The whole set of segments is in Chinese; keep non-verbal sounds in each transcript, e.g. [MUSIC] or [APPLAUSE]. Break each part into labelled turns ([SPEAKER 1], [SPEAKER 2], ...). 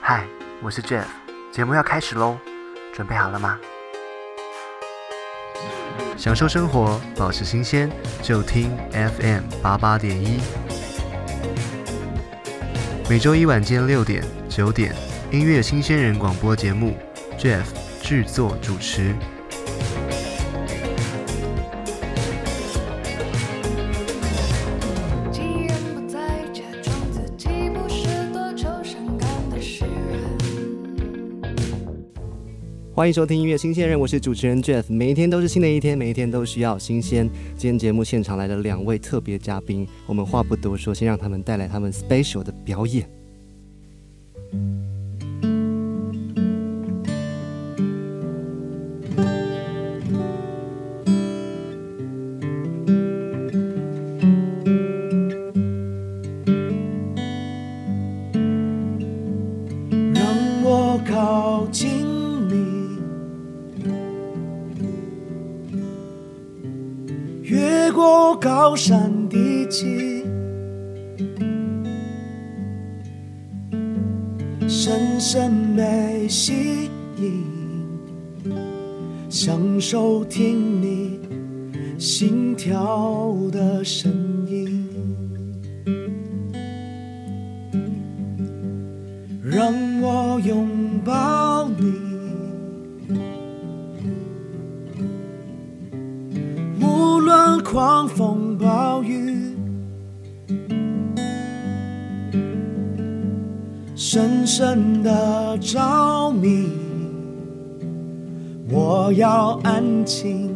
[SPEAKER 1] 嗨，我是 Jeff，节目要开始喽，准备好了吗？享受生活，保持新鲜，就听 FM 八八点一。每周一晚间六点、九点，音乐新鲜人广播节目，Jeff 制作主持。
[SPEAKER 2] 既然不再假装自己不是多愁善感的诗人，
[SPEAKER 3] 欢迎收听音乐新鲜人，我是主持人 Jeff。每一天都是新的一天，每一天都需要新鲜。今天节目现场来了两位特别嘉宾，我们话不多说，先让他们带来他们 special 的表演。
[SPEAKER 4] 让我靠近你，越过高山低气，深深被吸引，享受听你心跳的声音。让我拥抱你，无论狂风暴雨，深深的着迷，我要安静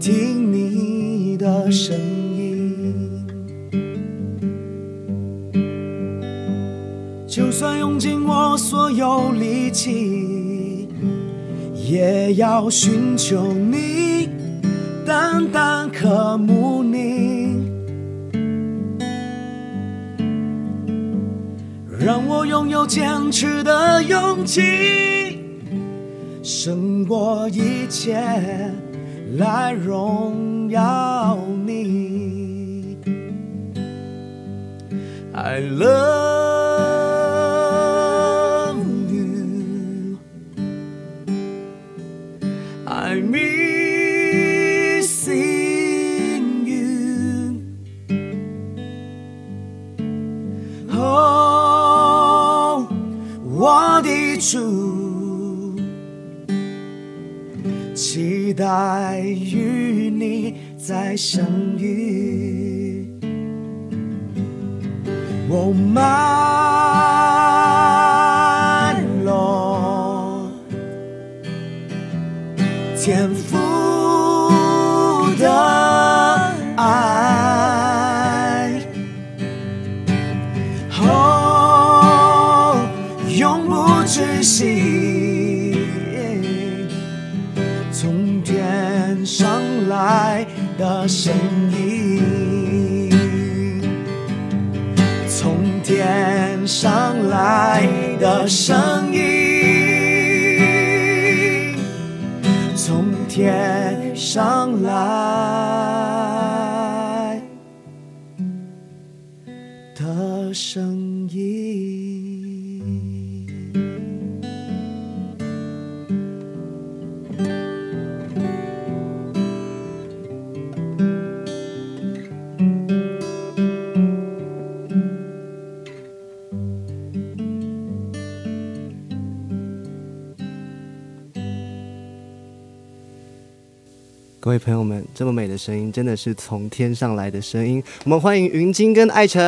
[SPEAKER 4] 听你的声音。就算用尽我所有力气，也要寻求你，淡淡渴慕你，让我拥有坚持的勇气，胜过一切来荣耀你。I love you. I'm missing you. Oh, what is true? 期待与你再相遇。Oh my Lord，天赋的爱，哦，永不止息，从天上来的声音。从天上来的声音，从天上来的声音。
[SPEAKER 3] 各位朋友们，这么美的声音，真的是从天上来的声音。我们欢迎云晶跟艾辰，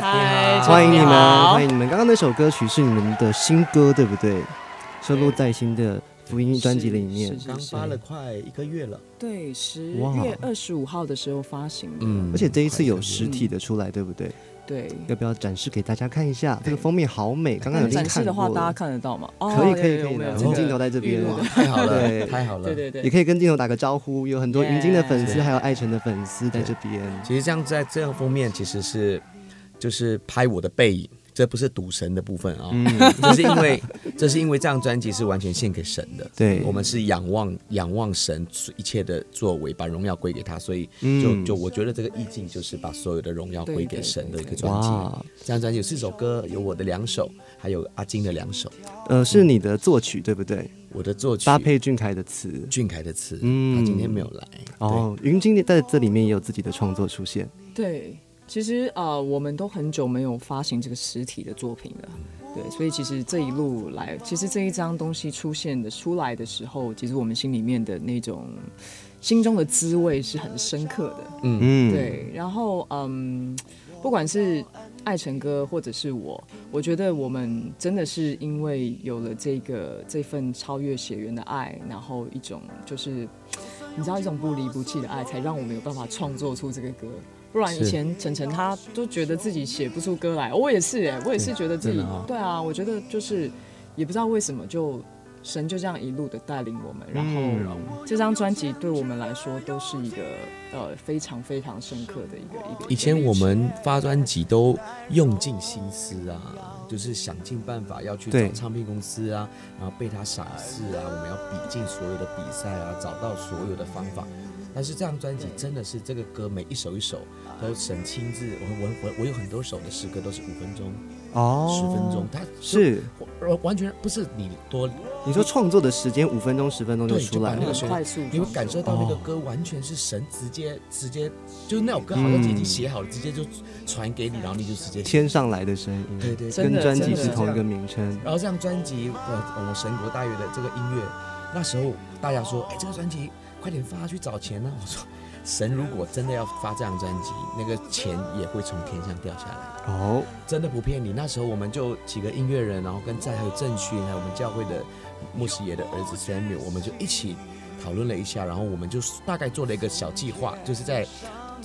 [SPEAKER 5] 嗨，
[SPEAKER 3] 欢迎你们，欢迎
[SPEAKER 5] 迎。
[SPEAKER 3] 哎你们。刚刚那首歌曲是你们的新歌，对不对？收录在新的福音专辑里面。
[SPEAKER 6] 刚发了快一个月了，
[SPEAKER 5] 对，十
[SPEAKER 3] 哇
[SPEAKER 5] 月二十五号的时候发行的，
[SPEAKER 6] 嗯
[SPEAKER 3] 而且这一次有实体的出来，对不对？
[SPEAKER 5] 对。
[SPEAKER 3] 要不要展示给大家看一下？这个封面好美，刚刚有
[SPEAKER 5] 展示
[SPEAKER 3] 看
[SPEAKER 5] 的话，
[SPEAKER 3] 过
[SPEAKER 5] 大家
[SPEAKER 3] 了。
[SPEAKER 5] 看得到吗？哦
[SPEAKER 3] 可以可以
[SPEAKER 5] 有
[SPEAKER 3] 可以
[SPEAKER 5] 有
[SPEAKER 3] 的，
[SPEAKER 5] 有
[SPEAKER 3] 从
[SPEAKER 5] 有
[SPEAKER 3] 镜头在这边
[SPEAKER 5] 对，
[SPEAKER 6] 哇，太好
[SPEAKER 3] 对
[SPEAKER 6] 了，太好了，
[SPEAKER 5] 对对对，
[SPEAKER 3] 也可以跟镜头打个招呼。有很多云晶的粉丝，
[SPEAKER 6] Yeah
[SPEAKER 3] 还有艾辰的粉丝在这边。
[SPEAKER 6] 其实这样在这样封面其实是就是拍我的背影，这不是赌神的部分啊、
[SPEAKER 3] 嗯
[SPEAKER 6] 这是因为 [LAUGHS] 这是因为这张专辑是完全献给神的，
[SPEAKER 3] 对
[SPEAKER 6] 我们是仰望仰望神一切的作为，把荣耀归给他，所以就、
[SPEAKER 3] 嗯
[SPEAKER 6] 就我觉得这个意境就是把所有的荣耀归给神的一个专辑。
[SPEAKER 3] 哇，
[SPEAKER 6] 这张专辑有四首歌，有我的两首，还有阿金的两首，
[SPEAKER 3] 呃，是你的作曲对不对？
[SPEAKER 6] 我的作曲
[SPEAKER 3] 搭配俊凯的词，
[SPEAKER 6] 俊凯的词，
[SPEAKER 3] 嗯
[SPEAKER 6] 他今天没有来，
[SPEAKER 3] 哦，云今天在这里面也有自己的创作出现。
[SPEAKER 5] 对，其实呃，我们都很久没有发行这个实体的作品了，对，所以其实这一路来，其实这一张东西出现的出来的时候，其实我们心里面的那种心中的滋味是很深刻的，
[SPEAKER 3] 嗯，，
[SPEAKER 5] 对，然后嗯，不管是艾辰哥或者是我，我觉得我们真的是因为有了这个这份超越血缘的爱，然后一种就是你知道一种不离不弃的爱，才让我们有办法创作出这个歌。不然以
[SPEAKER 6] 是
[SPEAKER 5] 前晨晨他都觉得自己写不出歌来，我也是哎、我也是觉得自己
[SPEAKER 6] 真的哦
[SPEAKER 5] 对啊，我觉得就是也不知道为什么就神就这样一路的带领我们，然后、
[SPEAKER 6] 嗯
[SPEAKER 5] 这张专辑对我们来说都是一个呃非常非常深刻的一个一个。
[SPEAKER 6] 以前
[SPEAKER 5] 一个历
[SPEAKER 6] 我
[SPEAKER 5] 程
[SPEAKER 6] 们发专辑都用尽心思啊，就是想尽办法要去
[SPEAKER 3] 对
[SPEAKER 6] 找唱片公司啊，然后被他赏识啊，我们要比尽所有的比赛啊，找到所有的方法。但是这张专辑真的是这个歌每一首一首都神亲自，我我我我有很多首的诗歌都是五分钟、
[SPEAKER 3] 哦，
[SPEAKER 6] 十分钟，他
[SPEAKER 3] 是
[SPEAKER 6] 完完全不是你多
[SPEAKER 3] 你说创作的时间五分钟、十分钟就
[SPEAKER 6] 对就
[SPEAKER 3] 出来
[SPEAKER 6] 把那
[SPEAKER 3] 了
[SPEAKER 6] 个，
[SPEAKER 5] 很
[SPEAKER 6] 旋
[SPEAKER 5] 快速
[SPEAKER 6] 你会
[SPEAKER 5] 创
[SPEAKER 6] 感
[SPEAKER 5] 作
[SPEAKER 6] 受到那个
[SPEAKER 3] 哦
[SPEAKER 6] 歌完全是神直接直接，就是那首歌好像已经写好了，
[SPEAKER 5] 嗯
[SPEAKER 6] 直接就传给你，然后你就直接写。
[SPEAKER 3] 天上来的声音，
[SPEAKER 6] 对对，对
[SPEAKER 5] 真
[SPEAKER 3] 跟
[SPEAKER 5] 的
[SPEAKER 3] 专辑
[SPEAKER 5] 真的
[SPEAKER 3] 是同一个名称，
[SPEAKER 6] 然后这张专辑，呃，我们神国大乐的这个音乐，那时候大家说，哎，这个专辑快点发去找钱呢、啊我说，神如果真的要发这张专辑，那个钱也会从天上掉下来，
[SPEAKER 3] 哦，
[SPEAKER 6] 真的不骗你。那时候我们就几个音乐人，然后跟在还有郑勋，还有我们教会的牧师爷的儿子 Samuel，我们就一起讨论了一下，然后我们就大概做了一个小计划，就是在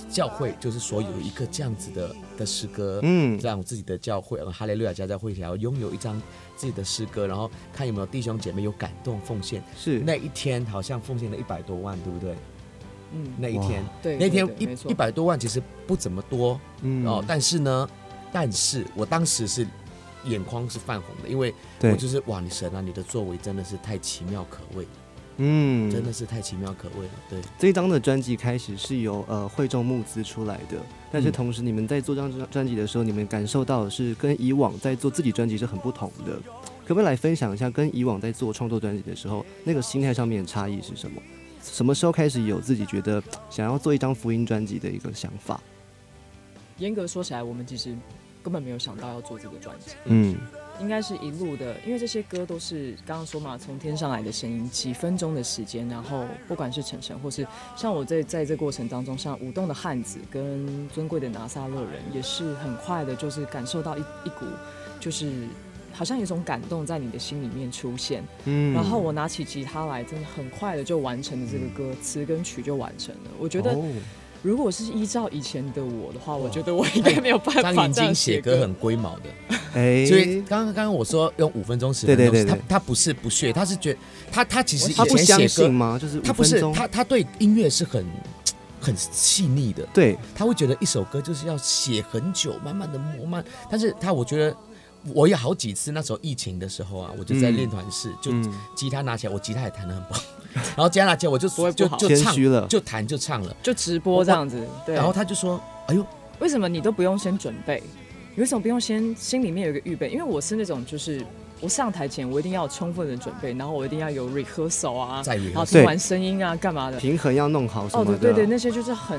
[SPEAKER 6] 教会，就是说有一个这样子的的诗歌，
[SPEAKER 3] 嗯
[SPEAKER 6] 让自己的教会，呃哈利路亚家教会然后拥有一张自己的诗歌，然后看有没有弟兄姐妹有感动奉献。
[SPEAKER 3] 是
[SPEAKER 6] 那一天好像奉献了一百多万，对不对？
[SPEAKER 5] 嗯，
[SPEAKER 6] 那一天
[SPEAKER 3] 哇，
[SPEAKER 5] 对，
[SPEAKER 6] 那天
[SPEAKER 5] 对对没
[SPEAKER 6] 一
[SPEAKER 5] 错
[SPEAKER 6] 一百多万其实不怎么多，
[SPEAKER 3] 嗯
[SPEAKER 6] 哦，但是呢，但是我当时是眼眶是泛红的，因为我
[SPEAKER 3] 对，
[SPEAKER 6] 就是哇，你神啊，你的作为真的是太奇妙可畏，
[SPEAKER 3] 嗯
[SPEAKER 6] 真的是太奇妙可畏了，
[SPEAKER 5] [LAUGHS]
[SPEAKER 6] 对。
[SPEAKER 3] 这一张的专辑开始是由呃会众募资出来的，但是
[SPEAKER 6] 嗯
[SPEAKER 3] 同时你们在做这张专专辑的时候，你们感受到的是跟以往在做自己专辑是很不同的。可不可以来分享一下，跟以往在做创作专辑的时候，那个心态上面的差异是什么？什么时候开始有自己觉得想要做一张福音专辑的一个想法？
[SPEAKER 5] 严格说起来，我们其实根本没有想到要做这个专辑，
[SPEAKER 3] 嗯，
[SPEAKER 5] 应该是一路的，因为这些歌都是刚刚说嘛，从天上来的声音，几分钟的时间，然后不管是晨晨，或是像我在在这过程当中，像舞动的汉子跟尊贵的拿撒勒人，也是很快的，就是感受到一一股，就是好像有一种感动在你的心里面出现，
[SPEAKER 3] 嗯
[SPEAKER 5] 然后我拿起吉他来，真的很快的就完成了这个歌词跟曲就完成了。我觉得
[SPEAKER 3] 哦
[SPEAKER 5] 如果是依照以前的我的话，我觉得我应该没有办
[SPEAKER 6] 张
[SPEAKER 5] 法
[SPEAKER 6] 芸
[SPEAKER 5] 这样
[SPEAKER 6] 京写歌
[SPEAKER 5] 歌。
[SPEAKER 6] 很龟毛的，
[SPEAKER 3] 哎、
[SPEAKER 6] 所以刚刚刚刚我说用五分钟十分
[SPEAKER 3] 对
[SPEAKER 6] 钟，
[SPEAKER 3] 对对
[SPEAKER 6] 他
[SPEAKER 3] 对
[SPEAKER 6] 他不是不屑，他是觉他他其实
[SPEAKER 3] 他不
[SPEAKER 6] 以
[SPEAKER 3] 相
[SPEAKER 6] 前写
[SPEAKER 3] 信
[SPEAKER 6] 歌，
[SPEAKER 3] 吗？就是
[SPEAKER 6] 他
[SPEAKER 3] 五
[SPEAKER 6] 不
[SPEAKER 3] 分
[SPEAKER 6] 是
[SPEAKER 3] 钟，
[SPEAKER 6] 他他对音乐是很很细腻的，
[SPEAKER 3] 对，
[SPEAKER 6] 他会觉得一首歌就是要写很久，慢慢的磨慢，但是他我觉得。我有好几次，那时候疫情的时候啊，我就在
[SPEAKER 3] 嗯
[SPEAKER 6] 练团室，就
[SPEAKER 3] 嗯
[SPEAKER 6] 吉他拿起来，我吉他也弹得很棒，然后吉他拿起来我就
[SPEAKER 5] 不会不
[SPEAKER 6] 就
[SPEAKER 5] 好
[SPEAKER 6] 就
[SPEAKER 3] 谦
[SPEAKER 6] 唱
[SPEAKER 3] 虚了
[SPEAKER 6] 就弹就唱了，
[SPEAKER 5] 就直播这样子，对。
[SPEAKER 6] 然后他就说：“哎呦，
[SPEAKER 5] 为什么你都不用先准备？你为什么不用先心里面有一个预备？因为我是那种就是我上台前我一定要有充分的准备，然后我一定要有 rehearsal 啊，
[SPEAKER 6] 再
[SPEAKER 5] 然
[SPEAKER 6] rehearsal
[SPEAKER 5] 后听完声音啊，干嘛的？
[SPEAKER 3] 平衡要弄好什
[SPEAKER 5] 哦，
[SPEAKER 3] 么的，
[SPEAKER 5] 对对对，那些就是很。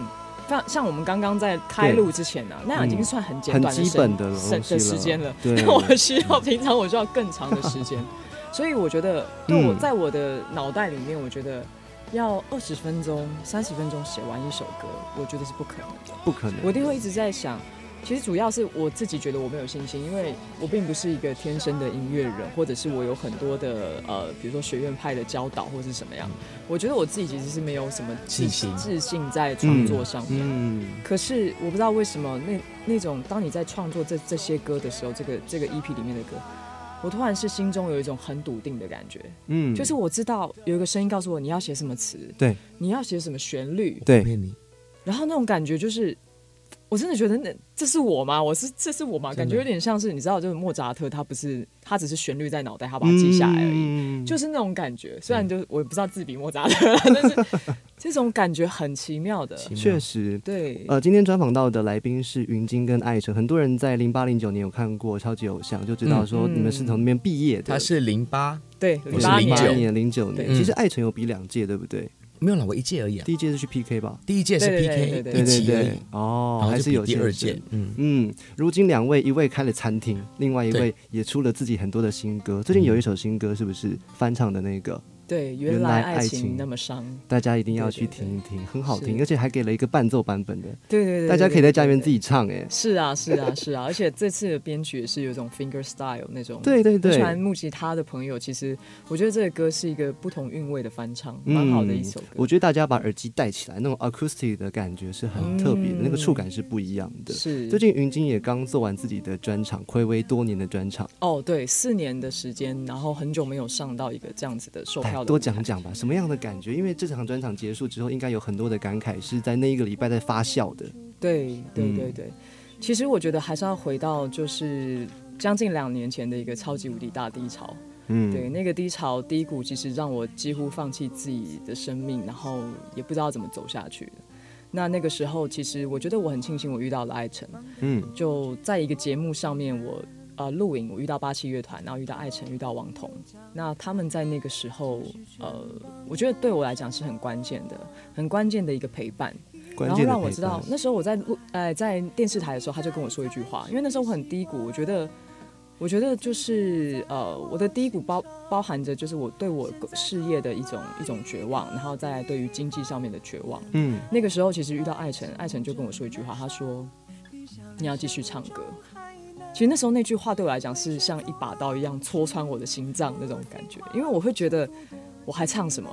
[SPEAKER 5] 像像我们刚刚在开录之前呢、啊，那已经算很简短的
[SPEAKER 3] 很基
[SPEAKER 5] 生
[SPEAKER 3] 本的东西
[SPEAKER 5] 生的
[SPEAKER 3] 了
[SPEAKER 5] 时间了。
[SPEAKER 3] 对
[SPEAKER 5] [LAUGHS] 但我需要平常我需要更长的时间，
[SPEAKER 3] [LAUGHS]
[SPEAKER 5] 所以我觉得对我
[SPEAKER 3] 嗯
[SPEAKER 5] 在我的脑袋里面，我觉得要二十分钟、三十分钟写完一首歌，我觉得是不可能的。
[SPEAKER 3] 不可能，
[SPEAKER 5] 我一定会一直在想。其实主要是我自己觉得我没有信心，因为我并不是一个天生的音乐人，或者是我有很多的呃，比如说学院派的教导或是什么
[SPEAKER 3] 嗯
[SPEAKER 5] 样。我觉得我自己其实是没有什么自
[SPEAKER 6] 信心
[SPEAKER 5] 自信在创作上面。
[SPEAKER 3] 嗯，
[SPEAKER 5] 可是我不知道为什么那那种当你在创作这这些歌的时候，这个这个 EP 里面的歌，我突然是心中有一种很笃定的感觉，
[SPEAKER 3] 嗯，
[SPEAKER 5] 就是我知道有一个声音告诉我你要写什么词，
[SPEAKER 3] 对
[SPEAKER 5] 你要写什么旋律，
[SPEAKER 3] 对
[SPEAKER 6] 骗你，
[SPEAKER 5] 然后那种感觉就是，我真的觉得那这是我吗？我是这是我吗？
[SPEAKER 6] 真的
[SPEAKER 5] 感觉有点像是你知道，就是莫扎特，他不是他只是旋律在脑袋，他把它记下来而已，
[SPEAKER 3] 嗯
[SPEAKER 5] 就是那种感觉。虽然就我也不知道自己比莫扎特啦，但是
[SPEAKER 3] [LAUGHS]
[SPEAKER 5] 这种感觉很奇妙的。
[SPEAKER 3] 确实。
[SPEAKER 5] 对，
[SPEAKER 3] 呃，今天专访到的来宾是云晶跟艾辰，很多人在零八零九年有看过《超级偶像》，就知道说
[SPEAKER 5] 嗯
[SPEAKER 3] 你们是从那边毕业的。
[SPEAKER 6] 他是零八，
[SPEAKER 5] 对，
[SPEAKER 6] 我
[SPEAKER 5] 零
[SPEAKER 6] 是
[SPEAKER 5] 八
[SPEAKER 3] 零
[SPEAKER 5] 年
[SPEAKER 3] 八
[SPEAKER 6] 09
[SPEAKER 3] 年、零九年。
[SPEAKER 6] 对
[SPEAKER 5] 嗯
[SPEAKER 3] 其实艾辰有比两届，对不对？
[SPEAKER 6] 没有啦，我一届而已啊。
[SPEAKER 3] 第一届是去 PK 吧？
[SPEAKER 6] 第一届是
[SPEAKER 5] 对对对
[SPEAKER 6] PK
[SPEAKER 5] 对
[SPEAKER 6] 一
[SPEAKER 3] 对对
[SPEAKER 6] 起而
[SPEAKER 3] 对
[SPEAKER 6] 已，，然
[SPEAKER 3] 哦，
[SPEAKER 6] 后
[SPEAKER 3] 还
[SPEAKER 6] 就是比
[SPEAKER 3] 有
[SPEAKER 6] 第
[SPEAKER 3] 限
[SPEAKER 6] 二
[SPEAKER 3] 制
[SPEAKER 6] 届，嗯，
[SPEAKER 3] 嗯，如今两位，一位开了餐厅，另外一
[SPEAKER 6] 对
[SPEAKER 3] 位也出了自己很多的新歌。最近有一首新歌，是不是翻唱的那个？
[SPEAKER 5] 对，
[SPEAKER 3] 原
[SPEAKER 5] 原
[SPEAKER 3] 来
[SPEAKER 5] 来爱
[SPEAKER 3] 爱
[SPEAKER 5] 情
[SPEAKER 3] 情
[SPEAKER 5] 那么伤。
[SPEAKER 3] 大家一定要去
[SPEAKER 5] 对对对
[SPEAKER 3] 听一听，很好听，
[SPEAKER 5] 是
[SPEAKER 3] 而且还给了一个伴奏版本的，
[SPEAKER 5] 对对对，
[SPEAKER 3] 大家可以在家里面自
[SPEAKER 5] 己。
[SPEAKER 3] 己唱。哎，
[SPEAKER 5] 是啊，是啊，是啊，而且这次的编曲也是有一种 finger style 那种。
[SPEAKER 3] 对对
[SPEAKER 5] 很喜
[SPEAKER 3] 对，
[SPEAKER 5] 欢木吉他的朋友，其实我觉得这个歌是一个不同韵味的翻唱，
[SPEAKER 3] 嗯
[SPEAKER 5] 蛮好的一首歌。
[SPEAKER 3] 我觉得大家把耳机戴起来，那种 acoustic 的感觉是很特别的，
[SPEAKER 5] 嗯
[SPEAKER 3] 那个触感是不一样的。
[SPEAKER 5] 是
[SPEAKER 3] 最近云晶也刚做完自己的专场，暌违多年的专场，
[SPEAKER 5] 哦，对，四年的时间，然后很久没有上到一个这样子的售
[SPEAKER 3] 哎
[SPEAKER 5] 票的舞台。
[SPEAKER 3] 多讲讲吧，什么样的感觉？因为这场专场结束之后，应该有很多的感慨是在那一个礼拜在发酵的。
[SPEAKER 5] 对对
[SPEAKER 3] 嗯
[SPEAKER 5] 对对，其实我觉得还是要回到就是将近两年前的一个超级无敌大低潮。
[SPEAKER 3] 嗯，
[SPEAKER 5] 对，那个低潮低谷，其实让我几乎放弃自己的生命，然后也不知道怎么走下去。那那个时候，其实我觉得我很庆幸我遇到了艾辰，
[SPEAKER 3] 嗯，
[SPEAKER 5] 就在一个节目上面我，呃录影，我遇到八七乐团，然后遇到艾辰，遇到王彤。那他们在那个时候，呃，我觉得对我来讲是很关键的，很关键的一个陪伴。
[SPEAKER 3] 关
[SPEAKER 5] 然后
[SPEAKER 3] 键的
[SPEAKER 5] 让我
[SPEAKER 3] 陪
[SPEAKER 5] 知道
[SPEAKER 3] 伴，
[SPEAKER 5] 那时候我在录，呃，在电视台的时候，他就跟我说一句话，因为那时候我很低谷，我觉得，我觉得就是呃，我的低谷包包含着就是我对我事业的一种一种绝望，然后再来对于经济上面的绝望。
[SPEAKER 3] 嗯，
[SPEAKER 5] 那个时候其实遇到艾辰，艾辰就跟我说一句话，他说你要继续唱歌。其实那时候那句话对我来讲是像一把刀一样戳穿我的心脏那种感觉，因为我会觉得我还唱什么，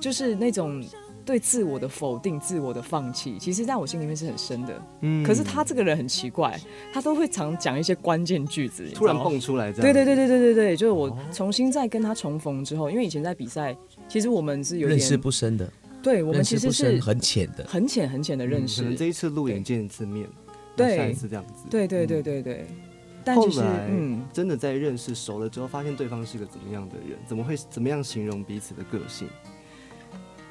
[SPEAKER 5] 就是那种对自我的否定、自我的放弃，其实在我心里面是很深的。
[SPEAKER 3] 嗯
[SPEAKER 5] 可是他这个人很奇怪，他都会常讲一些关键句子，你知道
[SPEAKER 3] 突然哦
[SPEAKER 5] 吗
[SPEAKER 3] 蹦出来这样，
[SPEAKER 5] 对对对，对对对对，就是我重新再跟他重逢之后，因为以前在比赛，其实我们是有
[SPEAKER 6] 认识
[SPEAKER 5] 点
[SPEAKER 6] 不深的，
[SPEAKER 5] 对，我们
[SPEAKER 6] 认
[SPEAKER 5] 其
[SPEAKER 6] 识
[SPEAKER 5] 实
[SPEAKER 6] 不深
[SPEAKER 5] 是
[SPEAKER 6] 很浅的，
[SPEAKER 5] 很浅很浅的认识
[SPEAKER 3] 嗯可。能这一次录影
[SPEAKER 5] 对
[SPEAKER 3] 见一次面，
[SPEAKER 5] 对
[SPEAKER 3] 下一次这样子，
[SPEAKER 5] 对对对
[SPEAKER 3] 嗯。
[SPEAKER 5] 对对，但就是
[SPEAKER 3] 后来
[SPEAKER 5] 嗯，
[SPEAKER 3] 真的在认识熟了之后，发现对方是个怎么样的人，怎么会怎么样形容彼此的个性？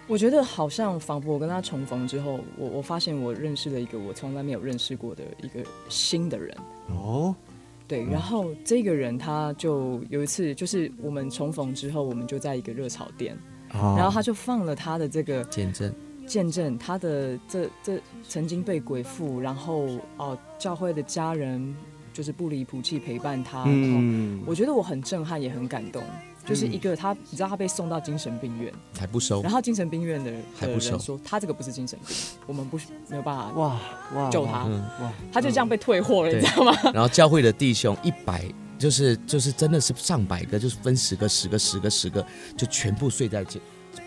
[SPEAKER 5] 我觉得好像仿佛我跟他重逢之后，我我发现我认识了一个我从来没有认识过的一个新的人。
[SPEAKER 3] 哦，
[SPEAKER 5] 对，然后这个人他就有一次，就是我们重逢之后，我们就在一个热炒店，然
[SPEAKER 3] 然
[SPEAKER 5] 后他就放了他的这个
[SPEAKER 6] 见证。
[SPEAKER 5] 见证他的这这曾经被鬼附，然后哦、教会的家人就是不离不弃陪伴他，然后
[SPEAKER 3] 嗯，
[SPEAKER 5] 我觉得我很震撼，也很感动。就是一个他，你知道他被送到精神病院，
[SPEAKER 6] 还不收
[SPEAKER 5] 然，后精神病院的
[SPEAKER 6] 还
[SPEAKER 5] 的
[SPEAKER 6] 不收
[SPEAKER 5] 人说他这个不是精神病，我们不没有办法
[SPEAKER 3] 哇哇，
[SPEAKER 5] 救
[SPEAKER 3] 哇
[SPEAKER 5] 他，
[SPEAKER 6] 嗯
[SPEAKER 3] 哇，
[SPEAKER 5] 他就这样被退货了，
[SPEAKER 6] 对
[SPEAKER 5] 你知道吗？
[SPEAKER 6] 然后教会的弟兄一百，就是就是真的是上百个，就是分十个十个十个十个，就全部睡在这，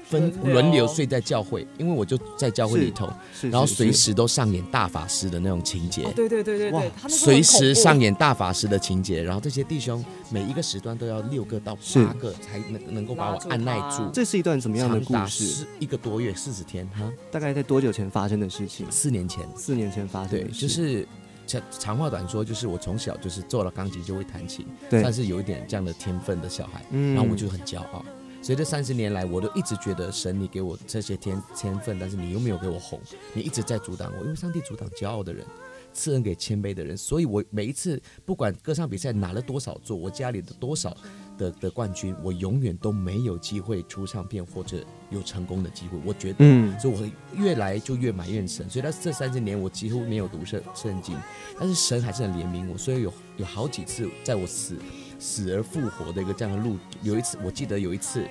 [SPEAKER 6] 分
[SPEAKER 5] 真的哦
[SPEAKER 6] 轮流睡在教会，因为我就在教会里头，
[SPEAKER 3] 是，
[SPEAKER 6] 然后
[SPEAKER 3] 是
[SPEAKER 6] 随
[SPEAKER 3] 是
[SPEAKER 6] 时都上演大法师的那种情节
[SPEAKER 5] 哦，，对对对对
[SPEAKER 3] 哇
[SPEAKER 5] 对，他那时候
[SPEAKER 6] 随
[SPEAKER 5] 很恐怖
[SPEAKER 6] 时上演大法师的情节，然后这些弟兄每一个时段都要六个到
[SPEAKER 3] 是
[SPEAKER 6] 八个才能能够把我
[SPEAKER 5] 拉住
[SPEAKER 6] 按耐
[SPEAKER 5] 他
[SPEAKER 6] 住。
[SPEAKER 3] 这是一段怎么样的
[SPEAKER 6] 长
[SPEAKER 3] 故
[SPEAKER 6] 达
[SPEAKER 3] 事？
[SPEAKER 6] 是一个多月，四十天哈，
[SPEAKER 3] 大概在多久前发生的事情？
[SPEAKER 6] 四年前。
[SPEAKER 3] 四年前发生
[SPEAKER 6] 对，
[SPEAKER 3] 的事，
[SPEAKER 6] 就是长长话短说，就是我从小就是做了钢琴就会弹琴，
[SPEAKER 3] 对
[SPEAKER 6] 算是有一点这样的天分的小孩，
[SPEAKER 3] 嗯
[SPEAKER 6] 然后我就很骄傲。所以这三十年来，我都一直觉得神，你给我这些天天分，但是你又没有给我红，你一直在阻挡我，因为上帝阻挡骄傲的人，赐恩给谦卑的人。所以我每一次不管歌唱比赛拿了多少座，我家里的多少的的冠军，我永远都没有机会出唱片或者有成功的机会。我觉得
[SPEAKER 3] 嗯
[SPEAKER 6] 所以我越来就越埋怨神，所以他这三十年我几乎没有读圣圣经，但是神还是很怜悯我，所以有有好几次在我死死而复活的一个这样的路，有一次我记得有一次，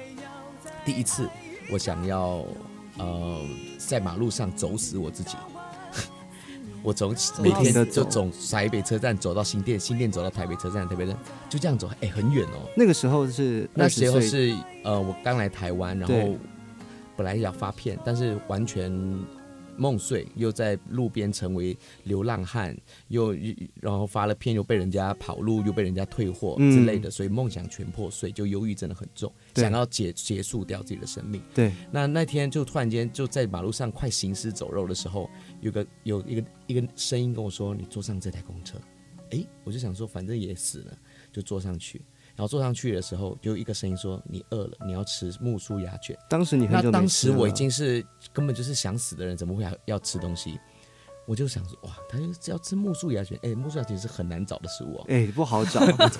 [SPEAKER 6] 第一次我想要呃在马路上走死我自己。 [LAUGHS] 我从每天
[SPEAKER 3] 走
[SPEAKER 6] 就从台北车站走到新店，新店走到台北车站，台北车站就这样走，哎、很远哦。
[SPEAKER 3] 那个时候是
[SPEAKER 6] 那时候
[SPEAKER 3] 20岁
[SPEAKER 6] 是呃，我刚来台湾，然
[SPEAKER 3] 对
[SPEAKER 6] 后本来要发片，但是完全梦碎，又在路边成为流浪汉，又然后发了片，又被人家跑路，又被人家退货
[SPEAKER 3] 嗯
[SPEAKER 6] 之类的，所以梦想全破碎，就忧郁真的很重，
[SPEAKER 3] 对
[SPEAKER 6] 想要结结束掉自己的生命。
[SPEAKER 3] 对，
[SPEAKER 6] 那那天就突然间就在马路上快行尸走肉的时候，有个有一个一个声音跟我说：“你坐上这台公车。”诶，我就想说反正也死了，就坐上去。然后坐上去的时候，就一个声音说：“你饿了，你要吃木薯鸭卷。
[SPEAKER 3] 当时你”很
[SPEAKER 6] 那
[SPEAKER 3] 久没
[SPEAKER 6] 当
[SPEAKER 3] 吃
[SPEAKER 6] 时
[SPEAKER 3] 了
[SPEAKER 6] 我已经是根本就是想死的人，怎么会要要吃东西？我就想说，哇，他就是要吃木薯鸭卷，诶，木薯鸭卷是很难找的食物哦。
[SPEAKER 3] 哎、不好
[SPEAKER 6] [LAUGHS]
[SPEAKER 3] 找，
[SPEAKER 5] 一个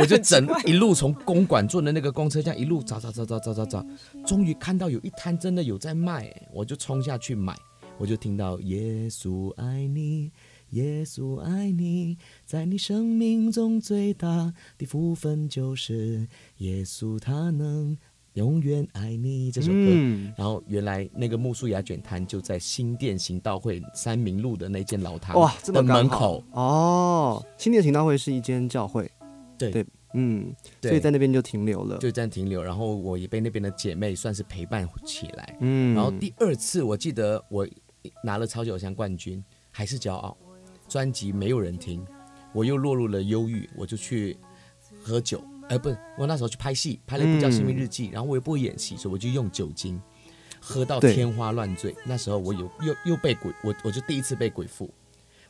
[SPEAKER 6] 我就
[SPEAKER 5] 很奇
[SPEAKER 6] 整
[SPEAKER 5] 怪
[SPEAKER 6] 一路从公馆坐的那个公车，这样一路找找找找找找找，终于看到有一摊真的有在卖，哎我就冲下去买，我就听到耶稣爱你，耶稣爱你，在你生命中最大的福分就是耶稣他能永远爱你这首歌。
[SPEAKER 3] 嗯，
[SPEAKER 6] 然后原来那个木薯芽卷摊就在新店行道会三明路的那间老摊
[SPEAKER 3] 哇，这么
[SPEAKER 6] 的
[SPEAKER 3] 刚
[SPEAKER 6] 门
[SPEAKER 3] 好
[SPEAKER 6] 口，
[SPEAKER 3] 哦。新店行道会是一间教会，
[SPEAKER 6] 对
[SPEAKER 3] 对，嗯，
[SPEAKER 6] 对
[SPEAKER 3] 所以在那边就停留了，
[SPEAKER 6] 就这样停留，然后我也被那边的姐妹算是陪伴起来。
[SPEAKER 3] 嗯，
[SPEAKER 6] 然后第二次，我记得我拿了超级偶像冠军，还是骄傲。专辑没有人听，我又落入了忧郁，我就去喝酒。呃，不，我那时候去拍戏，拍了一部叫《
[SPEAKER 3] 嗯
[SPEAKER 6] 生命日记》，然后我又不会演戏，所以我就用酒精喝到
[SPEAKER 3] 对
[SPEAKER 6] 天花乱坠。那时候我有又又被鬼，我我就第一次被鬼附，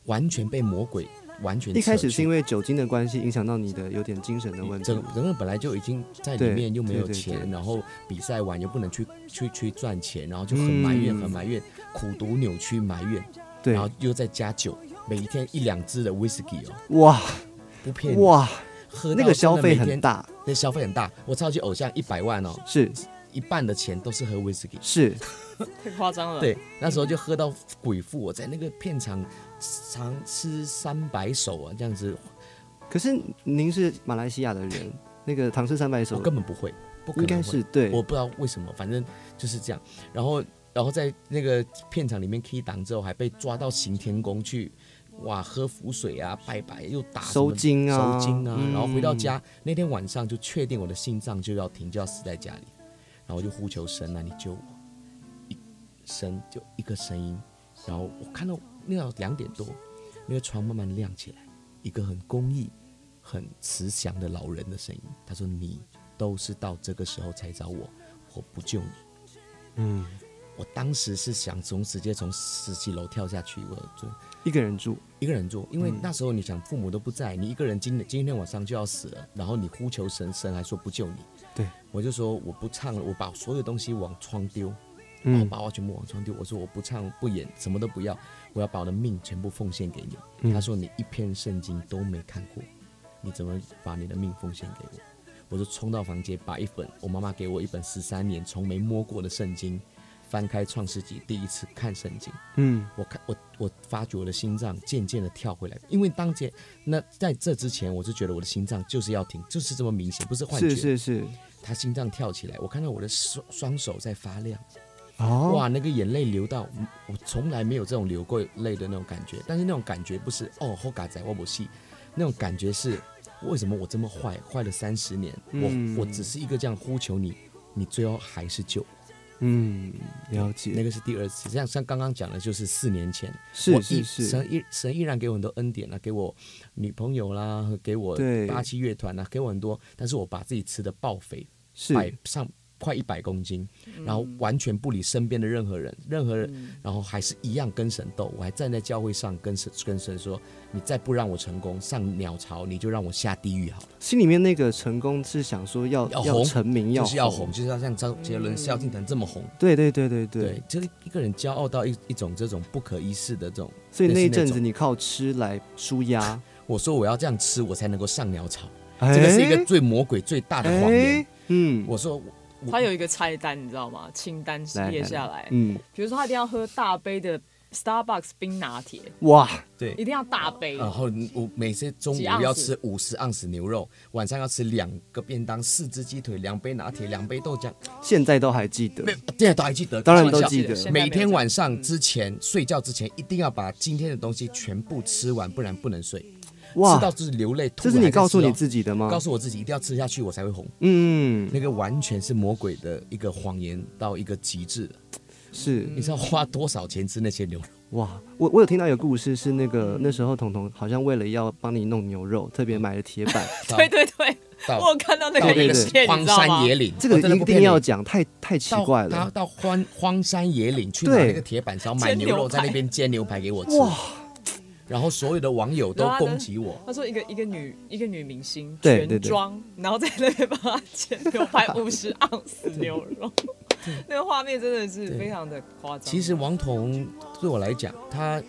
[SPEAKER 6] 完全被魔鬼完全
[SPEAKER 3] 一开
[SPEAKER 6] 扯
[SPEAKER 3] 始
[SPEAKER 6] 去
[SPEAKER 3] 是因为酒精的关系影响到你的有点精神的问题
[SPEAKER 6] 整，个整个本来就已经在
[SPEAKER 3] 嗯
[SPEAKER 6] 里
[SPEAKER 3] 对
[SPEAKER 6] 面，又没有
[SPEAKER 3] 对对
[SPEAKER 6] 钱，
[SPEAKER 3] 对
[SPEAKER 6] 然后比赛完又不能去去去赚钱，然后就很埋
[SPEAKER 3] 嗯
[SPEAKER 6] 怨，很埋怨，苦读扭曲埋怨，
[SPEAKER 3] 对
[SPEAKER 6] 然，后又再加酒，每一天一两支的 whisky 哦，
[SPEAKER 3] 哇
[SPEAKER 6] 不骗你，
[SPEAKER 3] 哇，
[SPEAKER 6] 喝
[SPEAKER 3] 那
[SPEAKER 6] 到
[SPEAKER 3] 个消
[SPEAKER 6] 真的每
[SPEAKER 3] 费
[SPEAKER 6] 天
[SPEAKER 3] 很，大，
[SPEAKER 6] 那消费很大。我超级偶像一百万哦，
[SPEAKER 3] 是
[SPEAKER 6] 一半的钱都是喝 whisky。
[SPEAKER 3] 是，
[SPEAKER 5] 太夸张了。
[SPEAKER 6] 对，那时候就喝到鬼父，我在那个片场常吃三百手啊，这样子，
[SPEAKER 3] 可是您是马来西亚的人，那个《唐诗三百首
[SPEAKER 6] 我》根本不会，不可
[SPEAKER 3] 应
[SPEAKER 6] 能
[SPEAKER 3] 该
[SPEAKER 6] 会
[SPEAKER 3] 是对，
[SPEAKER 6] 我不知道为什么，反正就是这样。然后，然后在那个片场里面 key 档之后，还被抓到行天宫去，哇，喝符水啊，拜拜，又打什么
[SPEAKER 3] 收金啊
[SPEAKER 6] 收金啊。
[SPEAKER 3] 嗯
[SPEAKER 6] 然后回到家那天晚上就确定我的心脏就要停，就要死在家里，然后我就呼求神啊，你救我！一神就一个声音，然后我看到那个两点多，那个床慢慢亮起来，一个很公益、很慈祥的老人的声音，他说：“你都是到这个时候才找我，我不救你。”
[SPEAKER 3] 嗯，
[SPEAKER 6] 我当时是想从直接从十几楼跳下去，我就
[SPEAKER 3] 一个人住，嗯
[SPEAKER 6] 一个人住，因为那时候你想父母都不在，你一个人今今天晚上就要死了，然后你呼求神，神还说不救你。
[SPEAKER 3] 对，
[SPEAKER 6] 我就说我不唱了，我把所有东西往窗丢，然后
[SPEAKER 3] 嗯
[SPEAKER 6] 把我全部往窗丢。我说我不唱不演，什么都不要，我要把我的命全部奉献给你。
[SPEAKER 3] 嗯
[SPEAKER 6] 他说你一篇圣经都没看过，你怎么把你的命奉献给我？我就冲到房间，把一本我妈妈给我一本十三年从没摸过的圣经，翻开创世纪，第一次看圣经。
[SPEAKER 3] 嗯，
[SPEAKER 6] 我看我我发觉我的心脏渐渐的跳回来，因为当前那在这之前，我就觉得我的心脏就是要停，就是这么明显，不是幻觉。
[SPEAKER 3] 是是是，
[SPEAKER 6] 他心脏跳起来，我看到我的双双手在发亮，
[SPEAKER 3] 哦，
[SPEAKER 6] 哇，那个眼泪流到我从来没有这种流过泪的那种感觉，但是那种感觉不是哦后嘎仔我不戏，那种感觉是为什么我这么坏，坏了三十年，
[SPEAKER 3] 嗯
[SPEAKER 6] 我我只是一个这样呼求你，你最后还是救我。
[SPEAKER 3] 嗯，了解，
[SPEAKER 6] 那个是第二次，像像刚刚讲的，就是四年前。
[SPEAKER 3] 是
[SPEAKER 6] 我
[SPEAKER 3] 是
[SPEAKER 6] 一
[SPEAKER 3] 是，
[SPEAKER 6] 神依神依然给我很多恩典啊，给我女朋友啦，给我
[SPEAKER 3] 对
[SPEAKER 6] 八七乐团啊，给我很多，但是我把自己吃的爆肥，百
[SPEAKER 3] 是，嗯
[SPEAKER 6] 上快一百公斤，然后完全不理身边的任何人，任何人，然后还是一样跟神斗，我还站在教会上跟神跟神说，你再不让我成功上鸟巢，你就让我下地狱好了，
[SPEAKER 3] 心里面那个成功是想说要
[SPEAKER 6] 要
[SPEAKER 3] 要
[SPEAKER 6] 红
[SPEAKER 3] 成名，
[SPEAKER 6] 就是要红，，就是要像张杰伦、萧敬腾这么红。
[SPEAKER 3] 对对对对对，
[SPEAKER 6] 对，就是一个人骄傲到一一种这种不可一世的这种，
[SPEAKER 3] 所以那一阵
[SPEAKER 6] 类
[SPEAKER 3] 子
[SPEAKER 6] 似那种
[SPEAKER 3] 你靠吃来舒
[SPEAKER 6] [LAUGHS]
[SPEAKER 3] 压，
[SPEAKER 6] 我说我要这样吃，我才能够上鸟巢。
[SPEAKER 3] 哎
[SPEAKER 6] 这个是一个最魔鬼最大的谎言
[SPEAKER 3] 哎。嗯，
[SPEAKER 6] 我说我，我
[SPEAKER 5] 他有一个菜单，你知道吗？清单
[SPEAKER 3] 来
[SPEAKER 5] 列
[SPEAKER 3] 来
[SPEAKER 5] 下来，
[SPEAKER 3] 嗯，
[SPEAKER 5] 比如说他一定要喝大杯的 Starbucks 冰拿铁，
[SPEAKER 3] 哇，
[SPEAKER 6] 对
[SPEAKER 5] 一定要大杯。
[SPEAKER 6] 然后我每次中午
[SPEAKER 5] 几盎司
[SPEAKER 6] 要吃五十盎司牛肉，晚上要吃两个便当，四只鸡腿，两杯拿铁，两杯豆浆。
[SPEAKER 3] 现在都还记得
[SPEAKER 6] 没，有，这些都还记得，
[SPEAKER 3] 当然
[SPEAKER 6] 开玩
[SPEAKER 3] 都
[SPEAKER 6] 笑
[SPEAKER 3] 记得
[SPEAKER 5] 现在没有嗯
[SPEAKER 6] 每
[SPEAKER 5] 这
[SPEAKER 6] 天
[SPEAKER 5] 样
[SPEAKER 6] 晚上之前睡觉之前，一定要把今天的东西全部吃完，不然不能睡。
[SPEAKER 3] 哇
[SPEAKER 6] 吃到，就是流泪吐。
[SPEAKER 3] 这是你
[SPEAKER 6] 还在
[SPEAKER 3] 告诉
[SPEAKER 6] 吃哦
[SPEAKER 3] 你自己的吗
[SPEAKER 6] 告？诉我自己一定要吃下去，我才会红。
[SPEAKER 3] 嗯，
[SPEAKER 6] 那个完全是魔鬼的一个谎言到一个极致了。
[SPEAKER 3] 是
[SPEAKER 6] 你知道花多少钱吃那些牛肉？
[SPEAKER 3] 哇，我我有听到一个故事，是那个那时候彤彤好像为了要帮你弄牛肉，特别买了铁
[SPEAKER 6] [LAUGHS]
[SPEAKER 3] 板，
[SPEAKER 5] 对对对，
[SPEAKER 6] 到
[SPEAKER 5] 我有看到那
[SPEAKER 6] 到
[SPEAKER 5] 个
[SPEAKER 6] 那
[SPEAKER 5] 影
[SPEAKER 6] 个
[SPEAKER 5] 片，你
[SPEAKER 6] 荒
[SPEAKER 5] 知道吗
[SPEAKER 6] 山？野岭，
[SPEAKER 3] 这个
[SPEAKER 6] 我真的
[SPEAKER 3] 一
[SPEAKER 6] 不骗
[SPEAKER 3] 定
[SPEAKER 6] 你
[SPEAKER 3] 要讲，太太奇
[SPEAKER 6] 到
[SPEAKER 3] 怪
[SPEAKER 6] 到
[SPEAKER 3] 了。
[SPEAKER 6] 到荒荒山野岭去拿
[SPEAKER 3] 对
[SPEAKER 6] 那个铁板烧买
[SPEAKER 5] 煎
[SPEAKER 6] 牛
[SPEAKER 5] 牛
[SPEAKER 6] 肉，在那
[SPEAKER 5] 排
[SPEAKER 6] 边煎牛排给我吃。
[SPEAKER 3] 哇，啊
[SPEAKER 6] 然后所有的网友都
[SPEAKER 5] 然后他的
[SPEAKER 6] 攻击我，
[SPEAKER 5] 他说一个一个女一个女明星
[SPEAKER 3] 对对对
[SPEAKER 5] 全妆，然后在那边帮她切牛排五十盎司牛肉，那个画面真的是
[SPEAKER 6] 对
[SPEAKER 5] 非常的夸张。
[SPEAKER 6] 其实王彤对我来讲，他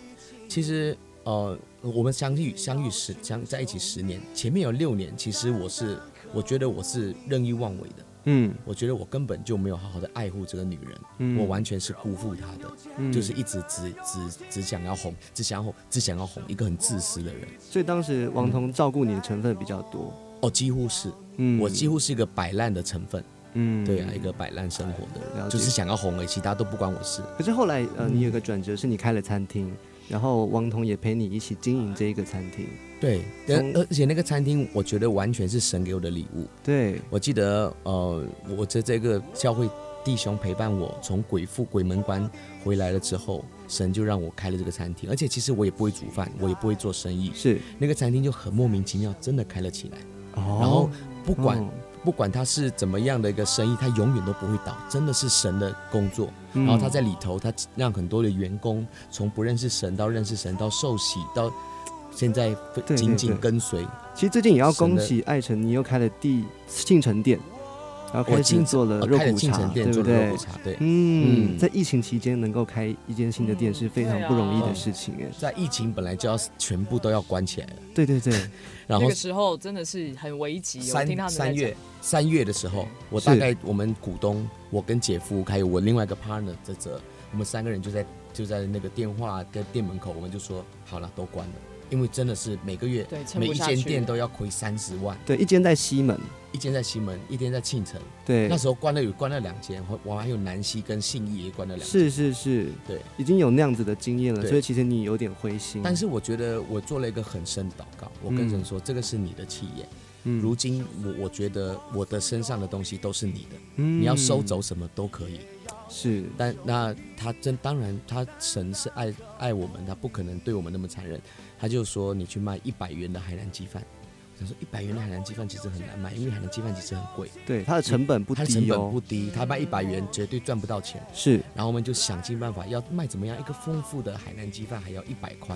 [SPEAKER 6] 其实呃，我们相遇相遇十相在一起十年，前面有六年，其实我是我觉得我是任意妄为的，
[SPEAKER 3] 嗯
[SPEAKER 6] 我觉得我根本就没有好好的爱护这个女人，
[SPEAKER 3] 嗯
[SPEAKER 6] 我完全是辜负她的，就是一直只只只想要红，只想要红，只想要红，一个很自私的人。
[SPEAKER 3] 所以当时王彤照顾你的成分比较多。
[SPEAKER 6] 哦，几乎是、
[SPEAKER 3] 嗯
[SPEAKER 6] 我几乎是一个摆烂的成分，
[SPEAKER 3] 嗯哎
[SPEAKER 6] 对啊，一个摆烂生活的
[SPEAKER 3] 了
[SPEAKER 6] 人，
[SPEAKER 3] 解
[SPEAKER 6] 就是想要红而已，其他都不关我事。
[SPEAKER 3] 可是后来呃，你有个转折，是你开了餐厅，然后王彤也陪你一起经营这一个餐厅。
[SPEAKER 6] 对，
[SPEAKER 3] 从
[SPEAKER 6] 而而且那个餐厅，我觉得完全是神给我的礼物。
[SPEAKER 3] 对，
[SPEAKER 6] 我记得，呃，我这这个教会弟兄陪伴我从鬼父鬼门关回来了之后，神就让我开了这个餐厅。而且其实我也不会煮饭，我也不会做生意，
[SPEAKER 3] 是
[SPEAKER 6] 那个餐厅就很莫名其妙真的开了起来。
[SPEAKER 3] 哦
[SPEAKER 6] 然后不管、
[SPEAKER 3] 哦
[SPEAKER 6] 不管他是怎么样的一个生意，他永远都不会倒，真的是神的工作。
[SPEAKER 3] 嗯
[SPEAKER 6] 然后他在里头，他让很多的员工从不认识神到认识神，到受洗到。现在
[SPEAKER 3] 对
[SPEAKER 6] 紧紧
[SPEAKER 3] 对
[SPEAKER 6] 跟随，
[SPEAKER 3] 其实最近也要
[SPEAKER 6] 省
[SPEAKER 3] 恭
[SPEAKER 6] 得
[SPEAKER 3] 喜艾诚，你又开了第庆城店，然后开
[SPEAKER 6] 我
[SPEAKER 3] 始
[SPEAKER 6] 进
[SPEAKER 3] 做了
[SPEAKER 6] 呃
[SPEAKER 3] 肉
[SPEAKER 6] 开了
[SPEAKER 3] 骨
[SPEAKER 6] 庆
[SPEAKER 3] 茶，
[SPEAKER 6] 城
[SPEAKER 3] 对
[SPEAKER 6] 店
[SPEAKER 3] 不
[SPEAKER 6] 做了肉
[SPEAKER 3] 对
[SPEAKER 6] 骨？茶，对。
[SPEAKER 3] 嗯，
[SPEAKER 6] 嗯
[SPEAKER 3] 在疫情期间能够开一间新的店是非常不容易的事情哎。
[SPEAKER 6] 在疫情本来就要全部都要关起来了，
[SPEAKER 3] 对对对，
[SPEAKER 6] 然
[SPEAKER 5] 那
[SPEAKER 6] 后
[SPEAKER 5] 个时候真的是很危急，我听他
[SPEAKER 6] 三
[SPEAKER 5] 们在讲嗯
[SPEAKER 6] 三月三月的时候，我
[SPEAKER 3] 是
[SPEAKER 6] 大概我们股东，我跟姐夫还有我另外一个 partner 泽泽，我们三个人就在就在那个电话跟店门口，我们就说好了，都关了，因为真的是每个月
[SPEAKER 5] 对撑
[SPEAKER 6] 每
[SPEAKER 5] 不
[SPEAKER 6] 一
[SPEAKER 5] 下
[SPEAKER 6] 间
[SPEAKER 5] 去
[SPEAKER 6] 店都要亏三十万，
[SPEAKER 3] 对，一间在西门，
[SPEAKER 6] 一间在西门，一间在庆城，
[SPEAKER 3] 对
[SPEAKER 6] 那，时候关了有关了两间，我我还有南溪跟信义也关了两间，
[SPEAKER 3] 是是是，
[SPEAKER 6] 对。
[SPEAKER 3] 已经有那样子的经验了，
[SPEAKER 6] 对
[SPEAKER 3] 所以其实你有点灰心。
[SPEAKER 6] 但是我觉得我做了一个很深的祷告，我跟神
[SPEAKER 3] 嗯
[SPEAKER 6] 说，这个是你的企业，
[SPEAKER 3] 嗯
[SPEAKER 6] 如今我我觉得我的身上的东西都是你的，
[SPEAKER 3] 你
[SPEAKER 6] 你要收走什么都可以。
[SPEAKER 3] 是，
[SPEAKER 6] 但那他真当然，他神是爱爱我们，他不可能对我们那么残忍。他就说你去卖一百元的海南鸡饭，我想说一百元的海南鸡饭其实很难卖，因为海南鸡饭其实很贵，
[SPEAKER 3] 对，它的成本不
[SPEAKER 6] 它的成
[SPEAKER 3] 低
[SPEAKER 6] 本
[SPEAKER 3] 哦
[SPEAKER 6] 不，低，他卖一百元绝对赚不到钱。
[SPEAKER 3] 是
[SPEAKER 6] 然后我们就想尽办法要卖怎么样一个丰富的海南鸡饭还要一百块，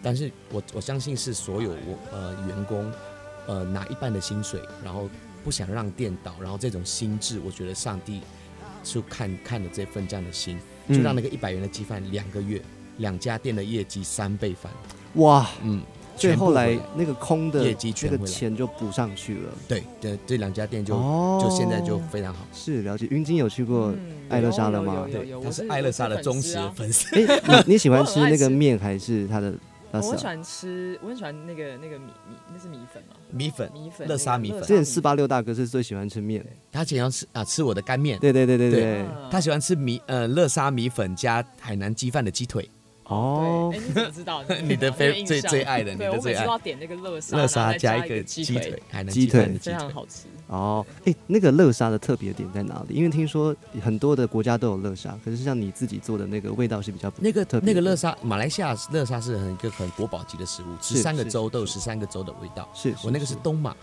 [SPEAKER 6] 但是我我相信是所有我呃员工呃拿一半的薪水，然后不想让店倒，然后这种心智，我觉得上帝就看看了这份这样的心，就让那个一百元的鸡饭两个月。两家店的业绩三倍翻，
[SPEAKER 3] 哇，
[SPEAKER 6] 嗯，
[SPEAKER 3] 所以
[SPEAKER 6] 全部
[SPEAKER 3] 后来
[SPEAKER 6] 回来
[SPEAKER 3] 那个空的
[SPEAKER 6] 业绩
[SPEAKER 3] 那
[SPEAKER 6] 全
[SPEAKER 3] 个
[SPEAKER 6] 回来
[SPEAKER 3] 钱就补上去了。
[SPEAKER 6] 对，这这两家店就、
[SPEAKER 3] 哦
[SPEAKER 6] 就现在就非常好。
[SPEAKER 3] 是了解，云晶有去过
[SPEAKER 5] 嗯
[SPEAKER 3] 艾乐莎了吗
[SPEAKER 5] 有有？有有有
[SPEAKER 6] 他
[SPEAKER 5] 我
[SPEAKER 6] 是
[SPEAKER 5] 是
[SPEAKER 6] 爱乐莎的忠实
[SPEAKER 5] 我是粉丝啊
[SPEAKER 6] 粉丝，
[SPEAKER 3] 哎、
[SPEAKER 5] [LAUGHS]
[SPEAKER 3] 你你喜欢
[SPEAKER 5] 我
[SPEAKER 3] 吃
[SPEAKER 5] 很爱
[SPEAKER 3] 那个
[SPEAKER 5] 吃
[SPEAKER 3] 面还是它的拉
[SPEAKER 5] 我很喜
[SPEAKER 3] 萨？
[SPEAKER 5] 欢吃，我很喜欢那个那个米米，那是米粉吗？
[SPEAKER 6] 米粉，
[SPEAKER 5] 米粉
[SPEAKER 6] 乐沙米粉
[SPEAKER 5] 那个乐
[SPEAKER 3] 之前四八六大哥是最喜欢吃面，
[SPEAKER 6] 他喜欢吃啊吃我的干面，
[SPEAKER 3] 对对对对
[SPEAKER 6] 对
[SPEAKER 3] 对，
[SPEAKER 5] 嗯
[SPEAKER 6] 他喜欢吃米呃乐沙米粉加海南鸡饭的鸡腿，
[SPEAKER 3] 哦
[SPEAKER 5] 对，，哎，你怎么知
[SPEAKER 6] [LAUGHS]
[SPEAKER 5] 道？
[SPEAKER 6] 你的
[SPEAKER 5] 非
[SPEAKER 6] 最最爱的你的
[SPEAKER 5] 对我
[SPEAKER 6] 最
[SPEAKER 5] 每次
[SPEAKER 6] 爱
[SPEAKER 5] 都要点那个乐沙，
[SPEAKER 6] 乐
[SPEAKER 5] 然后
[SPEAKER 6] 沙
[SPEAKER 5] 再
[SPEAKER 6] 加
[SPEAKER 5] 加
[SPEAKER 6] 一个鸡
[SPEAKER 5] 鸡
[SPEAKER 6] 腿，，海南
[SPEAKER 3] 鸡
[SPEAKER 6] 鸡
[SPEAKER 3] 腿
[SPEAKER 6] 饭的鸡
[SPEAKER 5] 非常
[SPEAKER 6] 腿。
[SPEAKER 5] 好吃。
[SPEAKER 3] 哦，哎、那个乐沙的特别点在哪里？因为听说很多的国家都有乐沙，可是像你自己做的那个味道是比较不
[SPEAKER 6] 那个
[SPEAKER 3] 特别
[SPEAKER 6] 那个
[SPEAKER 3] 的
[SPEAKER 6] 乐沙，马来西亚乐沙是很一个很国宝级的食物，
[SPEAKER 3] 是
[SPEAKER 6] 十三个
[SPEAKER 3] 是
[SPEAKER 6] 州都有十三个州的味道。
[SPEAKER 3] 是是
[SPEAKER 6] 我那个是东马，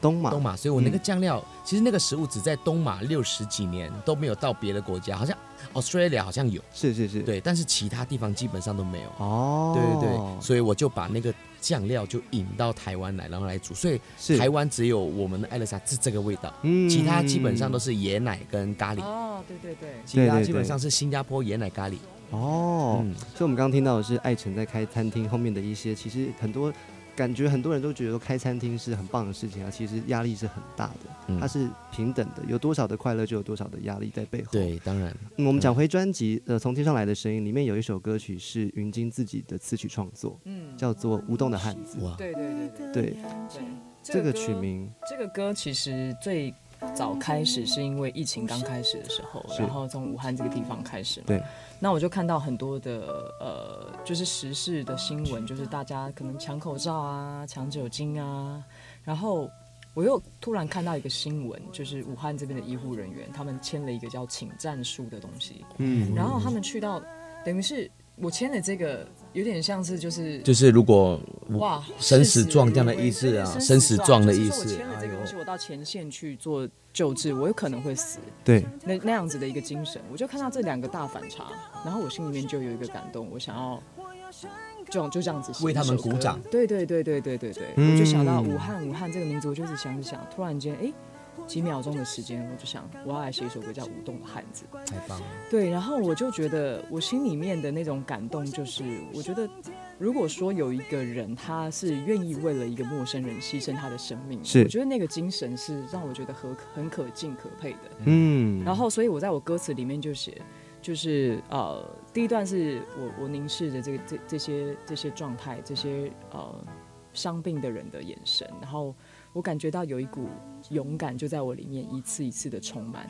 [SPEAKER 3] 东马
[SPEAKER 6] 东马，所以我那个
[SPEAKER 3] 嗯
[SPEAKER 6] 酱料，其实那个食物只在东马六十几年都没有到别的国家，好像 Australia 好像有，
[SPEAKER 3] 是是是，
[SPEAKER 6] 对，但是其他地方基本上都没有。
[SPEAKER 3] 哦，
[SPEAKER 6] 对对对，所以我就把那个酱料就引到台湾来，然后来煮，所以
[SPEAKER 3] 是
[SPEAKER 6] 台湾只有我们的爱乐沙是这个味道。
[SPEAKER 3] 嗯
[SPEAKER 6] 其他基本上都是椰奶跟咖喱，
[SPEAKER 5] 哦，对对对，
[SPEAKER 6] 其
[SPEAKER 3] 对
[SPEAKER 6] 他
[SPEAKER 3] 对
[SPEAKER 6] 基本上是新加坡椰奶咖喱。
[SPEAKER 3] 哦，
[SPEAKER 6] 嗯，
[SPEAKER 3] 所以我们刚刚听到的是艾诚在开餐厅后面的一些，其实很多感觉很多人都觉得开餐厅是很棒的事情啊，其实压力是很大的，
[SPEAKER 6] 嗯
[SPEAKER 3] 它是平等的，有多少的快乐就有多少的压力在背后。
[SPEAKER 6] 对，当然
[SPEAKER 3] 嗯、我们讲回专辑，呃，从天上来的声音里面有一首歌曲是云晶自己的词曲创作，
[SPEAKER 5] 嗯，
[SPEAKER 3] 叫做《无动的汉子》。
[SPEAKER 6] 哇，
[SPEAKER 5] 对对对对
[SPEAKER 3] 对，
[SPEAKER 5] 对，
[SPEAKER 3] 这个
[SPEAKER 5] 歌
[SPEAKER 3] 曲名
[SPEAKER 5] 这个歌其实最早开始是因为疫情刚开始的时候，
[SPEAKER 3] 是
[SPEAKER 5] 然后从武汉这个地方开始嘛。
[SPEAKER 3] 对。
[SPEAKER 5] 那我就看到很多的呃，就是时事的新闻，就是大家可能抢口罩啊、抢酒精啊，然后我又突然看到一个新闻，就是武汉这边的医护人员，他们签了一个叫请战书的东西，
[SPEAKER 1] 嗯，
[SPEAKER 5] 然后他们去到，等于是我签了这个，有点像是就是
[SPEAKER 6] 就是如果
[SPEAKER 5] 哇
[SPEAKER 6] 生死状这样的意思啊，生死状的意
[SPEAKER 5] 就是
[SPEAKER 6] 思
[SPEAKER 5] 我签了，
[SPEAKER 6] 哎
[SPEAKER 5] 这个
[SPEAKER 6] 呦
[SPEAKER 5] 东西，我到前线去做救治，我有可能会死，
[SPEAKER 3] 对，
[SPEAKER 5] 那那样子的一个精神，我就看到这两个大反差，然后我心里面就有一个感动，我想要这种就这样子写
[SPEAKER 6] 为他们
[SPEAKER 5] 一首歌
[SPEAKER 6] 鼓掌。
[SPEAKER 5] 对对对对对对对，
[SPEAKER 3] 嗯
[SPEAKER 5] 我就想到武汉，武汉这个名字，我就一直想一想，突然间哎。几秒钟的时间，我就想我要来写一首歌叫《舞动的汉子》。
[SPEAKER 6] 太棒了，
[SPEAKER 5] 对，然后我就觉得我心里面的那种感动，就是我觉得，如果说有一个人他是愿意为了一个陌生人牺牲他的生命，
[SPEAKER 3] 是
[SPEAKER 5] 我觉得那个精神是让我觉得很很可敬可佩的。
[SPEAKER 3] 嗯，
[SPEAKER 5] 然后，所以我在我歌词里面就写，就是呃，第一段是我我凝视着这个这这些这些状态，这些呃伤病的人的眼神，然后我感觉到有一股勇敢就在我里面一次一次的充满。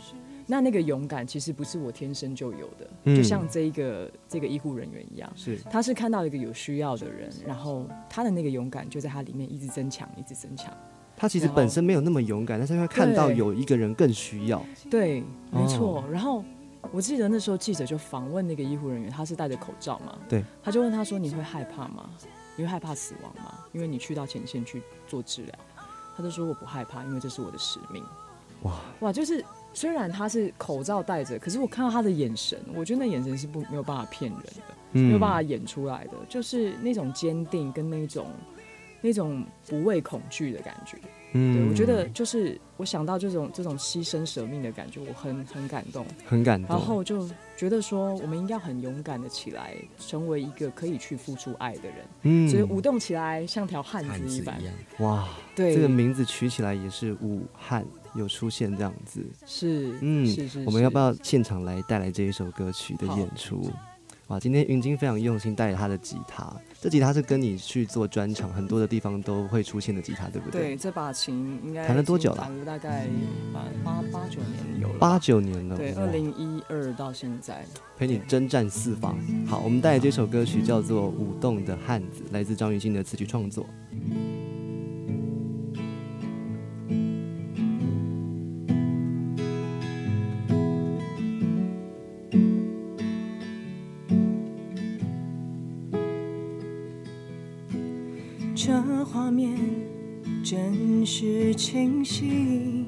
[SPEAKER 5] 那那个勇敢其实不是我天生就有的，
[SPEAKER 3] 嗯
[SPEAKER 5] 就像这一个这个医护人员一样，
[SPEAKER 3] 是
[SPEAKER 5] 他是看到一个有需要的人，然后他的那个勇敢就在他里面一直增强，一直增强。
[SPEAKER 3] 他其实本身没有那么勇敢，但是他看到有一个人更需要，
[SPEAKER 5] 对，没
[SPEAKER 3] 哦
[SPEAKER 5] 错。然后我记得那时候记者就访问那个医护人员，他是戴着口罩嘛，
[SPEAKER 3] 对，
[SPEAKER 5] 他就问他说：“你会害怕吗？你会害怕死亡吗？因为你去到前线去做治疗。”他就说：“我不害怕，因为这是我的使命。”
[SPEAKER 3] 哇
[SPEAKER 5] 哇，就是虽然他是口罩戴着，可是我看到他的眼神，我觉得那眼神是不没有办法骗人的。
[SPEAKER 3] 嗯
[SPEAKER 5] 没有办法演出来的，就是那种坚定跟那种那种不畏恐惧的感觉。对
[SPEAKER 3] 嗯
[SPEAKER 5] 我觉得就是我想到这种这种牺牲舍命的感觉，我很很感动，
[SPEAKER 3] 很感动，
[SPEAKER 5] 然后就觉得说我们应该很勇敢的起来，成为一个可以去付出爱的人，
[SPEAKER 3] 嗯
[SPEAKER 5] 所以舞动起来像条汉
[SPEAKER 6] 汉
[SPEAKER 5] 子
[SPEAKER 6] 子
[SPEAKER 5] 一
[SPEAKER 6] 一
[SPEAKER 5] 般。
[SPEAKER 6] 样，
[SPEAKER 3] 哇，
[SPEAKER 5] 对，
[SPEAKER 3] 这个名字取起来也是武汉有出现这样子，
[SPEAKER 5] 是
[SPEAKER 3] 嗯
[SPEAKER 5] 是是，
[SPEAKER 3] 我们要不
[SPEAKER 5] 是
[SPEAKER 3] 要现场来带来这一首歌曲的演出？哇，今天云晶非常用心带着她的吉他，这吉他是跟你去做专场，很多的地方都会出现的吉他，对不
[SPEAKER 5] 对，这把琴应该
[SPEAKER 3] 弹了多
[SPEAKER 5] 已经
[SPEAKER 3] 久了
[SPEAKER 5] 弹了大概八八八九年有了吧。
[SPEAKER 3] 八九年了，
[SPEAKER 5] 对，
[SPEAKER 3] 哇
[SPEAKER 5] 二零一二到现在，
[SPEAKER 3] 陪你征战四方。好，我们带来这首歌曲叫做《舞动的汉子》，来自张雨欣的词曲创作。
[SPEAKER 7] 这画面真是清晰。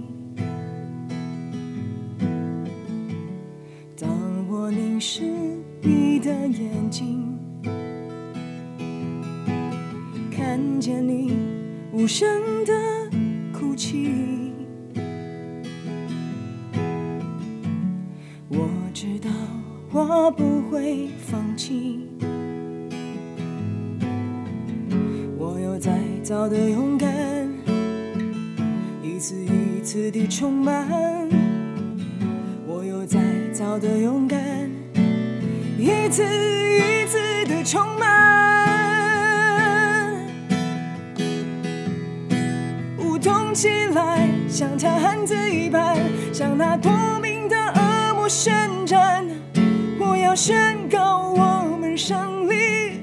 [SPEAKER 7] 当我凝视你的眼睛，看见你无声的哭泣，我知道我不会放弃。我有再早的勇敢，一次一次地充满。我有再早的勇敢，一次一次地充满。舞动起来，像条汉子一般，向那夺命的恶魔宣战。我要宣告我们胜利，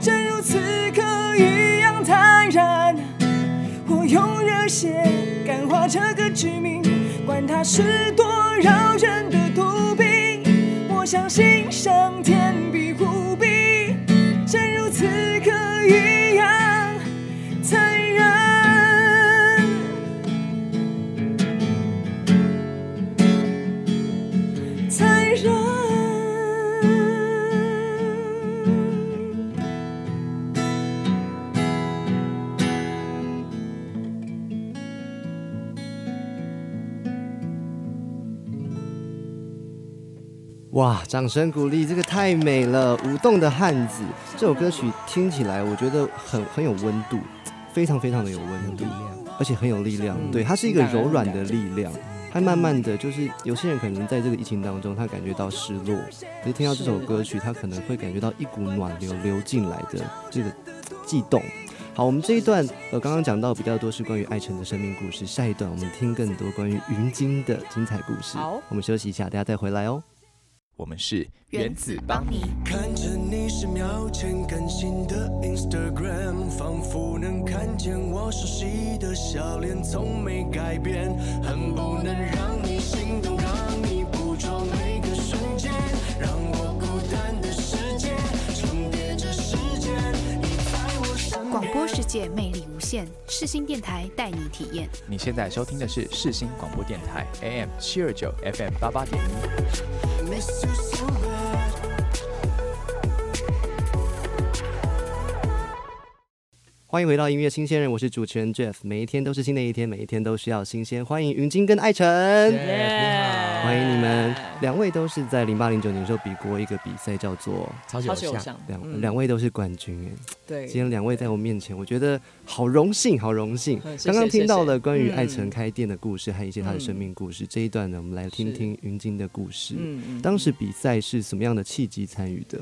[SPEAKER 7] 正如此刻一样坦然。我用热血感化这个致命，管它是多扰人的毒病。我相信上天必护庇，正如此刻一样残忍。残忍。
[SPEAKER 3] 哇，掌声鼓励，这个太美了！舞动的汉子这首歌曲听起来，我觉得很很有温度，非常非常的有温度，而且很有力量。对，它是一个柔软的力量。它慢慢的就是，有些人可能在这个疫情当中，他感觉到失落，可是听到这首歌曲，他可能会感觉到一股暖流流进来的这个悸动。好，我们这一段呃，刚刚讲到比较多是关于艾辰的生命故事，下一段我们听更多关于云鲸的精彩故事。
[SPEAKER 5] 好
[SPEAKER 3] 我们休息一下，大家再回来哦。
[SPEAKER 8] 我们是原子邦尼。
[SPEAKER 4] 看着你十秒前更新的 Instagram，仿佛能看见我熟悉的笑脸，从没改变，恨不能让你心动，让你捕捉每个瞬间，让我孤单的世界重叠着时间，你在我身边。
[SPEAKER 9] 广播世界魅力无限，世新电台带你体验。
[SPEAKER 8] 你现在收听的是世新广播电台 AM 七二九 FM 八八点一。
[SPEAKER 4] miss you so bad.
[SPEAKER 3] 欢迎回到音乐新鲜人，我是主持人 Jeff。每一天都是新的一天，每一天都需要新鲜。欢迎云晶跟艾辰
[SPEAKER 6] 哎
[SPEAKER 3] 欢迎你们。两位都是在零八零九年的时候比过一个比赛，叫做
[SPEAKER 6] 超级
[SPEAKER 5] 超
[SPEAKER 6] 偶
[SPEAKER 5] 级偶
[SPEAKER 6] 像。
[SPEAKER 5] 像，
[SPEAKER 3] 两、
[SPEAKER 5] 嗯
[SPEAKER 3] 两位都是冠军哎。
[SPEAKER 5] 对，
[SPEAKER 3] 今天两位在我面前，我觉得好荣幸，好荣幸。
[SPEAKER 5] 嗯谢谢
[SPEAKER 3] 刚刚听到
[SPEAKER 5] 谢
[SPEAKER 3] 了
[SPEAKER 5] 谢
[SPEAKER 3] 关于
[SPEAKER 5] 嗯
[SPEAKER 3] 艾辰开店的故事，还有一些他的生命故事。这一段呢，我们来听
[SPEAKER 5] 是
[SPEAKER 3] 听云晶的故事。
[SPEAKER 5] 嗯嗯
[SPEAKER 3] 当时比赛是什么样的契机参与的？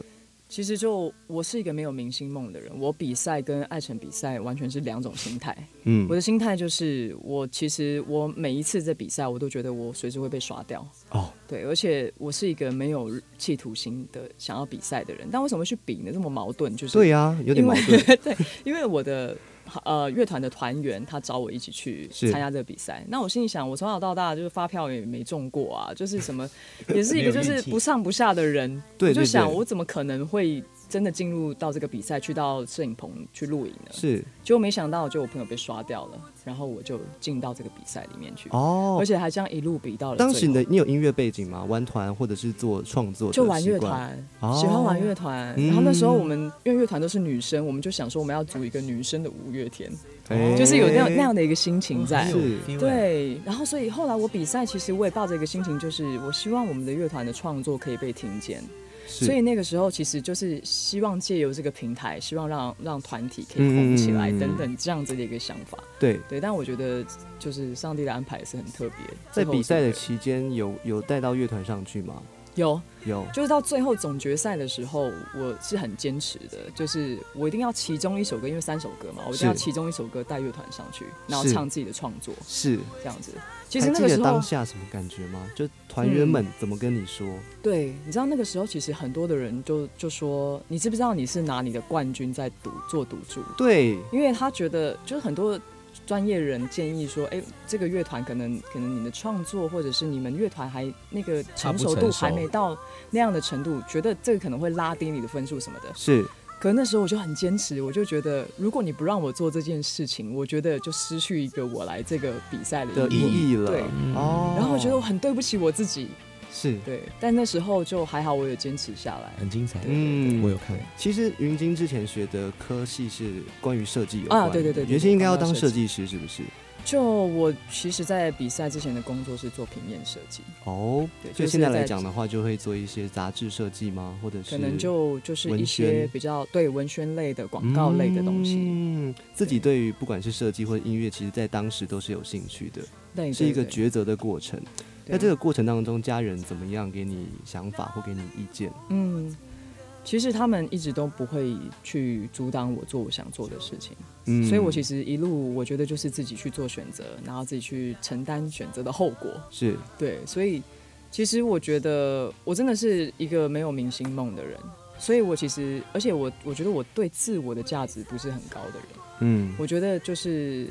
[SPEAKER 5] 其实就我是一个没有明星梦的人，我比赛跟爱晨比赛完全是两种心态。
[SPEAKER 3] 嗯
[SPEAKER 5] 我，的心态就是，我其实我每一次在比赛，我都觉得我随时会被刷掉。
[SPEAKER 3] 哦，
[SPEAKER 5] 对，而且我是一个没有企图心的想要比赛的人，但为什么会去比呢？这么矛盾，就是
[SPEAKER 3] 对呀、有点
[SPEAKER 5] 因
[SPEAKER 3] 矛
[SPEAKER 5] 为
[SPEAKER 3] 盾。
[SPEAKER 5] [LAUGHS] 对，因为我的呃乐团的团员他找我一起去
[SPEAKER 3] 是
[SPEAKER 5] 参加这个比赛，那我心里想，我从小到大就是发票也没中过啊，就是
[SPEAKER 3] [LAUGHS]
[SPEAKER 5] 什么也是一个就是不上不下的人，
[SPEAKER 3] 对
[SPEAKER 5] 我
[SPEAKER 3] 对
[SPEAKER 5] 就想
[SPEAKER 3] 对
[SPEAKER 5] 我怎么可能会真的进入到这个比赛，去到摄影棚去录影呢？
[SPEAKER 3] [LAUGHS] 是
[SPEAKER 5] 结果没想到，就我朋友被刷掉了，然后我就进到这个比赛里面去，
[SPEAKER 3] 哦
[SPEAKER 5] 而，且还这样一路比到了最后。
[SPEAKER 3] 当时你的你有音乐背景吗？玩团或者是做创作的
[SPEAKER 5] 就玩
[SPEAKER 3] 习
[SPEAKER 5] 乐
[SPEAKER 3] 惯
[SPEAKER 5] 团，
[SPEAKER 3] 哦
[SPEAKER 5] 喜欢玩乐团。
[SPEAKER 3] 嗯
[SPEAKER 5] 然后那时候我们因为乐团都是女生，我们就想说我们要组一个女生的五月天，
[SPEAKER 3] 哎
[SPEAKER 5] 就是有那样那样的一个心情在。
[SPEAKER 3] 是
[SPEAKER 5] 对，然后所以后来我比赛，其实我也抱着一个心情，就是我希望我们的乐团的创作可以被听见。
[SPEAKER 3] 是
[SPEAKER 5] 所以那个时候其实就是希望借由这个平台，希望让让团体可以
[SPEAKER 3] 嗯嗯嗯
[SPEAKER 5] 红起来
[SPEAKER 3] 嗯
[SPEAKER 5] 等等这样子的一个想法。
[SPEAKER 3] 对，
[SPEAKER 5] 对，但我觉得就是上帝的安排是很特别。
[SPEAKER 3] 在
[SPEAKER 5] 最后
[SPEAKER 3] 比赛的
[SPEAKER 5] 是
[SPEAKER 3] 期间有有带到乐团上去吗？
[SPEAKER 5] 有
[SPEAKER 3] 有
[SPEAKER 5] 就是到最后总决赛的时候，我是很坚持的，就是我一定要其中一首歌，因为三首歌嘛，我一定要
[SPEAKER 3] 是
[SPEAKER 5] 其中一首歌带乐团上去，然后
[SPEAKER 3] 是
[SPEAKER 5] 唱自己的创作，
[SPEAKER 3] 是，
[SPEAKER 5] 这样子。其
[SPEAKER 3] 还
[SPEAKER 5] 实那
[SPEAKER 3] 记
[SPEAKER 5] 个
[SPEAKER 3] 得
[SPEAKER 5] 时候
[SPEAKER 3] 当，下什么感觉吗？就团员
[SPEAKER 5] 嗯
[SPEAKER 3] 们怎么跟你说？
[SPEAKER 5] 对，你知道那个时候，其实很多的人就就说，你知不知道你是拿你的冠军在赌做赌注？
[SPEAKER 3] 对，
[SPEAKER 5] 因为他觉得就是很多专业人建议说，哎，这个乐团可能可能你的创作或者是你们乐团还那个
[SPEAKER 6] 还
[SPEAKER 5] 成
[SPEAKER 6] 不
[SPEAKER 5] 熟
[SPEAKER 6] 成
[SPEAKER 5] 度还
[SPEAKER 6] 熟
[SPEAKER 5] 没到那样的程度，觉得这个可能会拉低你的分数什么的。
[SPEAKER 3] 是
[SPEAKER 5] 可那时候我就很坚持，我就觉得如果你不让我做这件事情，我觉得就失去一个我来这个比赛的
[SPEAKER 3] 的
[SPEAKER 5] 意义。
[SPEAKER 3] 意义了
[SPEAKER 5] 对
[SPEAKER 3] 哦。
[SPEAKER 5] 然后我觉得我很对不起我自己，
[SPEAKER 3] 是，
[SPEAKER 5] 对，但那时候就还好，我有坚持下来。
[SPEAKER 6] 很精彩。我
[SPEAKER 3] 嗯，
[SPEAKER 6] 有看，
[SPEAKER 3] 其实云晶之前学的科系是关于设计有
[SPEAKER 5] 啊
[SPEAKER 3] 关
[SPEAKER 5] 对
[SPEAKER 3] 的
[SPEAKER 5] 对对对
[SPEAKER 3] 原
[SPEAKER 5] 对
[SPEAKER 3] 先应该要
[SPEAKER 5] 关于
[SPEAKER 3] 当
[SPEAKER 5] 设
[SPEAKER 3] 设计师是不是？
[SPEAKER 5] 就我其实，在比赛之前的工作是做平面设计，
[SPEAKER 3] 哦
[SPEAKER 5] 对，
[SPEAKER 3] 所
[SPEAKER 5] 就
[SPEAKER 3] 以
[SPEAKER 5] 是
[SPEAKER 3] 现在来
[SPEAKER 5] 在
[SPEAKER 3] 讲的话，就会做一些杂志设计吗？或者是
[SPEAKER 5] 可能就就是
[SPEAKER 3] 文
[SPEAKER 5] 一些
[SPEAKER 3] 宣
[SPEAKER 5] 比较对文宣类的广告类的东西。
[SPEAKER 3] 嗯，自己对于不管是设计或者音乐，其实在当时都是有兴趣的，
[SPEAKER 5] 对，
[SPEAKER 3] 是一个
[SPEAKER 5] 对
[SPEAKER 3] 抉择的过程。
[SPEAKER 5] 对
[SPEAKER 3] 在这个过程当中，家人怎么样给你想法或给你意见？
[SPEAKER 5] 嗯，其实他们一直都不会去阻挡我做我想做的事情。
[SPEAKER 3] 嗯
[SPEAKER 5] 所以我其
[SPEAKER 3] 实
[SPEAKER 5] 实一路我觉得就是自己去做选择，然后自己去承担选择的后果。
[SPEAKER 3] 是
[SPEAKER 5] 对，所以其实我觉得我真的是一个没有明星梦的人，所以我其实而且我我觉得我对自我的价值不是很高的人，
[SPEAKER 3] 嗯，
[SPEAKER 5] 我觉得就是。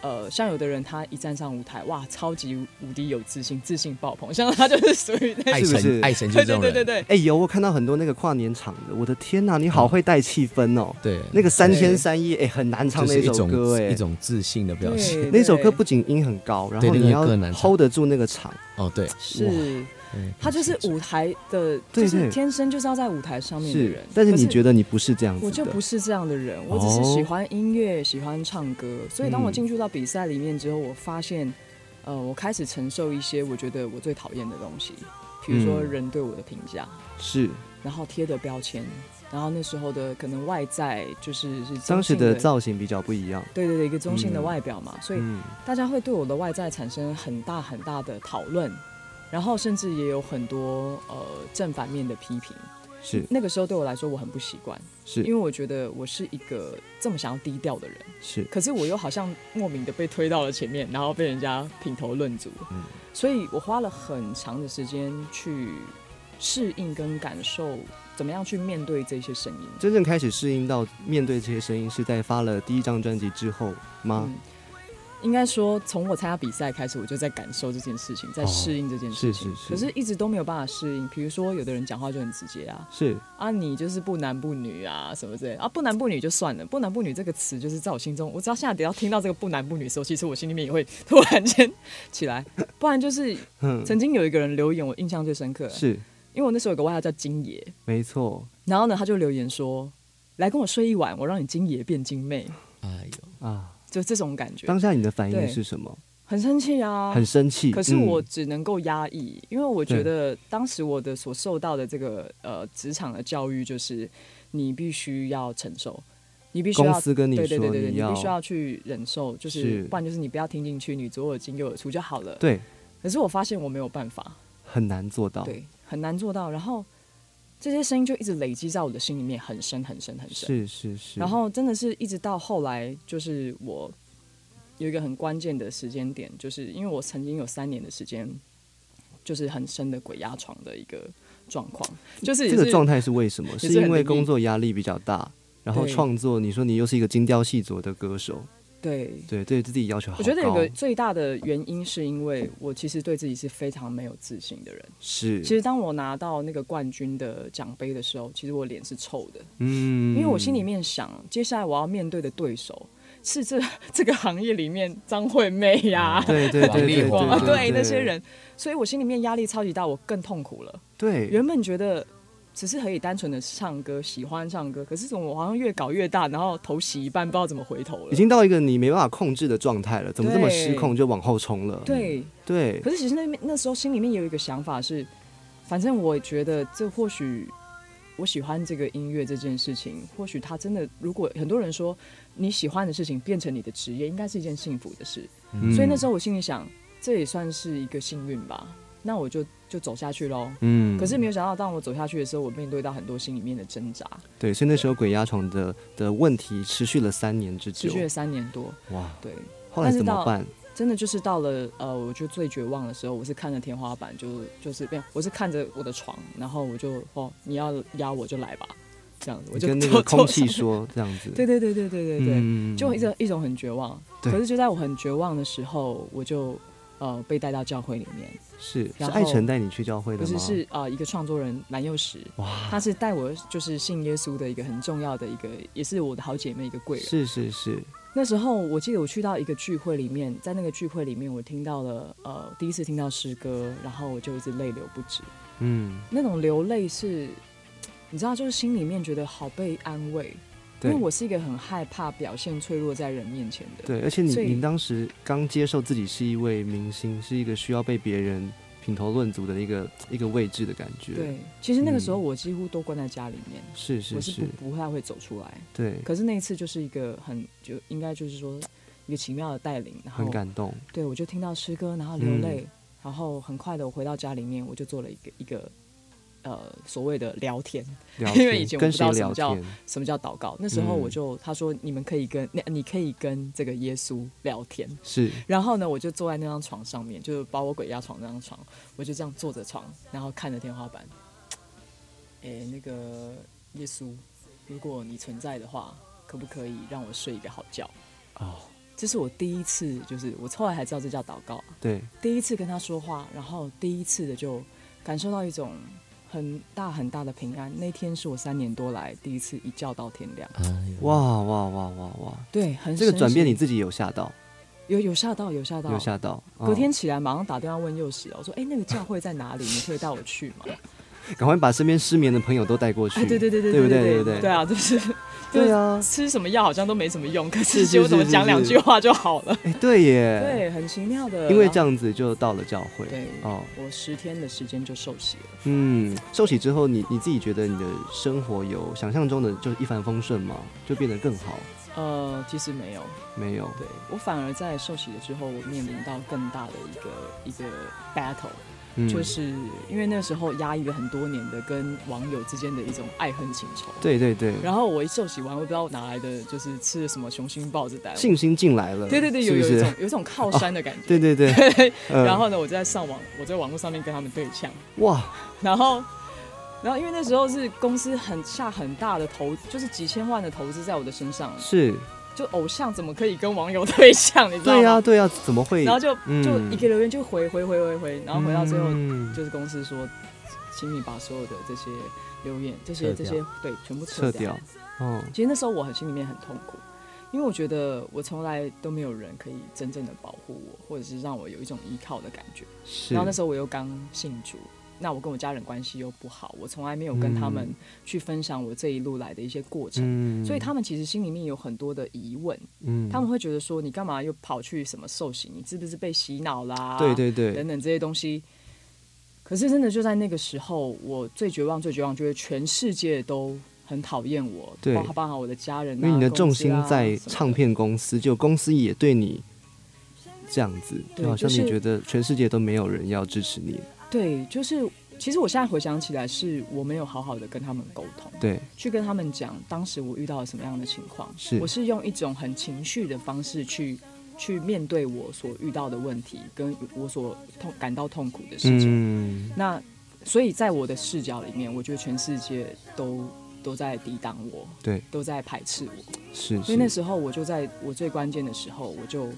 [SPEAKER 5] 呃，像有的人他一站上舞台，哇，超级无敌有自信，自信爆棚。像他就是属于那
[SPEAKER 6] 爱
[SPEAKER 3] 是不是
[SPEAKER 6] 神，爱神就
[SPEAKER 5] 对
[SPEAKER 6] 是
[SPEAKER 5] 对
[SPEAKER 6] 这种
[SPEAKER 5] 对对
[SPEAKER 6] 人。
[SPEAKER 5] 对，
[SPEAKER 3] 哎、有我看到很多那个跨年场的，我的天呐，你好会带气氛哦！
[SPEAKER 6] 对
[SPEAKER 3] 那个三天
[SPEAKER 5] 对
[SPEAKER 3] 三夜，哎、很难唱
[SPEAKER 6] 就
[SPEAKER 3] 那
[SPEAKER 6] 是一
[SPEAKER 3] 首
[SPEAKER 6] 种
[SPEAKER 3] 歌，哎，
[SPEAKER 6] 一种自信的表现。
[SPEAKER 5] 对
[SPEAKER 3] 那首
[SPEAKER 5] 对
[SPEAKER 3] 歌不仅音很高，然
[SPEAKER 6] 对
[SPEAKER 3] 后
[SPEAKER 6] 那
[SPEAKER 3] 你
[SPEAKER 6] 个
[SPEAKER 3] 要
[SPEAKER 6] 更难唱
[SPEAKER 3] hold 得住那个场，
[SPEAKER 6] 哦，对，哇
[SPEAKER 5] 是
[SPEAKER 3] 哎
[SPEAKER 6] 对
[SPEAKER 5] 他就是舞台的，
[SPEAKER 3] 对
[SPEAKER 5] 就是
[SPEAKER 3] 对
[SPEAKER 5] 天生就是要在舞台上面的
[SPEAKER 3] 是
[SPEAKER 5] 人。。
[SPEAKER 3] 但是
[SPEAKER 5] 可
[SPEAKER 3] 你觉得你不是这样子的，
[SPEAKER 5] 我就不是这样的人，我只是喜欢音乐，喜欢唱歌。所以当我进入到比赛里面之后，我发现，呃，我开始承受一些我觉得我最讨厌的东西，比如说
[SPEAKER 3] 嗯
[SPEAKER 5] 人对我的评价，
[SPEAKER 3] 是
[SPEAKER 5] 然后贴的标签，然后那时候的可能外在就是是
[SPEAKER 3] 当
[SPEAKER 5] 中
[SPEAKER 3] 时
[SPEAKER 5] 性
[SPEAKER 3] 的造型比较不一样，
[SPEAKER 5] 对对对一个中性的
[SPEAKER 3] 嗯
[SPEAKER 5] 外表嘛，所以
[SPEAKER 3] 嗯，
[SPEAKER 5] 大家会对我的外在产生很大很大的讨论，然后甚至也有很多呃正反面的批评。
[SPEAKER 3] 是
[SPEAKER 5] 那个时候对我来说我很不习惯，因为
[SPEAKER 3] 是
[SPEAKER 5] 我觉得我是一个这么想要低调的人，
[SPEAKER 3] 是，
[SPEAKER 5] 可是我又好像莫名的被推到了前面，然后
[SPEAKER 3] 嗯
[SPEAKER 5] 被人家品头论足。所以我花了很长的时间去适应跟感受，怎么样去面对这些声音。
[SPEAKER 3] 真正开始适应到面对这些声音，是在发了第一张专辑之后吗？
[SPEAKER 5] 嗯，应该说从我参加比赛开始，我就在感受这件事情，在
[SPEAKER 3] 哦
[SPEAKER 5] 适应这件
[SPEAKER 3] 是
[SPEAKER 5] 事情。
[SPEAKER 3] 是是
[SPEAKER 5] 可是一直都没有办法适应。比如说，有的人讲话就很直接啊，
[SPEAKER 3] 是
[SPEAKER 5] 啊，你就是不男不女啊，什么之类的啊，不男不女就算了，不男不女这个词就是在我心中，我只要现在只要听到这个不男不女的时候，其实我心里面也会突然间起来。不然就是
[SPEAKER 3] 嗯，
[SPEAKER 5] 曾经有一个人留言，我印象最深刻，
[SPEAKER 3] 是
[SPEAKER 5] 因为我那时候有个外号叫金爷，
[SPEAKER 3] 没错。
[SPEAKER 5] 然后呢，他就留言说：“来跟我睡一晚，我让你金爷变金妹。
[SPEAKER 6] 哎呦，
[SPEAKER 3] 啊，”
[SPEAKER 5] 就这种感觉，
[SPEAKER 3] 当下你的反应
[SPEAKER 5] 对
[SPEAKER 3] 是什么？
[SPEAKER 5] 很生气啊，
[SPEAKER 3] 很生气。
[SPEAKER 5] 可是
[SPEAKER 3] 嗯
[SPEAKER 5] 我只能够压抑，因为我觉得当时我的所受到的这个呃职场的教育就是，你必须要承受，你必须要
[SPEAKER 3] 公司跟你
[SPEAKER 5] 对对对
[SPEAKER 3] 说
[SPEAKER 5] 对对，
[SPEAKER 3] 你
[SPEAKER 5] 你
[SPEAKER 3] 要
[SPEAKER 5] 必须要去忍受，就是
[SPEAKER 3] 是
[SPEAKER 5] 不然就是你不要听进去，你左耳进右耳出就好了。，
[SPEAKER 3] 对
[SPEAKER 5] 可是我发现我没有办法，
[SPEAKER 3] 很难做到，
[SPEAKER 5] 对，很难做到。然后这些声音就一直累积在我的心里面，很深很深很深。
[SPEAKER 3] 是是是。
[SPEAKER 5] 然后真的是一直到后来，就是我有一个很关键的时间点，就是因为我曾经有三年的时间，就是很深的鬼压床的一个状况，就是也
[SPEAKER 3] 这个
[SPEAKER 5] 是
[SPEAKER 3] 状态是为什么？
[SPEAKER 5] 是
[SPEAKER 3] 是因
[SPEAKER 5] 很
[SPEAKER 3] 为
[SPEAKER 5] 灵
[SPEAKER 3] 工
[SPEAKER 5] 异
[SPEAKER 3] 作压力比较大，然后
[SPEAKER 5] 对
[SPEAKER 3] 创作，你说你又是一个精雕细琢的歌手，
[SPEAKER 5] 对。
[SPEAKER 3] 对对自己要求好
[SPEAKER 5] 我
[SPEAKER 3] 高。哦
[SPEAKER 5] 觉得有个最大的原因，是因为我其实对自己是非常没有自信的人。
[SPEAKER 3] 是，
[SPEAKER 5] 其实当我拿到那个冠军的奖杯的时候，其实我脸是臭的，
[SPEAKER 3] 嗯，
[SPEAKER 5] 因为我心里面想，接下来我要面对的对手是这 [LAUGHS] 这个行业里面张惠妹呀、
[SPEAKER 3] 对对对
[SPEAKER 6] 王力
[SPEAKER 3] 对
[SPEAKER 6] 宏
[SPEAKER 5] 啊，
[SPEAKER 6] 对
[SPEAKER 5] 对那些，人，所以我心里面压力超级大，我更痛苦了。
[SPEAKER 3] 对
[SPEAKER 5] 原本觉得只是可以单纯的唱歌，喜欢唱歌，可是怎么我好像越搞越大，然后头洗一半，不知道怎么回头了。
[SPEAKER 3] 已经到一个你没办法控制的状态了，怎么这么失
[SPEAKER 5] 对
[SPEAKER 3] 控就往后冲了？
[SPEAKER 5] 对，
[SPEAKER 3] 对
[SPEAKER 5] 可是其实那边那时候心里面有一个想法是，反正我觉得这或许我喜欢这个音乐这件事情，或许它真的，如果很多人说你喜欢的事情变成你的职业，应该是一件幸福的事。所以那时
[SPEAKER 3] 候
[SPEAKER 5] 候我心里想，这也算是一个幸运吧，那我就就走下去喽。
[SPEAKER 3] 嗯
[SPEAKER 5] 可是没有想到，当我走下去的时候，我面对到很多心里面的挣扎，
[SPEAKER 3] 对，所以那时候鬼压床的的问题持续了三年之
[SPEAKER 5] 持
[SPEAKER 3] 久
[SPEAKER 5] 续，了三年多。
[SPEAKER 3] 哇，
[SPEAKER 5] 对，
[SPEAKER 3] 后来
[SPEAKER 5] 但是
[SPEAKER 3] 怎么
[SPEAKER 5] 到
[SPEAKER 3] 办？
[SPEAKER 5] 真的就是到了呃，我就最绝望的时候，我是看着天花板，就就是变，我是看着我的床，然后我就哦，你要压我就来吧，这样子，我
[SPEAKER 3] 你
[SPEAKER 5] 就
[SPEAKER 3] 跟那
[SPEAKER 5] 坐
[SPEAKER 3] 个空气，
[SPEAKER 5] 坐上
[SPEAKER 3] 说这样子，
[SPEAKER 5] 对对对对对对对，
[SPEAKER 3] 嗯
[SPEAKER 5] 就一种一种很绝望。
[SPEAKER 3] 对
[SPEAKER 5] 可是就在我很绝望的时候，我就呃被带到教会里面，
[SPEAKER 3] 是是
[SPEAKER 5] 然
[SPEAKER 3] 爱
[SPEAKER 5] 后
[SPEAKER 3] 晨带你去教会的
[SPEAKER 5] 不
[SPEAKER 3] 吗？
[SPEAKER 5] 是是啊、呃一个创作人蓝幼时，他是带我就是信耶稣的一个很重要的一个，也是我的好姐妹一个贵人。
[SPEAKER 3] 是是是，
[SPEAKER 5] 那时候我记得我去到一个聚会里面，在那个聚会里面，我听到了呃第一次听到诗歌，然后我就一直泪流不止，
[SPEAKER 3] 嗯，
[SPEAKER 5] 那种流泪是，你知道，就是心里面觉得好被安慰，
[SPEAKER 3] 对
[SPEAKER 5] 因为我是一个很害怕表现脆弱在人面前的。
[SPEAKER 3] 对，而且你
[SPEAKER 5] 所以
[SPEAKER 3] 你当时刚接受自己是一位明星，是一个需要被别人品头论足的一个一个位置的感觉，
[SPEAKER 5] 对，，其实那个时候
[SPEAKER 3] 嗯
[SPEAKER 5] 我几乎都关在家里面，
[SPEAKER 3] 是是
[SPEAKER 5] 我
[SPEAKER 3] 是
[SPEAKER 5] 是，不不太会走出来。
[SPEAKER 3] 对，
[SPEAKER 5] 可是那一次就是一个很就应该就是说一个奇妙的带领，然后
[SPEAKER 3] 很感动，
[SPEAKER 5] 对我就听到诗歌，然后
[SPEAKER 3] 嗯
[SPEAKER 5] 流泪，然后很快的我回到家里面，我就做了一个一个呃所谓的聊天，
[SPEAKER 3] 聊
[SPEAKER 5] [LAUGHS] 因为
[SPEAKER 3] 天
[SPEAKER 5] 以前我
[SPEAKER 3] 跟
[SPEAKER 5] 不知道
[SPEAKER 3] 谁
[SPEAKER 5] 什么
[SPEAKER 3] 聊
[SPEAKER 5] 叫 [LAUGHS]
[SPEAKER 3] 天，
[SPEAKER 5] 什么叫祷告？那时候
[SPEAKER 3] 嗯
[SPEAKER 5] 我就、他说你们可以跟你你可以跟这个耶稣聊天，
[SPEAKER 3] 是
[SPEAKER 5] 然后呢我就坐在那张床上面，就是把我鬼压床那张床，我就这样坐着床，然后看着天花板，哎、那个耶稣，如果你存在的话，可不可以让我睡一个好觉？
[SPEAKER 3] 哦，
[SPEAKER 5] 这是我第一次，就是我后来才知道这叫祷告啊。
[SPEAKER 3] 对，
[SPEAKER 5] 第一次跟他说话，然后第一次的就感受到一种很大很大的平安。那天是我三年多来第一次一觉到天亮，
[SPEAKER 6] 哎呦，
[SPEAKER 3] 哇哇哇哇哇，
[SPEAKER 5] 对，很
[SPEAKER 3] 啊这个转变
[SPEAKER 5] 神
[SPEAKER 3] 你
[SPEAKER 5] 奇
[SPEAKER 3] 自己有吓到，
[SPEAKER 5] 有有吓到，有吓到，
[SPEAKER 3] 有吓到，
[SPEAKER 5] 哦隔
[SPEAKER 3] 嗯
[SPEAKER 5] 天起来马上打电话问幼时，我说：“哎、那个教会在哪里？你可以带我去吗
[SPEAKER 3] 赶快把身边失眠的朋友都带 [LAUGHS] 过？”去，
[SPEAKER 5] 哎，对对对
[SPEAKER 3] 对
[SPEAKER 5] 对
[SPEAKER 3] 不
[SPEAKER 5] 对
[SPEAKER 3] 对
[SPEAKER 5] 对
[SPEAKER 3] 不对？
[SPEAKER 5] 对啊，就是
[SPEAKER 3] 对啊
[SPEAKER 5] 就是吃什么药好像都没什么用，可
[SPEAKER 3] 是
[SPEAKER 5] 是
[SPEAKER 3] 是
[SPEAKER 5] 结果怎么
[SPEAKER 3] 是
[SPEAKER 5] 讲
[SPEAKER 3] 是
[SPEAKER 5] 两句话就好了。
[SPEAKER 3] 哎，对耶，
[SPEAKER 5] 对，很奇妙的，
[SPEAKER 3] 因为
[SPEAKER 5] 然后
[SPEAKER 3] 这样子就到了教会，
[SPEAKER 5] 对
[SPEAKER 3] 哦，
[SPEAKER 5] 我十天的时间就受洗了。
[SPEAKER 3] 嗯，受洗之后，你你自己觉得你的生活有想象中的就是一帆风顺吗？就变得更好？
[SPEAKER 5] 呃，其实没有，
[SPEAKER 3] 没有，
[SPEAKER 5] 对我反而在受洗了之后，我面临到更大的一个一个 battle，、
[SPEAKER 3] 嗯
[SPEAKER 5] 就是因为那时候压抑了很多年的跟网友之间的一种爱恨情仇。
[SPEAKER 3] 对对对，
[SPEAKER 5] 然后我一受洗完，我不知道哪来的，就是吃了什么雄心豹子胆。
[SPEAKER 3] 信心进来了，
[SPEAKER 5] 对对对，有
[SPEAKER 3] 是不
[SPEAKER 5] 有一
[SPEAKER 3] 是
[SPEAKER 5] 种？有一种靠山的感觉。
[SPEAKER 3] 对
[SPEAKER 5] [LAUGHS]
[SPEAKER 3] 对对，呃
[SPEAKER 5] [LAUGHS] 然后呢，我就在上网，我在网络上面跟他们对呛，
[SPEAKER 3] 哇，
[SPEAKER 5] 然后然后因为那时候是公司很下很大的投，就是几千万的投资在我的身上，
[SPEAKER 3] 是，
[SPEAKER 5] 就偶像怎么可以跟网友 [LAUGHS] 对象，你知道吗？
[SPEAKER 3] 对呀、啊对呀、怎么会？
[SPEAKER 5] 然后就就
[SPEAKER 3] 嗯
[SPEAKER 5] 一个留言就回回回回回，然后回到最后
[SPEAKER 3] 嗯
[SPEAKER 5] 就是公司说，请你把所有的这些留言、这些这
[SPEAKER 6] 撤掉
[SPEAKER 5] 些对全部
[SPEAKER 3] 撤
[SPEAKER 5] 撤掉
[SPEAKER 3] 掉。，哦，
[SPEAKER 5] 其实那时候我很心里面很痛苦，因为我觉得我从来都没有人可以真正的保护我，或者是让我有一种依靠的感觉。
[SPEAKER 3] 是。
[SPEAKER 5] 然后那时候我又刚信主，那我跟我家人关系又不好，我从来没有跟他们
[SPEAKER 3] 嗯
[SPEAKER 5] 去分享我这一路来的一些过程。
[SPEAKER 3] 嗯，
[SPEAKER 5] 所以他们其实心里面有很多的疑问，
[SPEAKER 3] 嗯，
[SPEAKER 5] 他们会觉得说你干嘛又跑去什么受洗？你是不是被洗脑啦？
[SPEAKER 3] 对对对
[SPEAKER 5] 等，等这些东西。可是真的就在那个时候，我最绝望，最绝望，就是全世界都很讨厌我，
[SPEAKER 3] 对
[SPEAKER 5] 包包含我的家人、啊，
[SPEAKER 3] 因为你的重心
[SPEAKER 5] 公司啊
[SPEAKER 3] 在
[SPEAKER 5] 什么的
[SPEAKER 3] 唱，片公司，就公司也对你这样子，
[SPEAKER 5] 对
[SPEAKER 3] 就好像
[SPEAKER 5] 就
[SPEAKER 3] 你
[SPEAKER 5] 是
[SPEAKER 3] 觉得全世界都没有人要支持你，
[SPEAKER 5] 对，就是其实我现在回想起来，是我没有好好的跟他们沟通，
[SPEAKER 3] 对，
[SPEAKER 5] 去跟他们讲当时我遇到了什么样的情况，
[SPEAKER 3] 是
[SPEAKER 5] 我是用一种很情绪的方式去去面对我所遇到的问题，跟我所痛感到痛苦的事情。
[SPEAKER 3] 嗯，
[SPEAKER 5] 那所以在我的视角里面，我觉得全世界都都在抵挡我，
[SPEAKER 3] 对，
[SPEAKER 5] 都在排斥我。
[SPEAKER 3] 是
[SPEAKER 5] 所以那
[SPEAKER 3] 是，
[SPEAKER 5] 时候我就在我最关键的时候，我就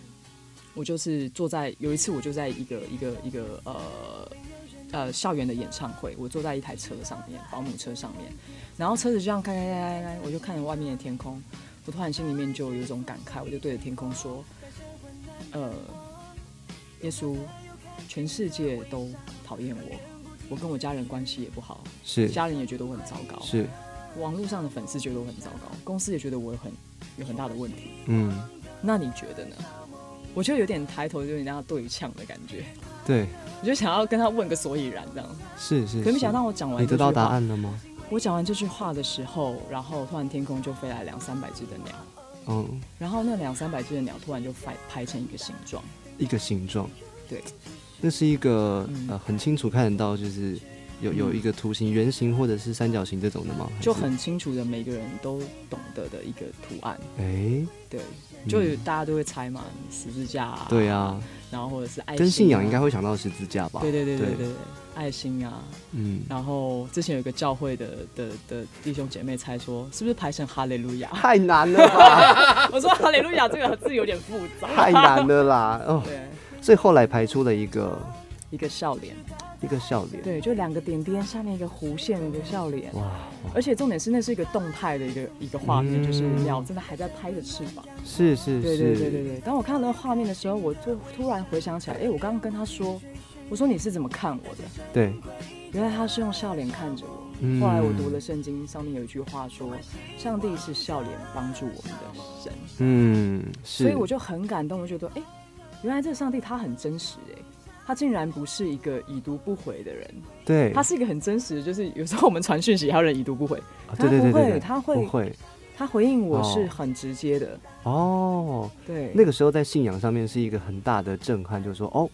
[SPEAKER 5] 我就是坐在有一次我就在一个一个一个呃呃校园的演唱会，我坐在一台车上面，保姆车上面，然后车子就这样开开开开开，我就看着外面的天空，我突然心里面就有一种感慨，我就对着天空说，呃，耶稣，全世界都讨厌我。我跟我家人关系也不好，
[SPEAKER 3] 是
[SPEAKER 5] 家人也觉得我很糟糕，
[SPEAKER 3] 是，
[SPEAKER 5] 网络上的粉丝觉得我很糟糕，公司也觉得我有很有很大的问题。
[SPEAKER 3] 嗯，
[SPEAKER 5] 那你觉得呢？我就有点抬头，就有点跟他对呛的感觉， [LAUGHS]
[SPEAKER 3] 对，
[SPEAKER 5] 我就想要跟他问个所以然这样。
[SPEAKER 3] 是是，
[SPEAKER 5] 可没
[SPEAKER 3] 是
[SPEAKER 5] 想到我讲完
[SPEAKER 3] 你得
[SPEAKER 5] 这句
[SPEAKER 3] 到
[SPEAKER 5] 话，
[SPEAKER 3] 答案了吗？
[SPEAKER 5] 我讲完这句话的时候，然后突然天空就飞来两三百只的鸟，
[SPEAKER 3] 嗯，
[SPEAKER 5] 然后那两三百只的鸟突然就排排成一个形状。
[SPEAKER 3] 一个形状，
[SPEAKER 5] 对，
[SPEAKER 3] 那是一个
[SPEAKER 5] 嗯
[SPEAKER 3] 呃很清楚看得到，就是有有
[SPEAKER 5] 嗯
[SPEAKER 3] 一个图形、圆形或者是三角形这种的吗？还是
[SPEAKER 5] 就很清楚的，每个人都懂得的一个图案，
[SPEAKER 3] 哎，
[SPEAKER 5] 对，就有
[SPEAKER 3] 嗯
[SPEAKER 5] 大家都会猜嘛，十字架、啊，
[SPEAKER 3] 对啊，
[SPEAKER 5] 然后或者是爱心、啊，
[SPEAKER 3] 跟信仰应该，会想到十字架吧？
[SPEAKER 5] 对对对对
[SPEAKER 3] 对
[SPEAKER 5] 对对，爱心啊， [LAUGHS]
[SPEAKER 3] 嗯，
[SPEAKER 5] 然后之前有一个教会的的的弟兄姐妹猜说，是不是排成哈利路亚？
[SPEAKER 3] 太难了吧，
[SPEAKER 5] 我说哈利路亚这个字有点复杂。
[SPEAKER 3] [LAUGHS] 太难了啦，哦，
[SPEAKER 5] 对，
[SPEAKER 3] 所以后来排出了一个
[SPEAKER 5] 一个笑脸，
[SPEAKER 3] 一个笑脸，
[SPEAKER 5] 对，就两个点点，下面一个弧线，一个笑脸。
[SPEAKER 3] 哇，
[SPEAKER 5] 而且重点是，那是一个动态的一个一个画面，
[SPEAKER 3] 嗯
[SPEAKER 5] 就是鸟真的还在拍着翅膀。
[SPEAKER 3] 是嗯是是，
[SPEAKER 5] 对对对对对。当我看到那个画面的时候，我就突然回想起来，哎，我刚刚跟他说，我说你是怎么看我的？
[SPEAKER 3] 对
[SPEAKER 5] 原来他是用笑脸看着我。
[SPEAKER 3] 嗯
[SPEAKER 5] 后来我读了圣经，上面有一句话说：“上帝是笑脸帮助我们的神。”
[SPEAKER 3] 嗯，是，
[SPEAKER 5] 所以我就很感动，我觉得哎、诶原来这个上帝他很真实哎、他竟然不是一个已读不回的人，
[SPEAKER 3] 对，
[SPEAKER 5] 他是一个很真实的，就是有时候我们传讯息，还有人已读不回，
[SPEAKER 3] 啊对对对对，对
[SPEAKER 5] 他不会
[SPEAKER 3] 不
[SPEAKER 5] 他会
[SPEAKER 3] 会
[SPEAKER 5] 他回应我
[SPEAKER 3] 哦
[SPEAKER 5] 是很直接的，
[SPEAKER 3] 哦，
[SPEAKER 5] 对，
[SPEAKER 3] 那个时候在信仰上面是一个很大的震撼，就是说哦，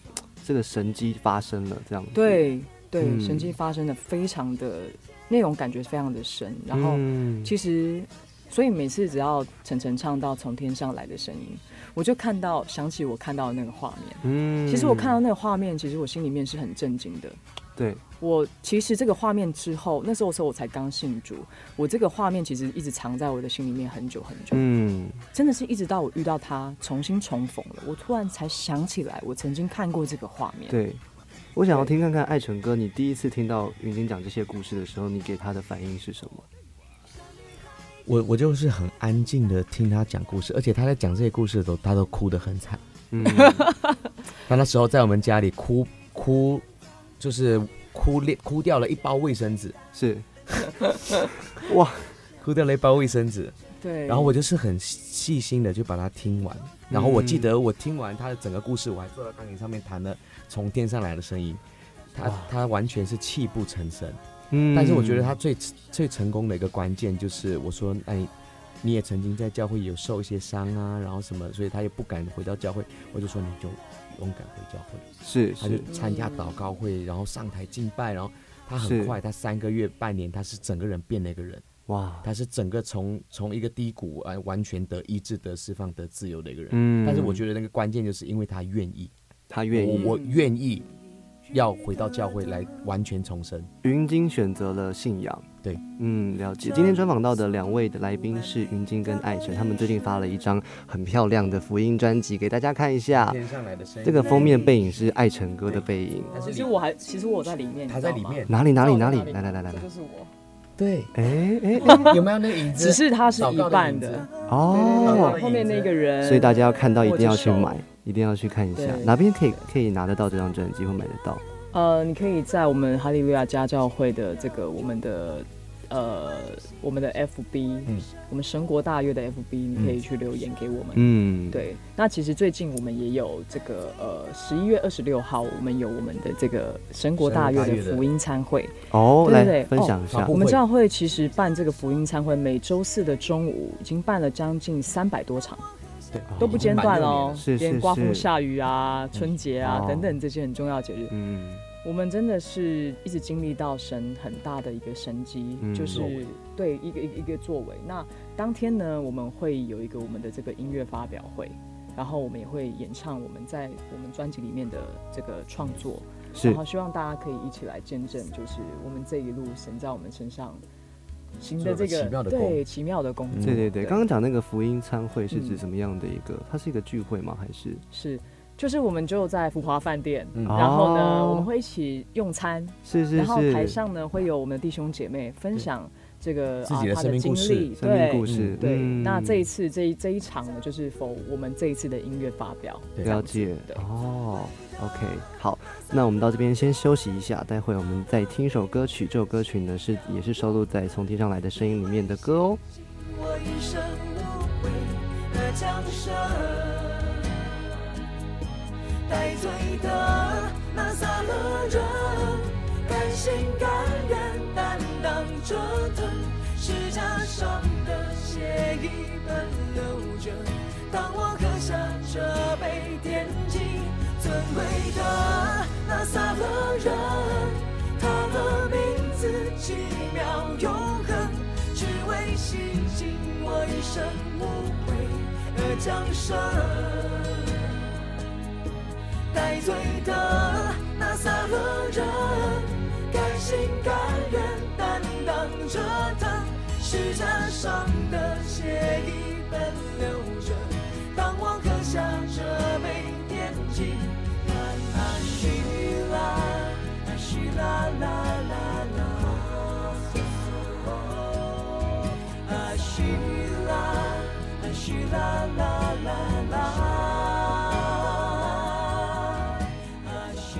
[SPEAKER 3] 这个神迹发生了这样子，
[SPEAKER 5] 对对、
[SPEAKER 3] 嗯
[SPEAKER 5] 神迹发生的非常的那种感觉非常的深，然后
[SPEAKER 3] 嗯
[SPEAKER 5] 其实。所以每次只要晨晨唱到从天上来的声音，我就看到想起我看到的那个画面。
[SPEAKER 3] 嗯
[SPEAKER 5] 其实我看到那个画面，其实我心里面是很震惊的。
[SPEAKER 3] 对
[SPEAKER 5] 我其实这个画面之后，那时候时候我才刚信主，我这个画面其实一直藏在我的心里面很久很久，
[SPEAKER 3] 嗯
[SPEAKER 5] 真的是一直到我遇到他重新重逢了，我突然才想起来我曾经看过这个画面。，
[SPEAKER 3] 对，我想要听看看艾辰哥，你第一次听到云晶讲这些故事的时候，你给他的反应是什么？
[SPEAKER 6] 我我就是很安静的听他讲故事，而且他在讲这些故事的时候，他都哭得很惨。
[SPEAKER 3] 嗯
[SPEAKER 6] 他那时候在我们家里哭哭，就是哭裂哭掉了一包卫生纸，
[SPEAKER 3] 是
[SPEAKER 6] 哭掉了一包卫生纸。
[SPEAKER 5] 对。
[SPEAKER 6] 然后我就是很细心的就把它听完，然后我记得我听完他的整个故事，我还坐在钢琴上面弹了《从天上来的声音》他，他完全是泣不成声。
[SPEAKER 3] 嗯
[SPEAKER 6] 但是我觉得他最最成功的一个关键就是，我说，哎，你也曾经在教会有受一些伤啊，然后什么，所以他也不敢回到教会，我就说你就勇敢回教会，
[SPEAKER 3] 是
[SPEAKER 6] 他就是参加祷告会，然后上台敬拜，然后他
[SPEAKER 3] 是
[SPEAKER 6] 很快，他三个月半年，他是整个人变了一个人。
[SPEAKER 3] 哇，
[SPEAKER 6] 他是整个从从一个低谷哎、完全得医治、得释放、得自由的一个人。
[SPEAKER 3] 嗯
[SPEAKER 5] 嗯
[SPEAKER 6] 但是我觉得那个关键就是因为他愿意，
[SPEAKER 3] 他愿意，
[SPEAKER 6] 我我愿意要回到教会来完全重生。
[SPEAKER 3] 云晶选择了信仰。
[SPEAKER 6] 对，
[SPEAKER 3] 嗯，了解。今天专访到的两位的来宾是云晶跟艾辰，他们最近发了一张很漂亮的福音专辑，给大家看一下。
[SPEAKER 6] 天上来的声音
[SPEAKER 3] 这个封面背影是艾辰哥的背影，
[SPEAKER 6] 但是
[SPEAKER 5] 其
[SPEAKER 6] 里
[SPEAKER 5] 实我还，其实我在里面，
[SPEAKER 6] 他在里面，
[SPEAKER 3] 哪里哪里
[SPEAKER 5] 你知道
[SPEAKER 3] 哪
[SPEAKER 5] 吗，
[SPEAKER 3] 里？来来来来
[SPEAKER 5] 这
[SPEAKER 3] 来
[SPEAKER 5] 就，是我，
[SPEAKER 6] 对，
[SPEAKER 3] 哎哎
[SPEAKER 6] 有没有那个影
[SPEAKER 5] [LAUGHS]
[SPEAKER 6] 子？
[SPEAKER 5] 只是它是
[SPEAKER 6] 祷
[SPEAKER 5] 一
[SPEAKER 6] 告的
[SPEAKER 5] 半
[SPEAKER 6] 影子
[SPEAKER 5] 的，
[SPEAKER 3] 哦，
[SPEAKER 5] 后面那个人，
[SPEAKER 3] 所以大家要看到一定要去
[SPEAKER 5] 握着手
[SPEAKER 3] 买，一定要去看一下
[SPEAKER 5] 对
[SPEAKER 3] 哪边可以可以拿得到这张专辑或买得到。
[SPEAKER 5] 呃，你可以在我们哈利路亚家教会的这个我们的呃我们的 FB，、
[SPEAKER 6] 嗯
[SPEAKER 5] 我们神国大乐的 FB，你可以去留言给我们。
[SPEAKER 3] 嗯，，
[SPEAKER 5] 对，那其实最近我们也有这个呃，十一月二十六号，我们有我们的这个神国大乐
[SPEAKER 6] 神
[SPEAKER 5] 的
[SPEAKER 6] 国大乐的
[SPEAKER 5] 福音餐会。
[SPEAKER 3] 哦，
[SPEAKER 5] 对对
[SPEAKER 3] 来
[SPEAKER 5] 对
[SPEAKER 3] 分享一
[SPEAKER 6] 哦发
[SPEAKER 3] 下
[SPEAKER 6] 布
[SPEAKER 5] 我
[SPEAKER 6] 会
[SPEAKER 5] 们教会其实办这个福音餐会，每周四的中午已经办了将近三百多场，
[SPEAKER 6] 对，
[SPEAKER 5] 都不间断哦，
[SPEAKER 3] 是是
[SPEAKER 5] 连刮
[SPEAKER 3] 是
[SPEAKER 5] 风下雨啊、春节啊、
[SPEAKER 3] 哦
[SPEAKER 5] 等等这些很重要的节日，
[SPEAKER 3] 嗯，
[SPEAKER 5] 我们真的是一直经历到神很大的一个神机，
[SPEAKER 3] 嗯
[SPEAKER 5] 就是
[SPEAKER 6] 作为
[SPEAKER 5] 对一个一个一个作为。那当天呢，我们会有一个我们的这个音乐发表会，然后我们也会演唱我们在我们专辑里面的这个创作，
[SPEAKER 3] 是
[SPEAKER 5] 然后希望大家可以一起来见证，就是我们这一路神在我们身上行的这
[SPEAKER 6] 做了奇妙
[SPEAKER 5] 个
[SPEAKER 6] 的工
[SPEAKER 5] 对奇妙的工作。
[SPEAKER 3] 对对对，刚刚讲那个福音餐会是指
[SPEAKER 5] 嗯
[SPEAKER 3] 什么样的一个？它是一个聚会吗？还是
[SPEAKER 5] 是。就是我们就在福华饭店，
[SPEAKER 6] 嗯
[SPEAKER 5] 然后呢，
[SPEAKER 3] 哦
[SPEAKER 5] 我们会一起用餐，
[SPEAKER 3] 是是
[SPEAKER 5] 然后
[SPEAKER 3] 是
[SPEAKER 5] 台上呢会有我们的弟兄姐妹分享这个
[SPEAKER 6] 自
[SPEAKER 5] 啊
[SPEAKER 6] 己的
[SPEAKER 5] 他
[SPEAKER 6] 生命
[SPEAKER 5] 经
[SPEAKER 6] 故事
[SPEAKER 5] 历，
[SPEAKER 3] 生命故
[SPEAKER 5] 对
[SPEAKER 3] 事？
[SPEAKER 5] 对。
[SPEAKER 3] 嗯
[SPEAKER 5] 那这一次这一这一场呢，就是否我们这一次的音乐发表，
[SPEAKER 6] 对
[SPEAKER 5] 这
[SPEAKER 3] 了
[SPEAKER 5] 样子
[SPEAKER 3] 解
[SPEAKER 5] 对，
[SPEAKER 3] 哦，OK，好，那我们到这边先休息一下，待会我们再听一首歌曲，这首歌曲呢是也是收录在《从天上来的声音》里面的歌哦。
[SPEAKER 7] 我一生无悔的降生，带罪的那撒勒人，甘心甘愿担当折腾，石架上的血已奔流着。当我喝下这杯天际尊贵的那撒勒人，他的名字奇妙永恒，只为洗净我一生无悔而降生。带罪的那撒勒人，甘心甘愿担当折腾，石架上的血已奔流着。当我喝下这杯天际，啦啦西啦，啦西啦啦啦啦，啦西啦，啦西啦啦啦啦。啊西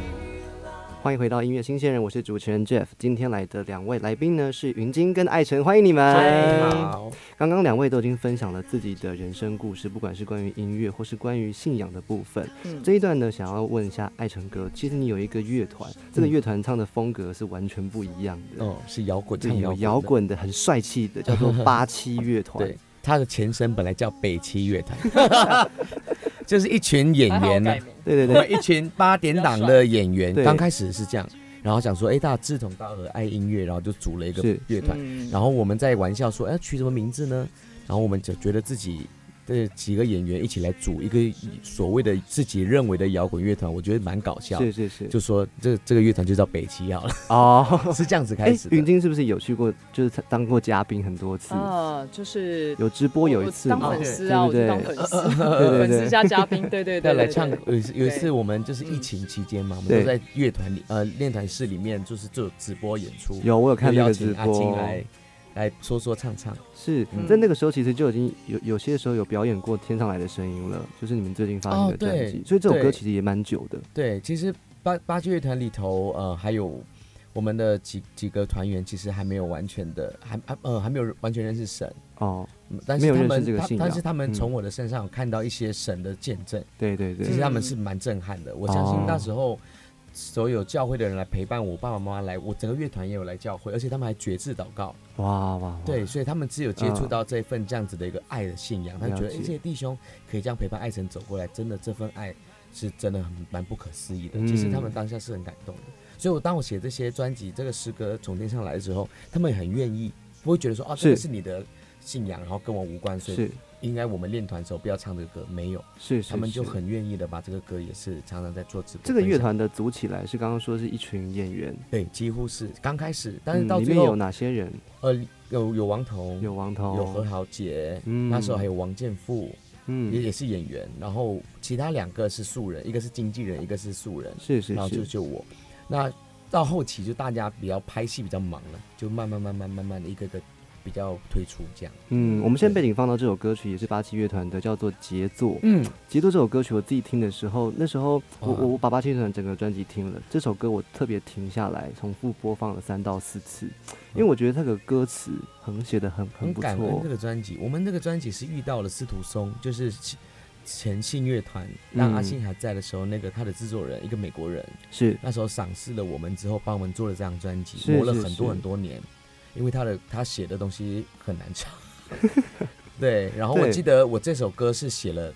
[SPEAKER 7] 啦
[SPEAKER 3] 欢迎回到音乐新鲜人，我是主持人 Jeff。今天来的两位来宾呢是云晶跟艾辰，欢迎你们。
[SPEAKER 6] 好，
[SPEAKER 3] 刚刚两位都已经分享了自己的人生故事，不管是关于音乐或是关于信仰的部分。
[SPEAKER 5] 嗯
[SPEAKER 3] 这一段呢，想要问一下艾辰哥，其实你有一个乐团，这个
[SPEAKER 6] 嗯
[SPEAKER 3] 乐团唱的风格是完全不一样的。
[SPEAKER 6] 哦，是摇滚，
[SPEAKER 3] 对，
[SPEAKER 6] 唱
[SPEAKER 3] 有
[SPEAKER 6] 的
[SPEAKER 3] 摇。滚的很帅气的，叫
[SPEAKER 6] [LAUGHS]
[SPEAKER 3] 做八七乐团。
[SPEAKER 6] 对，他的前身本来叫北七乐团，
[SPEAKER 5] [LAUGHS]
[SPEAKER 6] 就是一群演
[SPEAKER 5] 还好
[SPEAKER 6] 员呢啊
[SPEAKER 5] 改，名
[SPEAKER 3] 对对
[SPEAKER 6] 我
[SPEAKER 3] 对
[SPEAKER 6] 们一群八点档的演员，
[SPEAKER 3] 对
[SPEAKER 6] 刚开始是这样，然后想说，哎，大家志同道合，爱音乐，然后就组了一个
[SPEAKER 3] 是
[SPEAKER 6] 乐团。
[SPEAKER 5] 嗯
[SPEAKER 6] 然后我们在玩笑说，哎，取什么名字呢？然后我们就觉得自己这几个演员一起来组一个所谓的自己认为的摇滚乐团，我觉得蛮搞笑。
[SPEAKER 3] 是是是，
[SPEAKER 6] 就说这这个乐团就叫北
[SPEAKER 5] [LAUGHS]
[SPEAKER 6] 七好了，
[SPEAKER 3] 哦。
[SPEAKER 6] 是这样子
[SPEAKER 3] 哎
[SPEAKER 6] [LAUGHS] 开始，
[SPEAKER 3] 云
[SPEAKER 6] 的。
[SPEAKER 3] 晶是不是有去过，就是当过嘉宾很多次，
[SPEAKER 5] 啊，就是
[SPEAKER 3] 有直播有
[SPEAKER 5] 我
[SPEAKER 3] 一
[SPEAKER 5] 我
[SPEAKER 3] 次
[SPEAKER 5] 当
[SPEAKER 3] 嘛？
[SPEAKER 5] 粉丝啊，我
[SPEAKER 3] 对对
[SPEAKER 5] 就当
[SPEAKER 3] 对
[SPEAKER 5] 粉丝，
[SPEAKER 3] 对对
[SPEAKER 5] 粉丝
[SPEAKER 3] 对，
[SPEAKER 5] 加嘉宾，对对
[SPEAKER 6] [LAUGHS] 要
[SPEAKER 5] 对，
[SPEAKER 6] 来
[SPEAKER 5] 对
[SPEAKER 6] 唱
[SPEAKER 5] 对，
[SPEAKER 6] 有一次有一次
[SPEAKER 5] 对
[SPEAKER 6] 我们就是疫
[SPEAKER 5] 嗯
[SPEAKER 6] 情期间嘛，我们
[SPEAKER 3] 对
[SPEAKER 6] 都在乐团里呃练团室里面就是做直播演出，
[SPEAKER 3] 有我有看那
[SPEAKER 6] 邀
[SPEAKER 3] 个
[SPEAKER 6] 请
[SPEAKER 3] 直
[SPEAKER 6] 阿
[SPEAKER 3] 播
[SPEAKER 6] 金，来来说说唱唱。
[SPEAKER 3] 是
[SPEAKER 6] 嗯
[SPEAKER 3] 在那个时候其实就已经有有些时候有表演过《天上来的声音》了，就是你们最近发行的
[SPEAKER 6] 哦
[SPEAKER 3] 专
[SPEAKER 6] 对
[SPEAKER 3] 辑，所以这首歌
[SPEAKER 6] 对
[SPEAKER 3] 其实也蛮久的。
[SPEAKER 6] 对，其实八八七乐团里头，呃，还有我们的几几个团员，其实还没有完全的，还还呃还没有完全认识神，
[SPEAKER 3] 哦，
[SPEAKER 6] 嗯但
[SPEAKER 3] 没
[SPEAKER 6] 是
[SPEAKER 3] 有
[SPEAKER 6] 他
[SPEAKER 3] 认识
[SPEAKER 6] 们
[SPEAKER 3] 这个
[SPEAKER 6] 他
[SPEAKER 3] 信
[SPEAKER 6] 但
[SPEAKER 3] 仰
[SPEAKER 6] 是他们
[SPEAKER 3] 嗯
[SPEAKER 6] 从我的身上有看到一些神的见证，
[SPEAKER 3] 对对
[SPEAKER 6] 其实
[SPEAKER 3] 对，
[SPEAKER 6] 他们是蛮震撼的。我相信那时
[SPEAKER 3] 嗯
[SPEAKER 6] 候。所有教会的人来陪伴我，爸爸妈妈来，我整个乐团也有来教会，而且他们还觉志祷告。
[SPEAKER 3] 哇哇哇，
[SPEAKER 6] 对，所以他们只有接触
[SPEAKER 3] 嗯
[SPEAKER 6] 到这份这样子的一个爱的信仰，他
[SPEAKER 3] 了
[SPEAKER 6] 觉得哎
[SPEAKER 3] 解
[SPEAKER 6] 这些弟兄可以这样陪伴爱神走过来，真的这份爱是真的很蛮不可思议的。其实他们
[SPEAKER 3] 嗯
[SPEAKER 6] 当下是很感动的，所以我当我写这些专辑这个诗歌从天上来的时候，他们也很愿意，不会觉得说哦这个
[SPEAKER 3] 是
[SPEAKER 6] 是你的信仰，然后跟我无关，所以
[SPEAKER 3] 是
[SPEAKER 6] 应该我们练团的时候不要唱这个歌，没有，
[SPEAKER 3] 是是，
[SPEAKER 6] 他们就是很愿意的把这个歌也是常常在做直播分享。
[SPEAKER 3] 这个乐团的组起来是刚刚说是一群演员，
[SPEAKER 6] 对，几乎是刚开始，但是
[SPEAKER 3] 嗯
[SPEAKER 6] 到
[SPEAKER 3] 里
[SPEAKER 6] 最
[SPEAKER 3] 面有
[SPEAKER 6] 后，
[SPEAKER 3] 哪些人？
[SPEAKER 6] 呃，有有王彤，
[SPEAKER 3] 有王涛，
[SPEAKER 6] 有何豪杰，
[SPEAKER 3] 嗯
[SPEAKER 6] 那时候还有王建富，也
[SPEAKER 3] 嗯，
[SPEAKER 6] 也是演员，然后其他两个是素人，一个是经纪人，一个是素人，
[SPEAKER 3] 是是，
[SPEAKER 6] 然后就是就我。那到后期就大家比较拍戏比较忙了，就慢慢慢慢慢慢的一个个比较推出这样。
[SPEAKER 3] 嗯，我们现在背景放到这首歌曲也是八七乐团的，叫做《杰作》。
[SPEAKER 6] 嗯，
[SPEAKER 3] 《杰作》这首歌曲，我自己听的时候，那时候我
[SPEAKER 6] 哇
[SPEAKER 3] 我我把八七乐团整个专辑听了，这首歌我特别停下来重复播放了三到四次，因为我觉得这个歌词很写的很
[SPEAKER 6] 嗯很
[SPEAKER 3] 不
[SPEAKER 6] 感恩
[SPEAKER 3] 错
[SPEAKER 6] 这，个专辑。我们这个专辑是遇到了司徒松，就是前信乐团，当阿
[SPEAKER 3] 嗯
[SPEAKER 6] 信还在的时候，那个他的制作人一个美国人，
[SPEAKER 3] 是
[SPEAKER 6] 那时候赏识了我们之后，帮我们做了这张专
[SPEAKER 3] 是
[SPEAKER 6] 辑，磨了
[SPEAKER 3] 是
[SPEAKER 6] 很多
[SPEAKER 3] 是
[SPEAKER 6] 很多年，因为他的他写的东西很难
[SPEAKER 3] [LAUGHS]
[SPEAKER 6] 唱。对，然后我
[SPEAKER 3] 对
[SPEAKER 6] 记得我这首歌是写了，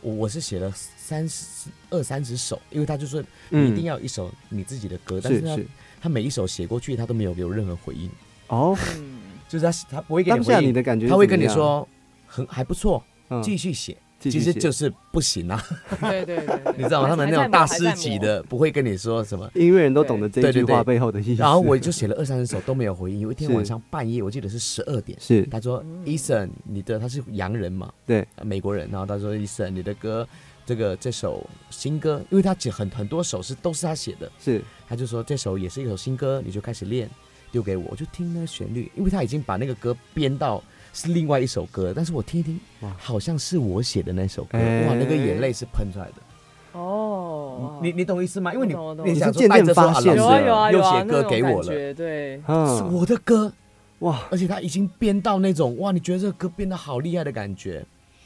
[SPEAKER 6] 我我是写了三十二三十首，因为他就说你一定要有一首你自己的歌，但
[SPEAKER 3] 是
[SPEAKER 6] 是他
[SPEAKER 3] 嗯是
[SPEAKER 6] 他每一首写过去，他都没有给我任何回应，
[SPEAKER 3] 哦，
[SPEAKER 5] 嗯，
[SPEAKER 6] 就是他他不会给
[SPEAKER 3] 当
[SPEAKER 6] 你
[SPEAKER 3] 下
[SPEAKER 6] 回
[SPEAKER 3] 你
[SPEAKER 6] 应，
[SPEAKER 3] 的感觉是
[SPEAKER 6] 他会
[SPEAKER 3] 怎
[SPEAKER 6] 跟
[SPEAKER 3] 么
[SPEAKER 6] 你
[SPEAKER 3] 样，
[SPEAKER 6] 说很还不错，
[SPEAKER 3] 嗯
[SPEAKER 6] 继续写，
[SPEAKER 3] 继
[SPEAKER 6] 其
[SPEAKER 3] 续
[SPEAKER 6] 实
[SPEAKER 3] 写
[SPEAKER 6] 就是不行
[SPEAKER 3] [LAUGHS]
[SPEAKER 6] 啊，
[SPEAKER 5] 对对对对，
[SPEAKER 6] [LAUGHS] 你知道吗？他们那种大师级的不会跟你说什么。
[SPEAKER 3] 音乐人都懂得这一
[SPEAKER 6] 对
[SPEAKER 3] 句
[SPEAKER 6] 对对
[SPEAKER 3] 话背后的意思。
[SPEAKER 6] 然后我就写了二三十首都没有回应。有一天
[SPEAKER 3] 是
[SPEAKER 6] 晚上半夜，我记得是十二点，
[SPEAKER 3] 是
[SPEAKER 6] 他说
[SPEAKER 5] 嗯
[SPEAKER 6] ：“Eason，你的他是洋人嘛，
[SPEAKER 3] 对，
[SPEAKER 6] 呃美国人。”然后他说：“Eason，你的歌，这个这首新歌，因为他写很很多首是都是他写的，
[SPEAKER 3] 是
[SPEAKER 6] 他就说这首也是一首新歌，你就开始练，丢给我，我就听那个旋律，因为他已经把那个歌编到是另外一首歌，但是我听一听
[SPEAKER 3] 哇，
[SPEAKER 6] 好像是我写的那首歌，
[SPEAKER 3] 哎
[SPEAKER 6] 哇，那个眼泪是喷出来的。
[SPEAKER 5] 哦，
[SPEAKER 6] 你你懂意思吗？因为你
[SPEAKER 5] 我懂我懂
[SPEAKER 6] 你想
[SPEAKER 3] 你是
[SPEAKER 6] 说
[SPEAKER 3] 渐渐
[SPEAKER 6] 带着说
[SPEAKER 3] 发
[SPEAKER 6] 啊
[SPEAKER 3] 现
[SPEAKER 5] 有
[SPEAKER 6] 老
[SPEAKER 5] 啊
[SPEAKER 6] 师
[SPEAKER 5] 有啊有
[SPEAKER 6] 又
[SPEAKER 5] 啊，
[SPEAKER 6] 写歌给
[SPEAKER 5] 那
[SPEAKER 6] 我
[SPEAKER 5] 种感觉
[SPEAKER 6] 了。”
[SPEAKER 5] 对，
[SPEAKER 6] 是
[SPEAKER 3] 嗯，
[SPEAKER 6] 我的歌，
[SPEAKER 3] 哇，
[SPEAKER 6] 而且他已经编到那种哇，你觉得这个歌编得好厉害的感觉，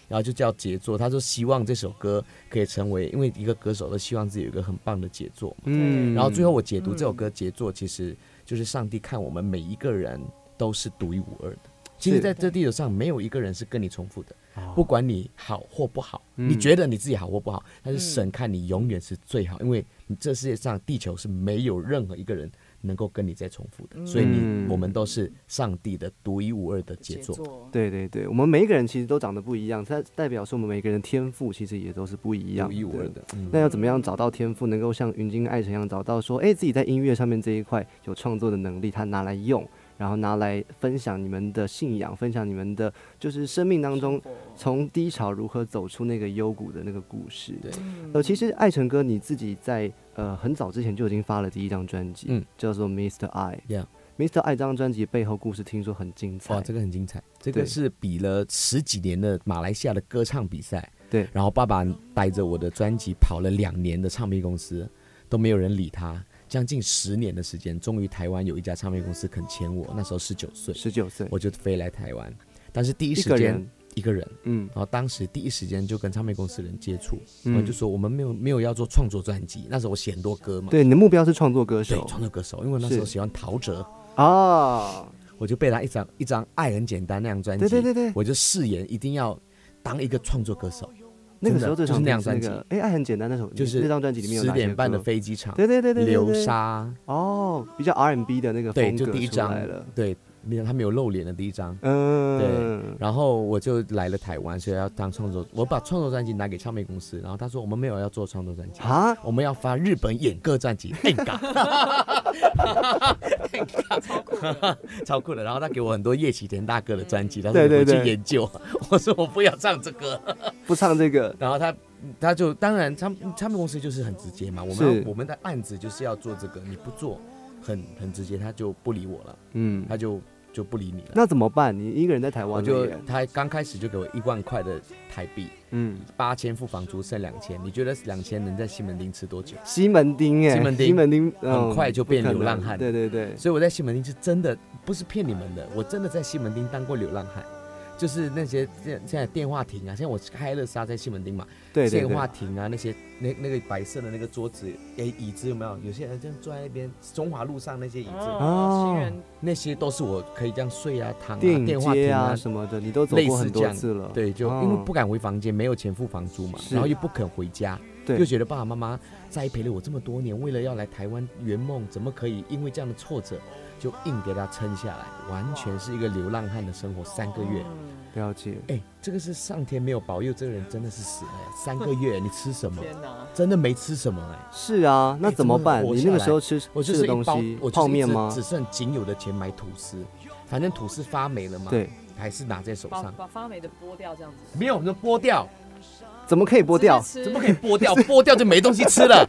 [SPEAKER 6] 然后就叫杰作。他说希望这首歌可以成为，因为一个歌手都希望自己有一个很棒的杰作。
[SPEAKER 3] 嗯，
[SPEAKER 6] 然后最后我解读这首歌杰作，其实就是上帝看我们每一个人都是独一无二的。其实，
[SPEAKER 3] 是
[SPEAKER 6] 在这地球上没有一个人是跟你重复的，
[SPEAKER 3] 哦
[SPEAKER 6] 不管你好或不好，
[SPEAKER 3] 嗯
[SPEAKER 6] 你觉得你自己好或不好，但是
[SPEAKER 5] 嗯
[SPEAKER 6] 神看你永远是最好，因为你这世界上地球是没有任何一个人能够跟你再重复的，所以
[SPEAKER 3] 嗯
[SPEAKER 6] 你我们都是上帝的独一无二的杰作。
[SPEAKER 3] 对对对，我们每一个人其实都长得不一样，它代表说我们每个人天赋其实也都是不一样
[SPEAKER 6] 独一无二的。嗯
[SPEAKER 3] 那要怎么样找到天赋，能够像云晶爱晨一样找到说，哎，自己在音乐上面这一块有创作的能力，他拿来用，然后拿来分享你们的信仰，分享你们的就是生命当中从低潮如何走出那个幽谷的那个故事。
[SPEAKER 6] 对
[SPEAKER 3] 呃，其实爱晨哥你自己在呃很早之前就已经发了第一张专辑，
[SPEAKER 6] 嗯
[SPEAKER 3] 叫做 Mr. I。
[SPEAKER 6] Yeah
[SPEAKER 3] Mr. I 这张专辑背后故事听说很精彩，
[SPEAKER 6] 哇，这个很精彩，这
[SPEAKER 3] 对
[SPEAKER 6] 个是比了十几年的马来西亚的歌唱比赛。
[SPEAKER 3] 对
[SPEAKER 6] 然后爸爸带着我的专辑跑了两年的唱片公司，都没有人理他。将近十年的时间，终于台湾有一家唱片公司肯签我，那时候十九岁，
[SPEAKER 3] 十九岁，
[SPEAKER 6] 我就飞来台湾。但是第一
[SPEAKER 3] 一
[SPEAKER 6] 时
[SPEAKER 3] 个
[SPEAKER 6] 间
[SPEAKER 3] 人，
[SPEAKER 6] 一个人，
[SPEAKER 3] 嗯
[SPEAKER 6] 然后当时第一时间就跟唱片公司人接触，然后
[SPEAKER 3] 嗯
[SPEAKER 6] 就，说我们没有没有要做创作专辑，那时候我写很多歌嘛，
[SPEAKER 3] 对，你的目标是创作歌
[SPEAKER 6] 对
[SPEAKER 3] 手
[SPEAKER 6] 创作歌手，因为那时候
[SPEAKER 3] 是
[SPEAKER 6] 喜欢陶喆，
[SPEAKER 3] 啊，
[SPEAKER 6] 我就被他一张一张《爱很简单》那张专辑，
[SPEAKER 3] 对对对对，
[SPEAKER 6] 我就誓言一定要当一个创作歌手。
[SPEAKER 3] 那个
[SPEAKER 6] 真的
[SPEAKER 3] 时候最
[SPEAKER 6] 就是
[SPEAKER 3] 常
[SPEAKER 6] 那
[SPEAKER 3] 听
[SPEAKER 6] 样
[SPEAKER 3] 是那
[SPEAKER 6] 专辑
[SPEAKER 3] 个，哎，爱很简单那首，
[SPEAKER 6] 就是
[SPEAKER 3] 那张专辑里面有
[SPEAKER 6] 十
[SPEAKER 3] 哪些
[SPEAKER 6] 点半的
[SPEAKER 3] 歌
[SPEAKER 6] 飞机场，
[SPEAKER 3] 对对对对对
[SPEAKER 6] 流
[SPEAKER 3] 对
[SPEAKER 6] 沙，
[SPEAKER 3] 哦，比较 R&B 的那个
[SPEAKER 6] 对，
[SPEAKER 3] 风
[SPEAKER 6] 就
[SPEAKER 3] 格
[SPEAKER 6] 第一
[SPEAKER 3] 出
[SPEAKER 6] 张
[SPEAKER 3] 来了，
[SPEAKER 6] 对，没有他没有露脸的第一张。
[SPEAKER 3] 嗯，
[SPEAKER 6] 然后我就来了台湾，所以要当创作，我把创作专辑拿给唱片公司，然后他说我们没有要做创作专辑，
[SPEAKER 3] 啊，
[SPEAKER 6] 我们要发日本演歌
[SPEAKER 3] [LAUGHS]
[SPEAKER 6] 专辑，硬嘎，
[SPEAKER 5] 超酷的，
[SPEAKER 6] [LAUGHS] 超酷的。然后他给我很多叶启田大哥的专辑，他说
[SPEAKER 3] 对
[SPEAKER 6] 你
[SPEAKER 3] 对
[SPEAKER 6] 回
[SPEAKER 3] 对
[SPEAKER 6] 去研究， [LAUGHS] 我说我不要唱这个。
[SPEAKER 3] 不唱这个，
[SPEAKER 6] 然后他他就当然唱唱片公司就是很直接嘛，我
[SPEAKER 3] 是
[SPEAKER 6] 们我们的案子就是要做这个，你不做，很很直接，他就不理我了，
[SPEAKER 3] 嗯，
[SPEAKER 6] 他就就不理你了。
[SPEAKER 3] 那怎么办？你一个人在台
[SPEAKER 6] 我
[SPEAKER 3] 湾了
[SPEAKER 6] 就
[SPEAKER 3] 耶，
[SPEAKER 6] 他刚开始就给我一万块的台币，
[SPEAKER 3] 嗯，
[SPEAKER 6] 八千付房租，剩两千，你觉得两千能在西门町吃多久？
[SPEAKER 3] 西门町哎，
[SPEAKER 6] 西门町
[SPEAKER 3] 西门町嗯
[SPEAKER 6] 很快就
[SPEAKER 3] 不可
[SPEAKER 6] 变流
[SPEAKER 3] 能
[SPEAKER 6] 浪汉
[SPEAKER 3] 对对对，
[SPEAKER 6] 所以我在西门町是真的不是骗你们的，我真的在西门町当过流浪汉，就是那些现现在电话亭啊，现在我开了沙在西门町嘛，
[SPEAKER 3] 对对
[SPEAKER 6] 电话
[SPEAKER 3] 对，
[SPEAKER 6] 亭啊，那些那那个白色的那个桌子，诶，椅子有没有？有些人这样坐在那边，中华路上那些椅子，
[SPEAKER 5] 哦，新人
[SPEAKER 6] 那些都是我可以这样睡啊、躺啊、
[SPEAKER 3] 电
[SPEAKER 6] 电
[SPEAKER 3] 影
[SPEAKER 6] 话
[SPEAKER 3] 街
[SPEAKER 6] 亭
[SPEAKER 3] 啊
[SPEAKER 6] 啊。
[SPEAKER 3] 什么的，你都走
[SPEAKER 6] 类
[SPEAKER 3] 过
[SPEAKER 6] 似
[SPEAKER 3] 很
[SPEAKER 6] 这
[SPEAKER 3] 多
[SPEAKER 6] 样
[SPEAKER 3] 次了，
[SPEAKER 6] 对，就因为
[SPEAKER 3] 哦
[SPEAKER 6] 不敢回房间，没有钱付房租嘛，
[SPEAKER 3] 是
[SPEAKER 6] 然后又不肯回家，又
[SPEAKER 3] 对，
[SPEAKER 6] 觉得爸爸妈妈栽培了我这么多年，为了要来台湾圆梦，怎么可以因为这样的挫折就硬给他撑下来？完全是一个流浪汉的生活，三个月，
[SPEAKER 5] 嗯
[SPEAKER 3] 了解。
[SPEAKER 6] 哎、这个是上天没有保佑，这个人真的是死了耶，三个月你吃什么？
[SPEAKER 5] 天哪！
[SPEAKER 6] 真的没吃什么哎，
[SPEAKER 3] 是啊，那
[SPEAKER 6] 哎
[SPEAKER 3] 怎么
[SPEAKER 6] 真的
[SPEAKER 3] 办？
[SPEAKER 6] 活
[SPEAKER 3] 你
[SPEAKER 6] 下
[SPEAKER 3] 那个
[SPEAKER 6] 来
[SPEAKER 3] 时候吃
[SPEAKER 6] 我就
[SPEAKER 3] 吃
[SPEAKER 6] 是
[SPEAKER 3] 的
[SPEAKER 6] 一
[SPEAKER 3] 东
[SPEAKER 6] 包
[SPEAKER 3] 西，，
[SPEAKER 6] 我就是
[SPEAKER 3] 泡
[SPEAKER 6] 一
[SPEAKER 3] 面
[SPEAKER 6] 直
[SPEAKER 3] 吗
[SPEAKER 6] 只？剩仅有的钱买吐司，反正吐司发霉了嘛，，
[SPEAKER 3] 对，
[SPEAKER 6] 还是拿在手
[SPEAKER 5] 把
[SPEAKER 6] 上，
[SPEAKER 5] 把发霉的剥掉，这样子
[SPEAKER 6] 没有，我们就剥掉，
[SPEAKER 3] 怎么可以剥掉？
[SPEAKER 5] 怎
[SPEAKER 6] 怎么可以剥掉？剥掉就没东西吃了，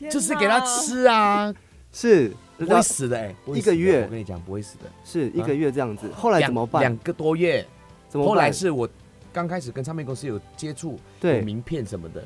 [SPEAKER 5] 以
[SPEAKER 6] 就是给他。吃啊，
[SPEAKER 3] 是，啊
[SPEAKER 6] 不会死的哎，不会
[SPEAKER 3] 一个
[SPEAKER 6] 死的
[SPEAKER 3] 月
[SPEAKER 6] 我跟你讲不会死的，
[SPEAKER 3] 是一
[SPEAKER 6] 啊
[SPEAKER 3] 个月这样子。后来怎么
[SPEAKER 6] 两
[SPEAKER 3] 办
[SPEAKER 6] 两？个多月，
[SPEAKER 3] 怎么办？
[SPEAKER 6] 后来是我刚开始跟唱片公司有接触，有
[SPEAKER 3] 对，
[SPEAKER 6] 名片什么的，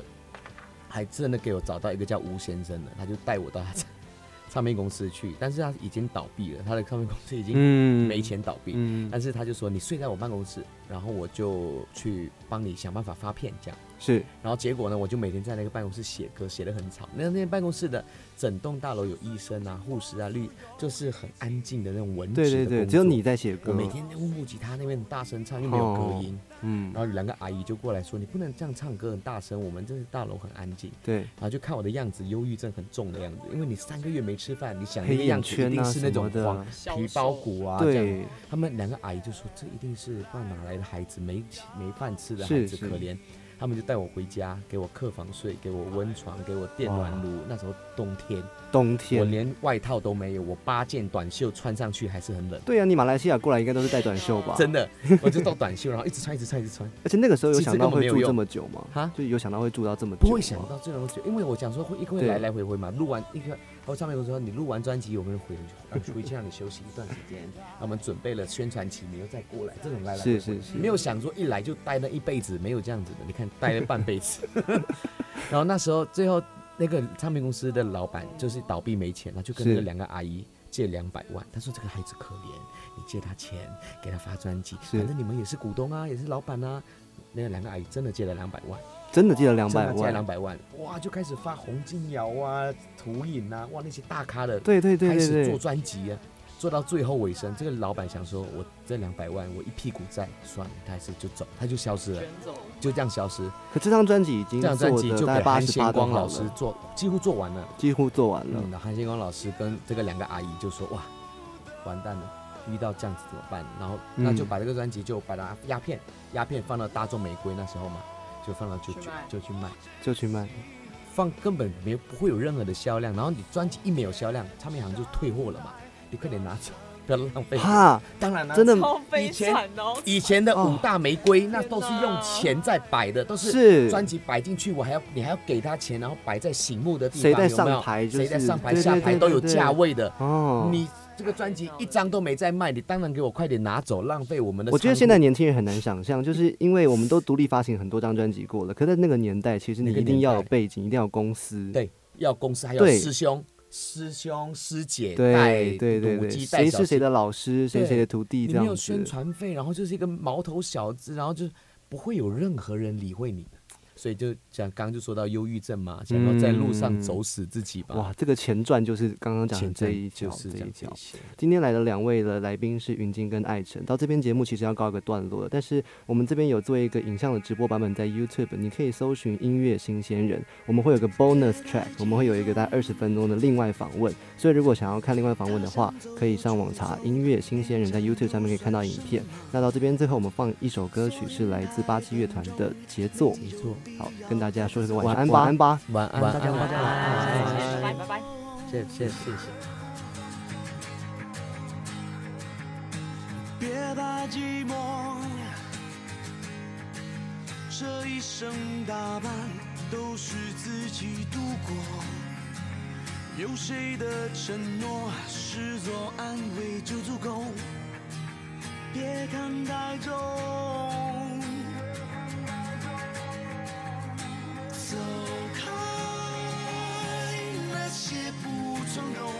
[SPEAKER 6] 还真的给我找到一个叫吴先生的，他就带我到他唱 [LAUGHS] 唱片公司去，但是他已经倒闭了，他的唱片公司已经
[SPEAKER 3] 嗯
[SPEAKER 6] 没，钱倒闭，
[SPEAKER 3] 嗯，
[SPEAKER 6] 但是他就说你睡在我办公室，然后我就去帮你想办法发片这样。
[SPEAKER 3] 是
[SPEAKER 6] 然后结果呢，我就每天在那个办公室写歌，写的很吵。那那间办公室的整栋大楼有医生啊、护士啊、律，就是很安静的那种文职
[SPEAKER 3] 对
[SPEAKER 6] 的
[SPEAKER 3] 对对，
[SPEAKER 6] 工
[SPEAKER 3] 只有
[SPEAKER 6] 作
[SPEAKER 3] 你。在写
[SPEAKER 6] 我
[SPEAKER 3] 歌，
[SPEAKER 6] 每天啊木吉他那边很大声唱，又没有
[SPEAKER 3] 哦
[SPEAKER 6] 隔音，
[SPEAKER 3] 嗯
[SPEAKER 6] 然，后有两个阿姨就过来说：“你不能这样唱歌，很大声，我们这个大楼很安静。
[SPEAKER 3] 对，”
[SPEAKER 6] 然后就看我的样子，忧郁症很重的样子，因为你三个月没吃饭，你想那
[SPEAKER 3] 黑
[SPEAKER 6] 个
[SPEAKER 3] 眼
[SPEAKER 6] 样子一
[SPEAKER 3] 圈
[SPEAKER 6] 定
[SPEAKER 3] 啊
[SPEAKER 6] 是
[SPEAKER 3] 什
[SPEAKER 6] 那
[SPEAKER 3] 么
[SPEAKER 6] 种
[SPEAKER 3] 的
[SPEAKER 6] 黄，皮包骨啊。这样。
[SPEAKER 3] 对，
[SPEAKER 6] 他们两个阿姨就说：“这一定是不知道哪来的孩子，没钱没饭吃的孩
[SPEAKER 3] 是
[SPEAKER 6] 子，
[SPEAKER 3] 是
[SPEAKER 6] 可怜。”他们就带我回家，给我客房睡，给我温床，给我电暖炉。那时候冬天，
[SPEAKER 3] 冬
[SPEAKER 6] 我
[SPEAKER 3] 天。
[SPEAKER 6] 连外套都没有，我八件短袖穿上去还是很冷，
[SPEAKER 3] 对啊，你马来西亚过来应该都是带短袖吧？
[SPEAKER 6] 真的，我就到短袖，然后一直穿，一直穿，一直穿。
[SPEAKER 3] 而且那个时候有
[SPEAKER 6] 其实
[SPEAKER 3] 想到
[SPEAKER 6] 根本没
[SPEAKER 3] 会
[SPEAKER 6] 有
[SPEAKER 3] 住
[SPEAKER 6] 用
[SPEAKER 3] 这么久吗？
[SPEAKER 6] 哈
[SPEAKER 3] 就有想到会住到这么久吗？
[SPEAKER 6] 不会想到这种久，因为我讲说会一会
[SPEAKER 3] 对
[SPEAKER 6] 来来回回嘛，录完一个，然后上面我说你录完专辑，我们回让回去让你休息一段时间，啊那我们准备了宣传期，你又再过来，这种来来回
[SPEAKER 3] 是
[SPEAKER 6] 回
[SPEAKER 3] 是是，
[SPEAKER 6] 没有想说一来就待了一辈子，没有这样子的。你看待了半辈子，然后那时候最后那个唱片公司的老板就是倒闭没钱，他就跟
[SPEAKER 3] 是
[SPEAKER 6] 那两个阿姨借两百万，他说这个孩子可怜，你借他钱给他发专辑，
[SPEAKER 3] 是
[SPEAKER 6] 反正你们也是股东啊，也是老板啊。那个两个阿姨真的借了两百万，
[SPEAKER 3] 真的借了两
[SPEAKER 6] 真
[SPEAKER 3] 百
[SPEAKER 6] 的借了两
[SPEAKER 3] 万，
[SPEAKER 6] 百万，哇，就开始发洪金瑶啊、图影啊，哇，那些大咖的
[SPEAKER 3] 对对对
[SPEAKER 6] 开
[SPEAKER 3] 对
[SPEAKER 6] 始做
[SPEAKER 3] 对，
[SPEAKER 6] 专辑啊，做到最后尾声，这个老板想说，我这两百万我一屁股债，算了，他还是就走，他就消失了，就这样消失。
[SPEAKER 3] 可这张专辑已经
[SPEAKER 6] 这张专
[SPEAKER 3] 做
[SPEAKER 6] 辑
[SPEAKER 3] 的
[SPEAKER 6] 就
[SPEAKER 3] 大概
[SPEAKER 6] 给
[SPEAKER 3] 八
[SPEAKER 6] 韩
[SPEAKER 3] 十
[SPEAKER 6] 星
[SPEAKER 3] 八
[SPEAKER 6] 光老师做，几乎做完了。
[SPEAKER 3] 几乎做完了
[SPEAKER 6] 嗯，，韩星光老师跟这个两个阿姨就说，哇，完蛋了。遇到这样子怎么办？然后那就
[SPEAKER 3] 嗯
[SPEAKER 6] 把这个专辑就把它压片，压片放到大众玫瑰那时候嘛，就放到就
[SPEAKER 5] 去
[SPEAKER 6] 去
[SPEAKER 5] 卖
[SPEAKER 6] 就去卖，
[SPEAKER 3] 就去卖。
[SPEAKER 6] 放根本没有不会有任何的销量。然后你专辑一没有销量，唱片行就退货了嘛，你快点拿走，不要浪费。
[SPEAKER 3] 哈，
[SPEAKER 6] 当然了，
[SPEAKER 3] 真的
[SPEAKER 5] 超悲惨哦！
[SPEAKER 6] 以前的五大玫瑰，那
[SPEAKER 5] 天
[SPEAKER 6] 都是
[SPEAKER 5] 哪
[SPEAKER 6] 用钱在摆的，都是
[SPEAKER 3] 是
[SPEAKER 6] 专辑摆进去，我还要你还要给他钱，然后摆在醒目的地方，
[SPEAKER 3] 谁在
[SPEAKER 6] 有没有
[SPEAKER 3] 上台就是
[SPEAKER 6] 谁在上排
[SPEAKER 3] 对对
[SPEAKER 6] 下
[SPEAKER 3] 对
[SPEAKER 6] 排
[SPEAKER 3] 对
[SPEAKER 6] 都有
[SPEAKER 3] 对
[SPEAKER 6] 价位的。
[SPEAKER 3] 哦。
[SPEAKER 6] 你这个专辑一张都没在卖，你当然给我快点拿走，浪费我们的仓库。
[SPEAKER 3] 我觉得现在年轻人很难想象，就是因为我们都独立发行很多张专辑过了，可在那个年代，其实你
[SPEAKER 6] 那个
[SPEAKER 3] 一定要有
[SPEAKER 6] 年代
[SPEAKER 3] 背景，一定要有公司，
[SPEAKER 6] 对要公司还有
[SPEAKER 3] 对
[SPEAKER 6] 师兄、师兄、师姐带
[SPEAKER 3] 对对对
[SPEAKER 6] 毒
[SPEAKER 3] 对，
[SPEAKER 6] 鸡带
[SPEAKER 3] 谁
[SPEAKER 6] 小
[SPEAKER 3] 是谁
[SPEAKER 6] 鸡
[SPEAKER 3] 的老师，谁是谁的徒弟
[SPEAKER 6] 你
[SPEAKER 3] 这
[SPEAKER 6] 没
[SPEAKER 3] 样
[SPEAKER 6] 有宣
[SPEAKER 3] 子，
[SPEAKER 6] 传费，然后就是一个毛头小子，然后就不会有任何人理会你的。所以就讲，刚刚就说到忧郁症嘛，想要在路上走死自己吧。
[SPEAKER 3] 嗯哇，这个前传就是刚刚讲的
[SPEAKER 6] 前
[SPEAKER 3] 这
[SPEAKER 6] 阵
[SPEAKER 3] 一条
[SPEAKER 6] 就，是
[SPEAKER 3] 这
[SPEAKER 6] 讲
[SPEAKER 3] 一
[SPEAKER 6] 这
[SPEAKER 3] 条。
[SPEAKER 6] 些
[SPEAKER 3] 今天来的两位的来宾是云晶跟艾辰，到这边节目其实要告一个段落了，但是我们这边有做一个影像的直播版本在 YouTube，你可以搜寻音乐新鲜人，我们会有个 bonus track，我们会有一个大概二十分钟的另外访问，所以如果想要看另外访问的话，可以上网查音乐新鲜人，在 YouTube 上面可以看到影片。那到这边最后我们放一首歌曲是来自八七乐团的《杰作》，
[SPEAKER 6] 没错。
[SPEAKER 3] 好，跟大家说一个晚
[SPEAKER 6] 晚
[SPEAKER 3] 安吧，
[SPEAKER 6] 晚
[SPEAKER 3] 安吧。
[SPEAKER 6] 晚安，
[SPEAKER 3] 晚安
[SPEAKER 6] 大家晚安，
[SPEAKER 5] 拜拜拜。
[SPEAKER 6] 谢谢谢谢。
[SPEAKER 4] 别怕寂寞，这一生大半都是自己度过。有谁的承诺视作安慰就足够，别看太重。走开那些不从容。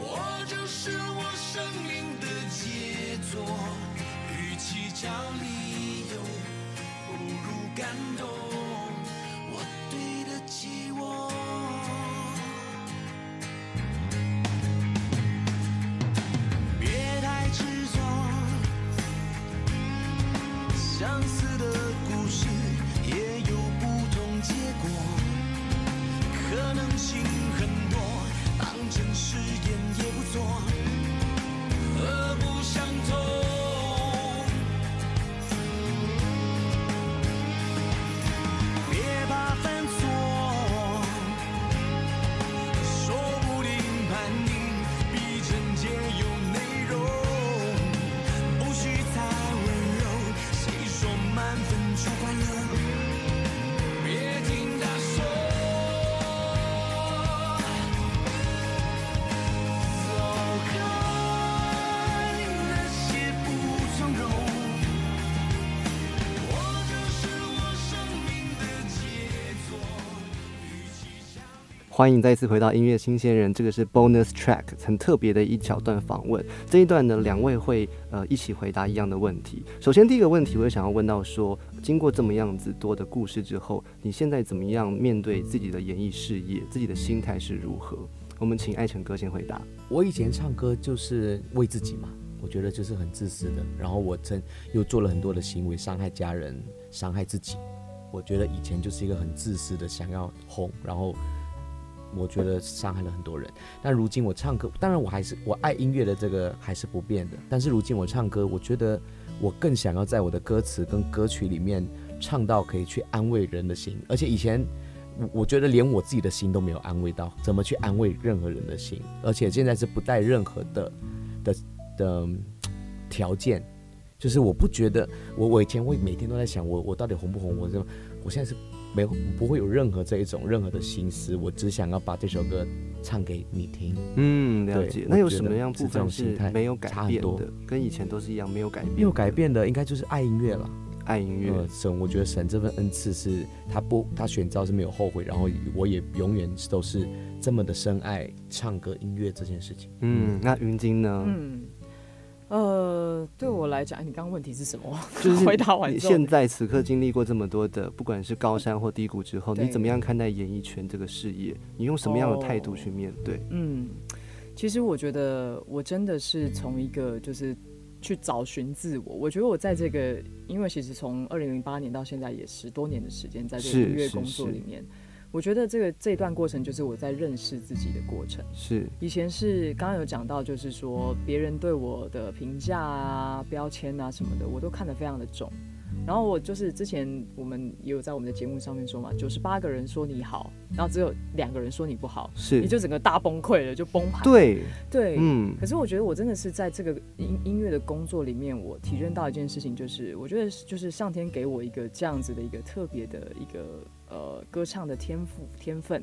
[SPEAKER 4] 我就是我生命的杰作，与其找理由，不如感动我对得起我。别太执着，
[SPEAKER 3] 欢迎再次回到音乐新鲜人，这个是 bonus track 很特别的一小段访问。这一段呢，两位会呃一起回答一样的问题。首先第一个问题，我想要问到说，经过这么样子多的故事之后，你现在怎么样面对自己的演艺事业？自己的心态是如何？我们请艾辰哥先回答。
[SPEAKER 6] 我以前唱歌就是为自己嘛，我觉得就是很自私的。然后我曾又做了很多的行为，伤害家人，伤害自己。我觉得以前就是一个很自私的，想要红，然后我觉得伤害了很多人。但如今我唱歌，当然我还是我爱音乐的这个还是不变的。但是如今我唱歌，我觉得我更想要在我的歌词跟歌曲里面唱到可以去安慰人的心，而且以前。我我觉得连我自己的心都没有安慰到，怎么去安慰任何人的心？而且现在是不带任何的的的嗯条件，就是我不觉得我我以前会每天都在想我我到底红不红，我这我现在是没有不会有任何这一种任何的心思，我只想要把这首歌唱给你听。
[SPEAKER 3] 嗯，了
[SPEAKER 6] 对
[SPEAKER 3] 解。
[SPEAKER 6] 我
[SPEAKER 3] 那有
[SPEAKER 6] 觉
[SPEAKER 3] 什
[SPEAKER 6] 得
[SPEAKER 3] 么样
[SPEAKER 6] 是
[SPEAKER 3] 部
[SPEAKER 6] 这种
[SPEAKER 3] 分
[SPEAKER 6] 心
[SPEAKER 3] 是
[SPEAKER 6] 态
[SPEAKER 3] 没有
[SPEAKER 6] 差
[SPEAKER 3] 改
[SPEAKER 6] 很
[SPEAKER 3] 变
[SPEAKER 6] 多
[SPEAKER 3] 的？跟以前都是一样没有改变的。
[SPEAKER 6] 没有改变的应该就是爱音乐了。
[SPEAKER 3] 爱音乐，
[SPEAKER 6] 呃，神，我觉得神这份恩赐是他不他选召是没有后悔，然后我也永远都是这么的深爱唱歌音乐这件事情。
[SPEAKER 3] 嗯，那云晶呢？
[SPEAKER 5] 嗯，呃，对我来讲，哎你刚刚问题是什么？
[SPEAKER 3] 就是
[SPEAKER 5] [LAUGHS] 回答完
[SPEAKER 3] 你
[SPEAKER 5] 之后
[SPEAKER 3] 现在此刻经历过这么多的，不管是高山或低谷之后，
[SPEAKER 5] 对
[SPEAKER 3] 你怎么样看待演艺圈这个事业？你用什么样的态度
[SPEAKER 5] 哦
[SPEAKER 3] 去面对？
[SPEAKER 5] 嗯，其实我觉得我真的是从一个就是去找寻自我。我觉得我在这
[SPEAKER 3] 嗯
[SPEAKER 5] 个，因为其实从二零零八年到现在也十多年的时间，在这
[SPEAKER 3] 是
[SPEAKER 5] 个音乐
[SPEAKER 3] 是
[SPEAKER 5] 工作
[SPEAKER 3] 是
[SPEAKER 5] 里面，我觉得这个这段过程就是我在认识自己的过程。
[SPEAKER 3] 是
[SPEAKER 5] 以前是刚刚有讲到，就是说别人对我的评价啊、标签啊什么的，我都看得非常的重。然后我就是之前我们也有在我们的节目上面说嘛，九十八个人说你好，然后只有两个人说你不好，
[SPEAKER 3] 是，
[SPEAKER 5] 你就整个大崩溃了，就崩盘。
[SPEAKER 3] 对，
[SPEAKER 5] 对，
[SPEAKER 3] 嗯，
[SPEAKER 5] 可是我觉得我真的是在这个音音乐的工作里面，我体认到一件事情，就是我觉得是就是上天给我一个这样子的一个特别的一个呃歌唱的天赋天分，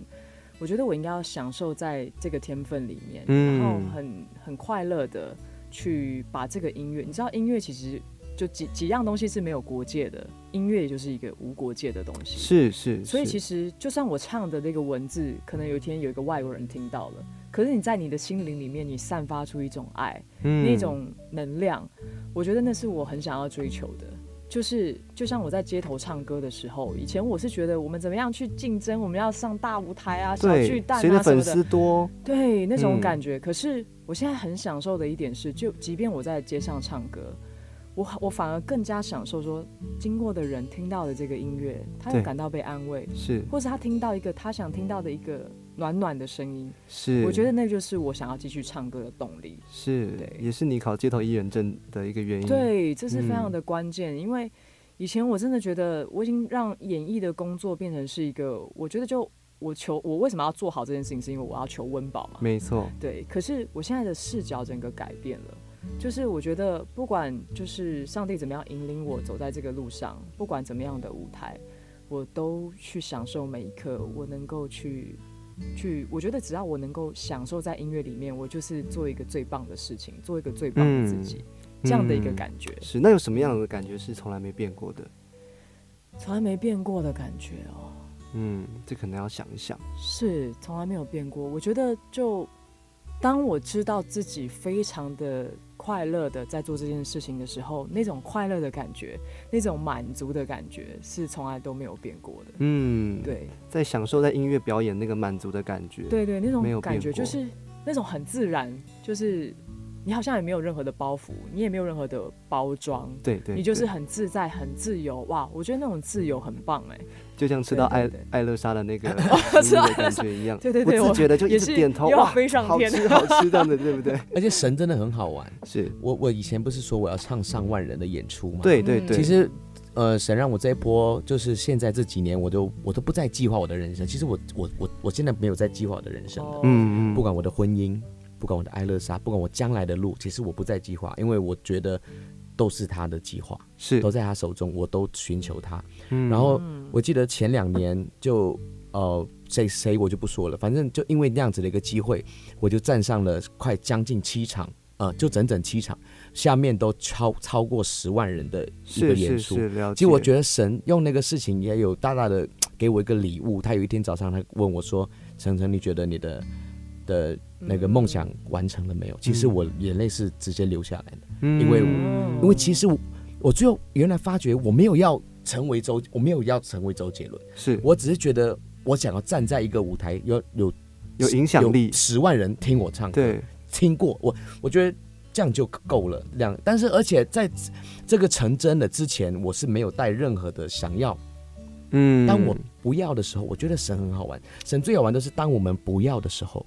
[SPEAKER 5] 我觉得我应该要享受在这个天分里面，
[SPEAKER 3] 嗯
[SPEAKER 5] 然后很很快乐的去把这个音乐，你知道音乐其实就几几样东西是没有国界的，音乐也就是一个无国界的东西，
[SPEAKER 3] 是是，
[SPEAKER 5] 所以其
[SPEAKER 3] 实
[SPEAKER 5] 实就算我唱的那个文字，可能有一天有一个外国人听到了，可是你在你的心灵里面，你散发出一种爱，
[SPEAKER 3] 嗯
[SPEAKER 5] 那种能量，我觉得那是我很想要追求的。就是就像我在街头唱歌的时候，以前我是觉得我们怎么样去竞争，我们要上大舞台啊、小巨
[SPEAKER 3] 对
[SPEAKER 5] 蛋
[SPEAKER 3] 谁
[SPEAKER 5] 啊什
[SPEAKER 3] 粉
[SPEAKER 5] 么的
[SPEAKER 3] 丝，多？
[SPEAKER 5] 对那
[SPEAKER 3] 嗯
[SPEAKER 5] 种感觉。可是我现在很享受的一点是，就即便我在街上唱歌，我我反而更加享受说，经过的人听到的这个音乐，他有
[SPEAKER 3] 对
[SPEAKER 5] 感到被安慰，
[SPEAKER 3] 是
[SPEAKER 5] 或是他听到一个他想听到的一个暖暖的声音，
[SPEAKER 3] 是，
[SPEAKER 5] 我觉得那就是我想要继续唱歌的动力。
[SPEAKER 3] 是
[SPEAKER 5] 对，
[SPEAKER 3] 也是你考街头艺人证的一个原因。，
[SPEAKER 5] 对，这是非常
[SPEAKER 3] 嗯
[SPEAKER 5] 的关键，因为以前我真的觉得我已经让演艺的工作变成是一个，我觉得就我求我为什么要做好这件事情，是因为我要求温饱嘛。
[SPEAKER 3] 没错，
[SPEAKER 5] 对，可是我现在的视角整个改变了。就是我觉得，不管就是上帝怎么样引领我走在这个路上，不管怎么样的舞台，我都去享受每一刻。我能够去去，我觉得只要我能够享受在音乐里面，我就是做一个最棒的事情，做一个最棒的自己，这样的一个
[SPEAKER 3] 嗯
[SPEAKER 5] 感觉，
[SPEAKER 3] 是。那有什么样的感觉是从来没变过的？
[SPEAKER 5] 从来没变过的感觉哦。
[SPEAKER 3] 嗯，这可能要想一想。
[SPEAKER 5] 是从来没有变过。我觉得就当我知道自己非常的快乐的在做这件事情的时候，那种快乐的感觉，那种满足的感觉是从来都没有变过的。
[SPEAKER 3] 嗯，，
[SPEAKER 5] 对
[SPEAKER 3] 在享受在音乐表演那个满足的感觉。，
[SPEAKER 5] 对对，那
[SPEAKER 3] 没有变
[SPEAKER 5] 种感觉就
[SPEAKER 3] 过
[SPEAKER 5] 是那种很自然，就是你好像也没有任何的包袱，你也没有任何的包装。
[SPEAKER 3] 对对，
[SPEAKER 5] 你就是
[SPEAKER 3] 对
[SPEAKER 5] 很自在、很自由，哇！我觉得那种自由很棒哎、
[SPEAKER 3] 就像吃
[SPEAKER 5] 对
[SPEAKER 3] 到
[SPEAKER 5] 对
[SPEAKER 3] 艾
[SPEAKER 5] 对哦
[SPEAKER 3] 艾乐莎的
[SPEAKER 5] [LAUGHS]
[SPEAKER 3] 那个食物的感觉一样，
[SPEAKER 5] 对对对
[SPEAKER 3] 不
[SPEAKER 5] 我
[SPEAKER 3] 自觉的就一
[SPEAKER 5] 也
[SPEAKER 3] 直
[SPEAKER 5] 是
[SPEAKER 3] 点头，
[SPEAKER 5] 又要
[SPEAKER 3] 哇，
[SPEAKER 5] 飞上
[SPEAKER 3] 好
[SPEAKER 5] 天
[SPEAKER 3] 吃
[SPEAKER 5] [LAUGHS]
[SPEAKER 3] 好吃这样的，对不
[SPEAKER 6] [LAUGHS]
[SPEAKER 3] 对？
[SPEAKER 6] 而且神真的很好玩。
[SPEAKER 3] 是，
[SPEAKER 6] 我我以前不是说我要唱上万人的演出吗？，
[SPEAKER 3] 对对
[SPEAKER 5] 嗯
[SPEAKER 3] 对，
[SPEAKER 6] 其实呃，神让我这一波，就是现在这几年，我都我都不再计划我的人生。其实我我我我现在没有在计划我的人生的，
[SPEAKER 5] 哦，
[SPEAKER 3] 嗯，嗯
[SPEAKER 6] 不管我的婚姻，不管我的爱乐莎，不管我将来的路，其实我不再计划，因为我觉得都是他的计划，
[SPEAKER 3] 是
[SPEAKER 6] 都，在他手中，我都寻求他。
[SPEAKER 3] 嗯
[SPEAKER 6] 然后我记得前两年就呃谁谁我就不说了，反正就因为那样子的一个机会，我就站上了快将近七场，呃，就整整七场，下面都超超过十万人的一
[SPEAKER 3] 是
[SPEAKER 6] 个演
[SPEAKER 3] 是
[SPEAKER 6] 出。
[SPEAKER 3] 是了解，
[SPEAKER 6] 其实我觉得神用那个事情也有大大的给我一个礼物。他有一天早上，他问我说：“程程，你觉得你的的
[SPEAKER 5] 嗯
[SPEAKER 6] 那个梦想完成了没有？其
[SPEAKER 3] 嗯
[SPEAKER 6] 实我眼泪是直接流下来的，因为我因为其实我我最后原来发觉我没有要成为周，我没有要成为周杰伦，
[SPEAKER 3] 是
[SPEAKER 6] 我只是觉得我想要站在一个舞台，有有
[SPEAKER 3] 有影响力，
[SPEAKER 6] 十万人听我唱歌，
[SPEAKER 3] 对，
[SPEAKER 6] 听过我，我觉得这样就够了。两，但是而且在这个成真的之前，我是没有带任何的想要。
[SPEAKER 3] 嗯
[SPEAKER 6] 当我不要的时候，我觉得神很好玩。神最好玩的是当我们不要的时候，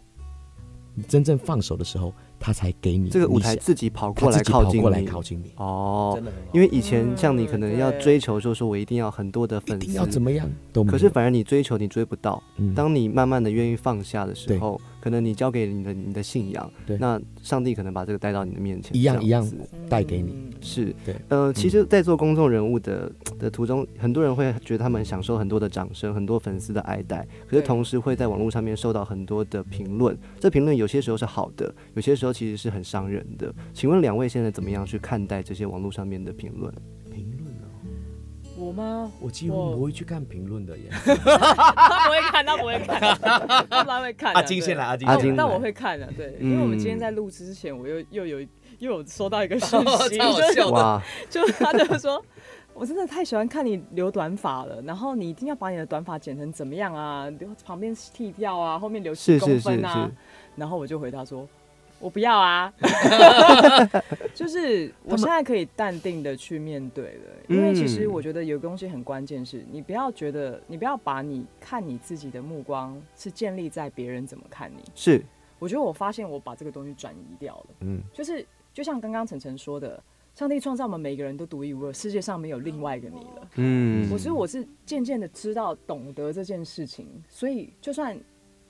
[SPEAKER 6] 你真正放手的时候，他才给你
[SPEAKER 3] 这个舞台
[SPEAKER 6] 你想
[SPEAKER 3] 自己跑
[SPEAKER 6] 他
[SPEAKER 3] 过来
[SPEAKER 6] 自己跑
[SPEAKER 3] 靠近
[SPEAKER 6] 过来
[SPEAKER 3] 你
[SPEAKER 6] 靠近你，
[SPEAKER 3] 哦
[SPEAKER 6] 真，的很好
[SPEAKER 3] 因为以前像
[SPEAKER 5] 嗯
[SPEAKER 3] 你可能要追求说说我一定要很多的
[SPEAKER 6] 一
[SPEAKER 3] 粉
[SPEAKER 6] 定要怎
[SPEAKER 3] 丝，
[SPEAKER 6] 么样都没有
[SPEAKER 3] 可是反而你追求你追不到，
[SPEAKER 6] 嗯
[SPEAKER 3] 当你慢慢的愿意放下的时
[SPEAKER 6] 对
[SPEAKER 3] 候，可能你交给你的你的信仰
[SPEAKER 6] 对，
[SPEAKER 3] 那上帝可能把这个带到你的面前，
[SPEAKER 6] 一样
[SPEAKER 3] 这
[SPEAKER 6] 一样
[SPEAKER 3] 子
[SPEAKER 6] 带给你。
[SPEAKER 5] 嗯
[SPEAKER 3] 是，
[SPEAKER 6] 对嗯
[SPEAKER 3] 呃，其实，在做公众人物的的途中，很多人会呃觉得他们享受很多的掌声，很多粉丝的爱戴，可是
[SPEAKER 5] 对
[SPEAKER 3] 同时会在网络上面受到很多的评论。这评论有些时候是好的，有些时候其实是很伤人的。请问两位现在怎么样去看待这些网络上面的评论？
[SPEAKER 6] 评论哦，
[SPEAKER 5] 我吗？
[SPEAKER 6] 我几乎不会去看评论的耶。
[SPEAKER 5] 他不会看，他不会看，他不太会看啊。对
[SPEAKER 6] 阿金
[SPEAKER 3] 阿
[SPEAKER 5] 但
[SPEAKER 3] 金
[SPEAKER 5] 我但
[SPEAKER 3] 来
[SPEAKER 5] 我会看的、啊对，因为我们今天在录制之前，我又又有又有收到一个讯息，
[SPEAKER 6] 哦超好笑
[SPEAKER 5] 就是
[SPEAKER 3] 哇，
[SPEAKER 5] 就是他就说， [LAUGHS] 我真的太喜欢看你留短发了，然后你一定要把你的短发剪成怎么样啊？留旁边剃掉啊，后面留
[SPEAKER 3] 是
[SPEAKER 5] 七
[SPEAKER 3] 是
[SPEAKER 5] 公
[SPEAKER 3] 是
[SPEAKER 5] 分啊。
[SPEAKER 3] 是，
[SPEAKER 5] 然后我就回答说，我不要
[SPEAKER 3] [LAUGHS]
[SPEAKER 5] 啊，就是我现在可以淡定的去面对了，因为其实
[SPEAKER 3] 嗯
[SPEAKER 5] 我觉得有个东西很关键是，你不要觉得，你不要把你看你自己的目光是建立在别人怎么看你。
[SPEAKER 3] 是
[SPEAKER 5] 我觉得我发现我把这个东西转移掉了，
[SPEAKER 6] 嗯，
[SPEAKER 5] 就是就像刚刚晨晨说的，上帝创造我们每个人都独一无二，世界上没有另外一个你了。
[SPEAKER 3] 嗯
[SPEAKER 5] 我所以我是渐渐的知道懂得这件事情，所以就算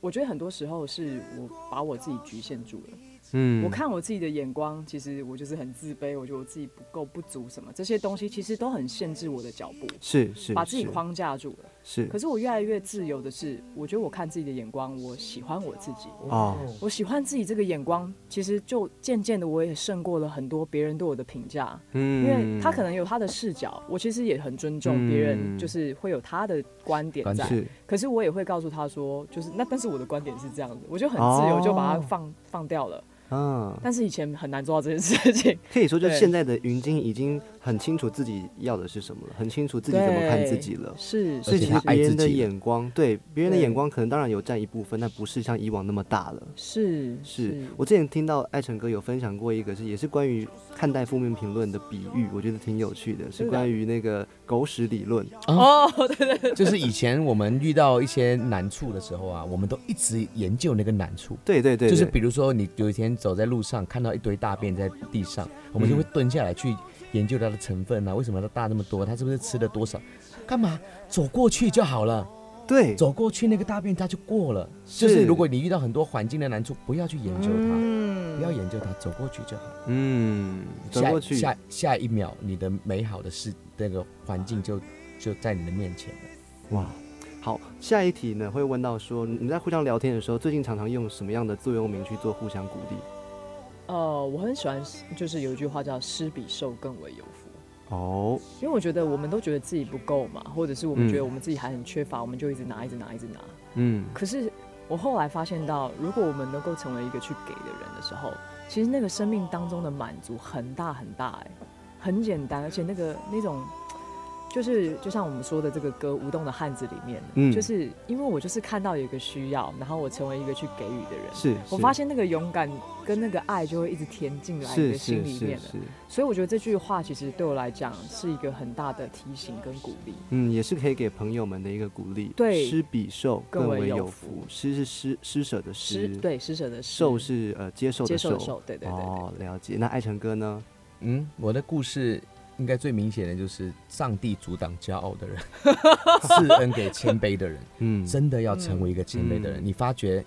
[SPEAKER 5] 我觉得很多时候是我把我自己局限住了。
[SPEAKER 3] 嗯
[SPEAKER 5] 我看我自己的眼光，其实我就是很自卑，我觉得我自己不够不足，什么这些东西其实都很限制我的脚步，
[SPEAKER 3] 是是
[SPEAKER 5] 把自己
[SPEAKER 3] 是
[SPEAKER 5] 框架住了。
[SPEAKER 3] 是
[SPEAKER 5] 可是我越来越自由的是，我觉得我看自己的眼光，我喜欢我自己，
[SPEAKER 3] 哦，
[SPEAKER 5] 我喜欢自己这个眼光，其实就渐渐的我也胜过了很多别人对我的评价，
[SPEAKER 3] 嗯
[SPEAKER 5] 因为他可能有他的视角，我其实也很尊重别人，
[SPEAKER 3] 嗯
[SPEAKER 5] 就是会有他的观点
[SPEAKER 6] 观
[SPEAKER 5] 在
[SPEAKER 6] 点。
[SPEAKER 3] 是
[SPEAKER 5] 可是我也会告诉他说，就是那，但是我的观点是这样子，我就很自由，就把它
[SPEAKER 3] 哦
[SPEAKER 5] 放放掉了。
[SPEAKER 3] 啊，
[SPEAKER 5] 但是以前很难做到这件事
[SPEAKER 3] [LAUGHS]
[SPEAKER 5] 情，
[SPEAKER 3] 可以说就是
[SPEAKER 5] 对
[SPEAKER 3] 现在的云晶已经很清楚自己要的是什么了，很清楚自己怎么看自己了。
[SPEAKER 5] 是
[SPEAKER 3] 所以
[SPEAKER 6] 而且
[SPEAKER 3] 其
[SPEAKER 5] 是
[SPEAKER 3] 实
[SPEAKER 6] 他爱
[SPEAKER 3] 别
[SPEAKER 6] 自
[SPEAKER 3] 人的
[SPEAKER 6] 己了
[SPEAKER 3] 眼光，对别人的
[SPEAKER 5] 对
[SPEAKER 3] 眼光可能当然有占一部分，但不是像以往那么大了。
[SPEAKER 5] 是
[SPEAKER 3] 是我之前听到艾辰哥有分享过一个是，也是关于看待负面评论的比喻，我觉得挺有趣的，是
[SPEAKER 5] 真的啊
[SPEAKER 3] 关于那个狗屎理论。
[SPEAKER 5] 哦，对对对，
[SPEAKER 6] 就是以前我们遇到一些难处的时候啊，我们都一直研究那个难处。
[SPEAKER 3] 对对对，
[SPEAKER 6] 就是
[SPEAKER 3] 对
[SPEAKER 6] 比如说，你有一天走在路上，看到一堆大便在地上，我们就会蹲下来去研究它的成分啊，为什么它大那么多？它是不是吃了多少？干嘛？走过去就好了，
[SPEAKER 3] 对，
[SPEAKER 6] 走过去那个大便它就过了。就是如果你遇到很多环境的难处，不要去研究它，不要
[SPEAKER 5] 嗯，
[SPEAKER 6] 研究它，走过去就好。
[SPEAKER 3] 嗯，走
[SPEAKER 6] 下
[SPEAKER 3] 过去，
[SPEAKER 6] 下下一秒，你的美好的事，那个环境就就在你的面前了。
[SPEAKER 3] 哇，好，下一题呢会问到说，你们在互相聊天的时候，最近常常用什么样的座右铭去做互相鼓励？
[SPEAKER 5] 呃，我很喜欢，就是有一句话叫“施比受更为有福”。
[SPEAKER 3] 哦，
[SPEAKER 5] 因为我觉得我们都觉得自己不够嘛，或者是我
[SPEAKER 3] 嗯
[SPEAKER 5] 们觉得我们自己还很缺乏，我们就一直拿，一直拿，一直拿。
[SPEAKER 3] 嗯，
[SPEAKER 5] 可是我后来发现到，如果我们能够成为一个去给的人的时候，其实那个生命当中的满足很大很大、哎，很简单，而且那个那种。就是就像我们说的这个歌《无动的汉子》里面，
[SPEAKER 3] 嗯
[SPEAKER 5] 就是因为我就是看到有一个需要，然后我成为一个去给予的人，
[SPEAKER 3] 是，
[SPEAKER 5] 我
[SPEAKER 3] 是
[SPEAKER 5] 发现那个勇敢跟那个爱就会一直填进来你
[SPEAKER 3] 是
[SPEAKER 5] 的心
[SPEAKER 3] 是
[SPEAKER 5] 里面
[SPEAKER 3] 是
[SPEAKER 5] 了。
[SPEAKER 3] 是，
[SPEAKER 5] 所以我觉得这句话其实对我来讲是一个很大的提醒跟鼓励。
[SPEAKER 3] 嗯，也是可以给朋友们的一个鼓励。
[SPEAKER 5] 对
[SPEAKER 3] 施比受
[SPEAKER 5] 更
[SPEAKER 3] 更
[SPEAKER 5] 为
[SPEAKER 3] 为
[SPEAKER 5] 有
[SPEAKER 3] 有
[SPEAKER 5] 福
[SPEAKER 3] 福。施是施施舍的施
[SPEAKER 5] 施，，对施舍的施
[SPEAKER 3] 受是呃接受
[SPEAKER 5] 接
[SPEAKER 3] 的
[SPEAKER 5] 受的受，对对对对
[SPEAKER 3] 哦，了解。那艾辰哥呢？
[SPEAKER 6] 嗯，我的故事应该最明显的就是上帝阻挡骄傲的人，赐恩给谦卑的 [LAUGHS] 人。
[SPEAKER 3] 嗯，
[SPEAKER 6] 真的要成为一个谦卑的人，
[SPEAKER 3] 嗯
[SPEAKER 6] 你发觉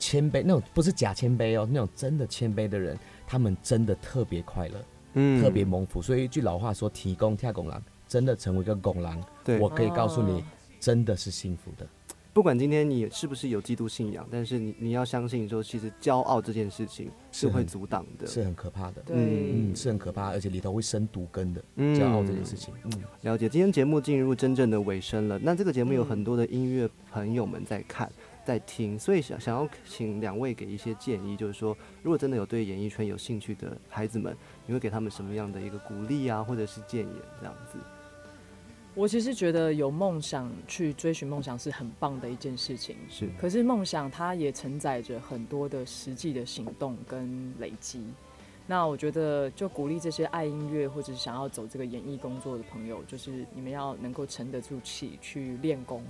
[SPEAKER 6] 谦卑那种不是假谦卑哦，那种真的谦卑的人，他们真的特别快乐，
[SPEAKER 3] 嗯
[SPEAKER 6] 特别蒙福。所以一句老话说“提供跳拱狼”，真的成为一个拱狼，
[SPEAKER 3] 对。
[SPEAKER 6] 我可以告诉你
[SPEAKER 5] 哦，
[SPEAKER 6] 真的是幸福的。
[SPEAKER 3] 不管今天你是不是有基督信仰，但是你你要相信说，其实骄傲这件事情是
[SPEAKER 6] 是很
[SPEAKER 3] 会阻挡的。
[SPEAKER 6] 是很可怕的，
[SPEAKER 5] 对
[SPEAKER 3] 嗯
[SPEAKER 6] 嗯，是很可怕，而且里头会生毒根的，
[SPEAKER 3] 嗯
[SPEAKER 6] 骄傲这件事情，嗯，
[SPEAKER 3] 嗯了解，今天节目进入真正的尾声了。那这个节目有很多的音乐朋友们在看，在听，所以想想要请两位给一些建议，就是说，如果真的有对演艺圈有兴趣的孩子们，你会给他们什么样的一个鼓励啊，或者是建言这样子？
[SPEAKER 5] 我其实觉得有梦想去追寻梦想是很棒的一件事情，
[SPEAKER 3] 是
[SPEAKER 5] 可是梦想它也承载着很多的实际的行动跟累积。那我觉得就鼓励这些爱音乐或者是想要走这个演艺工作的朋友，就是你们要能够沉得住气去练功，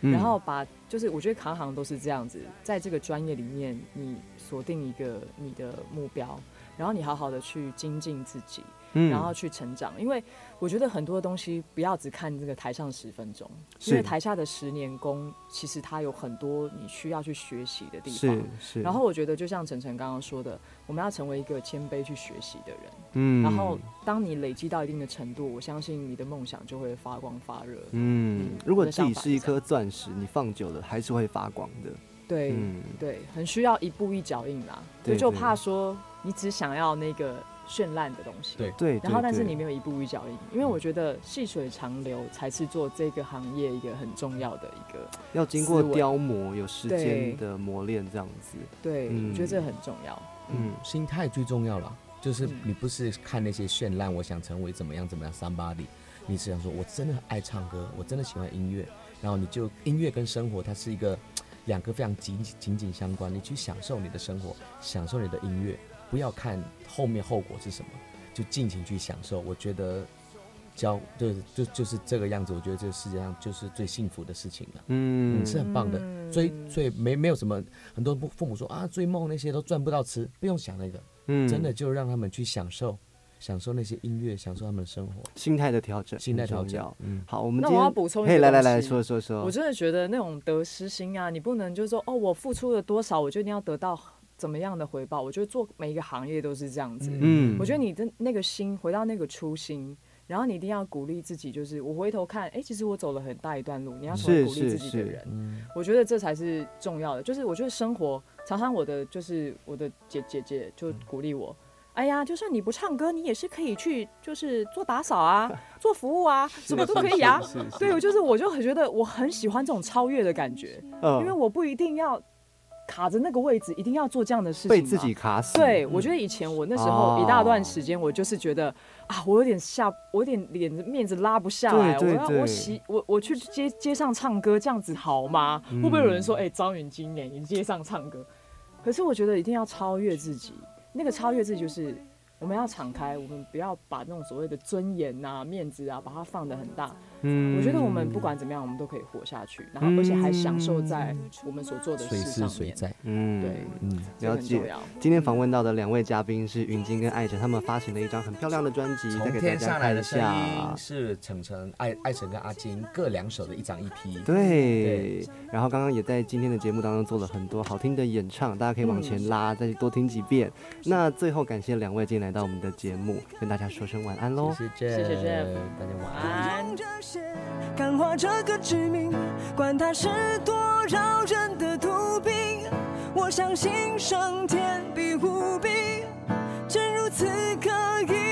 [SPEAKER 3] 嗯
[SPEAKER 5] 然后把就是我觉得行行都是这样子，在这个专业里面，你锁定一个你的目标，然后你好好的去精进自己，
[SPEAKER 3] 嗯
[SPEAKER 5] 然后去成长。因为我觉得很多东西不要只看这个台上十分钟，
[SPEAKER 3] 是
[SPEAKER 5] 因为台下的十年功，其实它有很多你需要去学习的地
[SPEAKER 3] 是
[SPEAKER 5] 方。
[SPEAKER 3] 是，
[SPEAKER 5] 然后我觉得，就像晨晨刚刚说的，我们要成为一个谦卑去学习的人。
[SPEAKER 3] 嗯
[SPEAKER 5] 然后，当你累积到一定的程度，我相信你的梦想就会发光发热。
[SPEAKER 3] 嗯
[SPEAKER 5] 嗯，
[SPEAKER 3] 如果
[SPEAKER 5] 我的
[SPEAKER 3] 自己
[SPEAKER 5] 想法
[SPEAKER 3] 是一
[SPEAKER 5] 是这
[SPEAKER 3] 颗钻石，你放久了还是会发光的。
[SPEAKER 5] 对，
[SPEAKER 3] 嗯，
[SPEAKER 5] 对，很需要一步一脚印啦。
[SPEAKER 3] 对
[SPEAKER 5] 我就
[SPEAKER 3] 对
[SPEAKER 5] 怕说你只想要那个绚烂的东西，
[SPEAKER 6] 对
[SPEAKER 3] 对。
[SPEAKER 5] 然后但是
[SPEAKER 3] 对
[SPEAKER 5] 你没有一步一脚印，因为我觉得细水长流才是做这个行业一个很重要的一个，
[SPEAKER 3] 要经过
[SPEAKER 5] 思维
[SPEAKER 3] 雕磨，有时间
[SPEAKER 5] 对
[SPEAKER 3] 的磨练，这样子。
[SPEAKER 5] 对，
[SPEAKER 3] 嗯
[SPEAKER 5] 我觉得这很重要。
[SPEAKER 3] 嗯，
[SPEAKER 6] 心态最重要了，就是
[SPEAKER 5] 嗯
[SPEAKER 6] 你不是看那些绚烂，我想成为怎么样怎么样 somebody，你是想说我真的很爱唱歌，我真的喜欢音乐，然后你就音乐跟生活它是一个两个非常紧紧紧相关，你去享受你的生活，享受你的音乐，不要看后面后果是什么，就尽情去享受。我觉得交对就就是这个样子，我觉得这个世界上就是最幸福的事情了。
[SPEAKER 3] 嗯
[SPEAKER 6] 嗯，是很棒的。追追没没有什么，很多父父母说啊，追梦那些都赚不到吃，不用想那个，
[SPEAKER 3] 嗯
[SPEAKER 6] 真的就让他们去享受，享受那些音乐，享受他们的生活，
[SPEAKER 3] 心态的调整，
[SPEAKER 6] 心态
[SPEAKER 3] 很重
[SPEAKER 6] 调整
[SPEAKER 3] 要。
[SPEAKER 6] 嗯，
[SPEAKER 3] 好，我们
[SPEAKER 5] 那
[SPEAKER 3] 今
[SPEAKER 5] 我要
[SPEAKER 3] 天
[SPEAKER 5] 补充一
[SPEAKER 3] 嘿，
[SPEAKER 5] 个
[SPEAKER 3] 来来
[SPEAKER 5] 东
[SPEAKER 3] 来
[SPEAKER 5] 西
[SPEAKER 3] 说说说，
[SPEAKER 5] 我真的觉得那种得失心啊，你不能就说哦，我付出了多少，我就一定要得到怎么样的回报。我觉得做每一个行业都是这样子。
[SPEAKER 3] 嗯，
[SPEAKER 5] 我觉得你的那个心回到那个初心，然后你一定要鼓励自己，就是我回头看，哎、其实我走了很大一段路，你要成为
[SPEAKER 3] 是
[SPEAKER 5] 鼓励
[SPEAKER 3] 是
[SPEAKER 5] 自己的
[SPEAKER 3] 是嗯
[SPEAKER 5] 人。我觉得这才是重要的。就是我觉得生活常常我的就是我的姐姐姐就鼓励我。哎呀，就算你不唱歌，你也是可以去，就是做打扫啊，做服
[SPEAKER 3] [LAUGHS]
[SPEAKER 5] 务啊，什么都可以啊。对，我就是我就很觉得我很喜欢这种超越的感觉，
[SPEAKER 3] 嗯
[SPEAKER 5] 因为我不一定要卡着那个位置，一定要做这样的事情嘛。
[SPEAKER 3] 被自己嗯啊卡死，
[SPEAKER 5] 对，我觉得以前我那时候一大段时间，我就是觉得、啊，我有点下，我有点脸面子拉不下来，
[SPEAKER 3] 对对
[SPEAKER 5] 我
[SPEAKER 3] 对
[SPEAKER 5] 要我洗我我去街街上唱歌这样子好吗？会不会有人
[SPEAKER 3] 嗯
[SPEAKER 5] 说，哎、张云今年你街上唱歌？可是我觉得一定要超越自己，那个超越自己就是我们要敞开，我们不要把那种所谓的尊严呐、面子啊，把它放得很大。
[SPEAKER 3] 嗯，
[SPEAKER 5] 我觉得我们不管怎么样，我们都可以活下去，然后而且还享受在我们所做的
[SPEAKER 6] 嗯随
[SPEAKER 5] 事
[SPEAKER 6] 时
[SPEAKER 5] 上
[SPEAKER 6] 随
[SPEAKER 5] 面。
[SPEAKER 6] 在，
[SPEAKER 3] 嗯，
[SPEAKER 5] 对，
[SPEAKER 6] 嗯，
[SPEAKER 5] 这个
[SPEAKER 3] 了
[SPEAKER 5] 很
[SPEAKER 3] 解
[SPEAKER 5] 重要。
[SPEAKER 3] 今天访问到的两位嘉宾是云晶跟艾哲，他们发行了一张很漂亮的专辑，再
[SPEAKER 6] 从
[SPEAKER 3] 给大
[SPEAKER 6] 天
[SPEAKER 3] 家
[SPEAKER 6] 上来
[SPEAKER 3] 看一
[SPEAKER 6] 的声
[SPEAKER 3] 下
[SPEAKER 6] 音。是程程、艾艾辰跟阿金各两首的一张 E EP，，
[SPEAKER 3] 对，然后刚刚也在今天的节目当中做了很多好听的演唱，大家可以往前拉，再多听几遍。那最后感谢两位今天来到我们的节目，跟大家说声晚安喽。
[SPEAKER 6] 谢谢
[SPEAKER 5] 谢谢 Jeff
[SPEAKER 6] 大家晚安。
[SPEAKER 5] 安。
[SPEAKER 7] 用这些感化这个致命，管它是多扰人的毒病，我相信上天必无比，正如此刻一。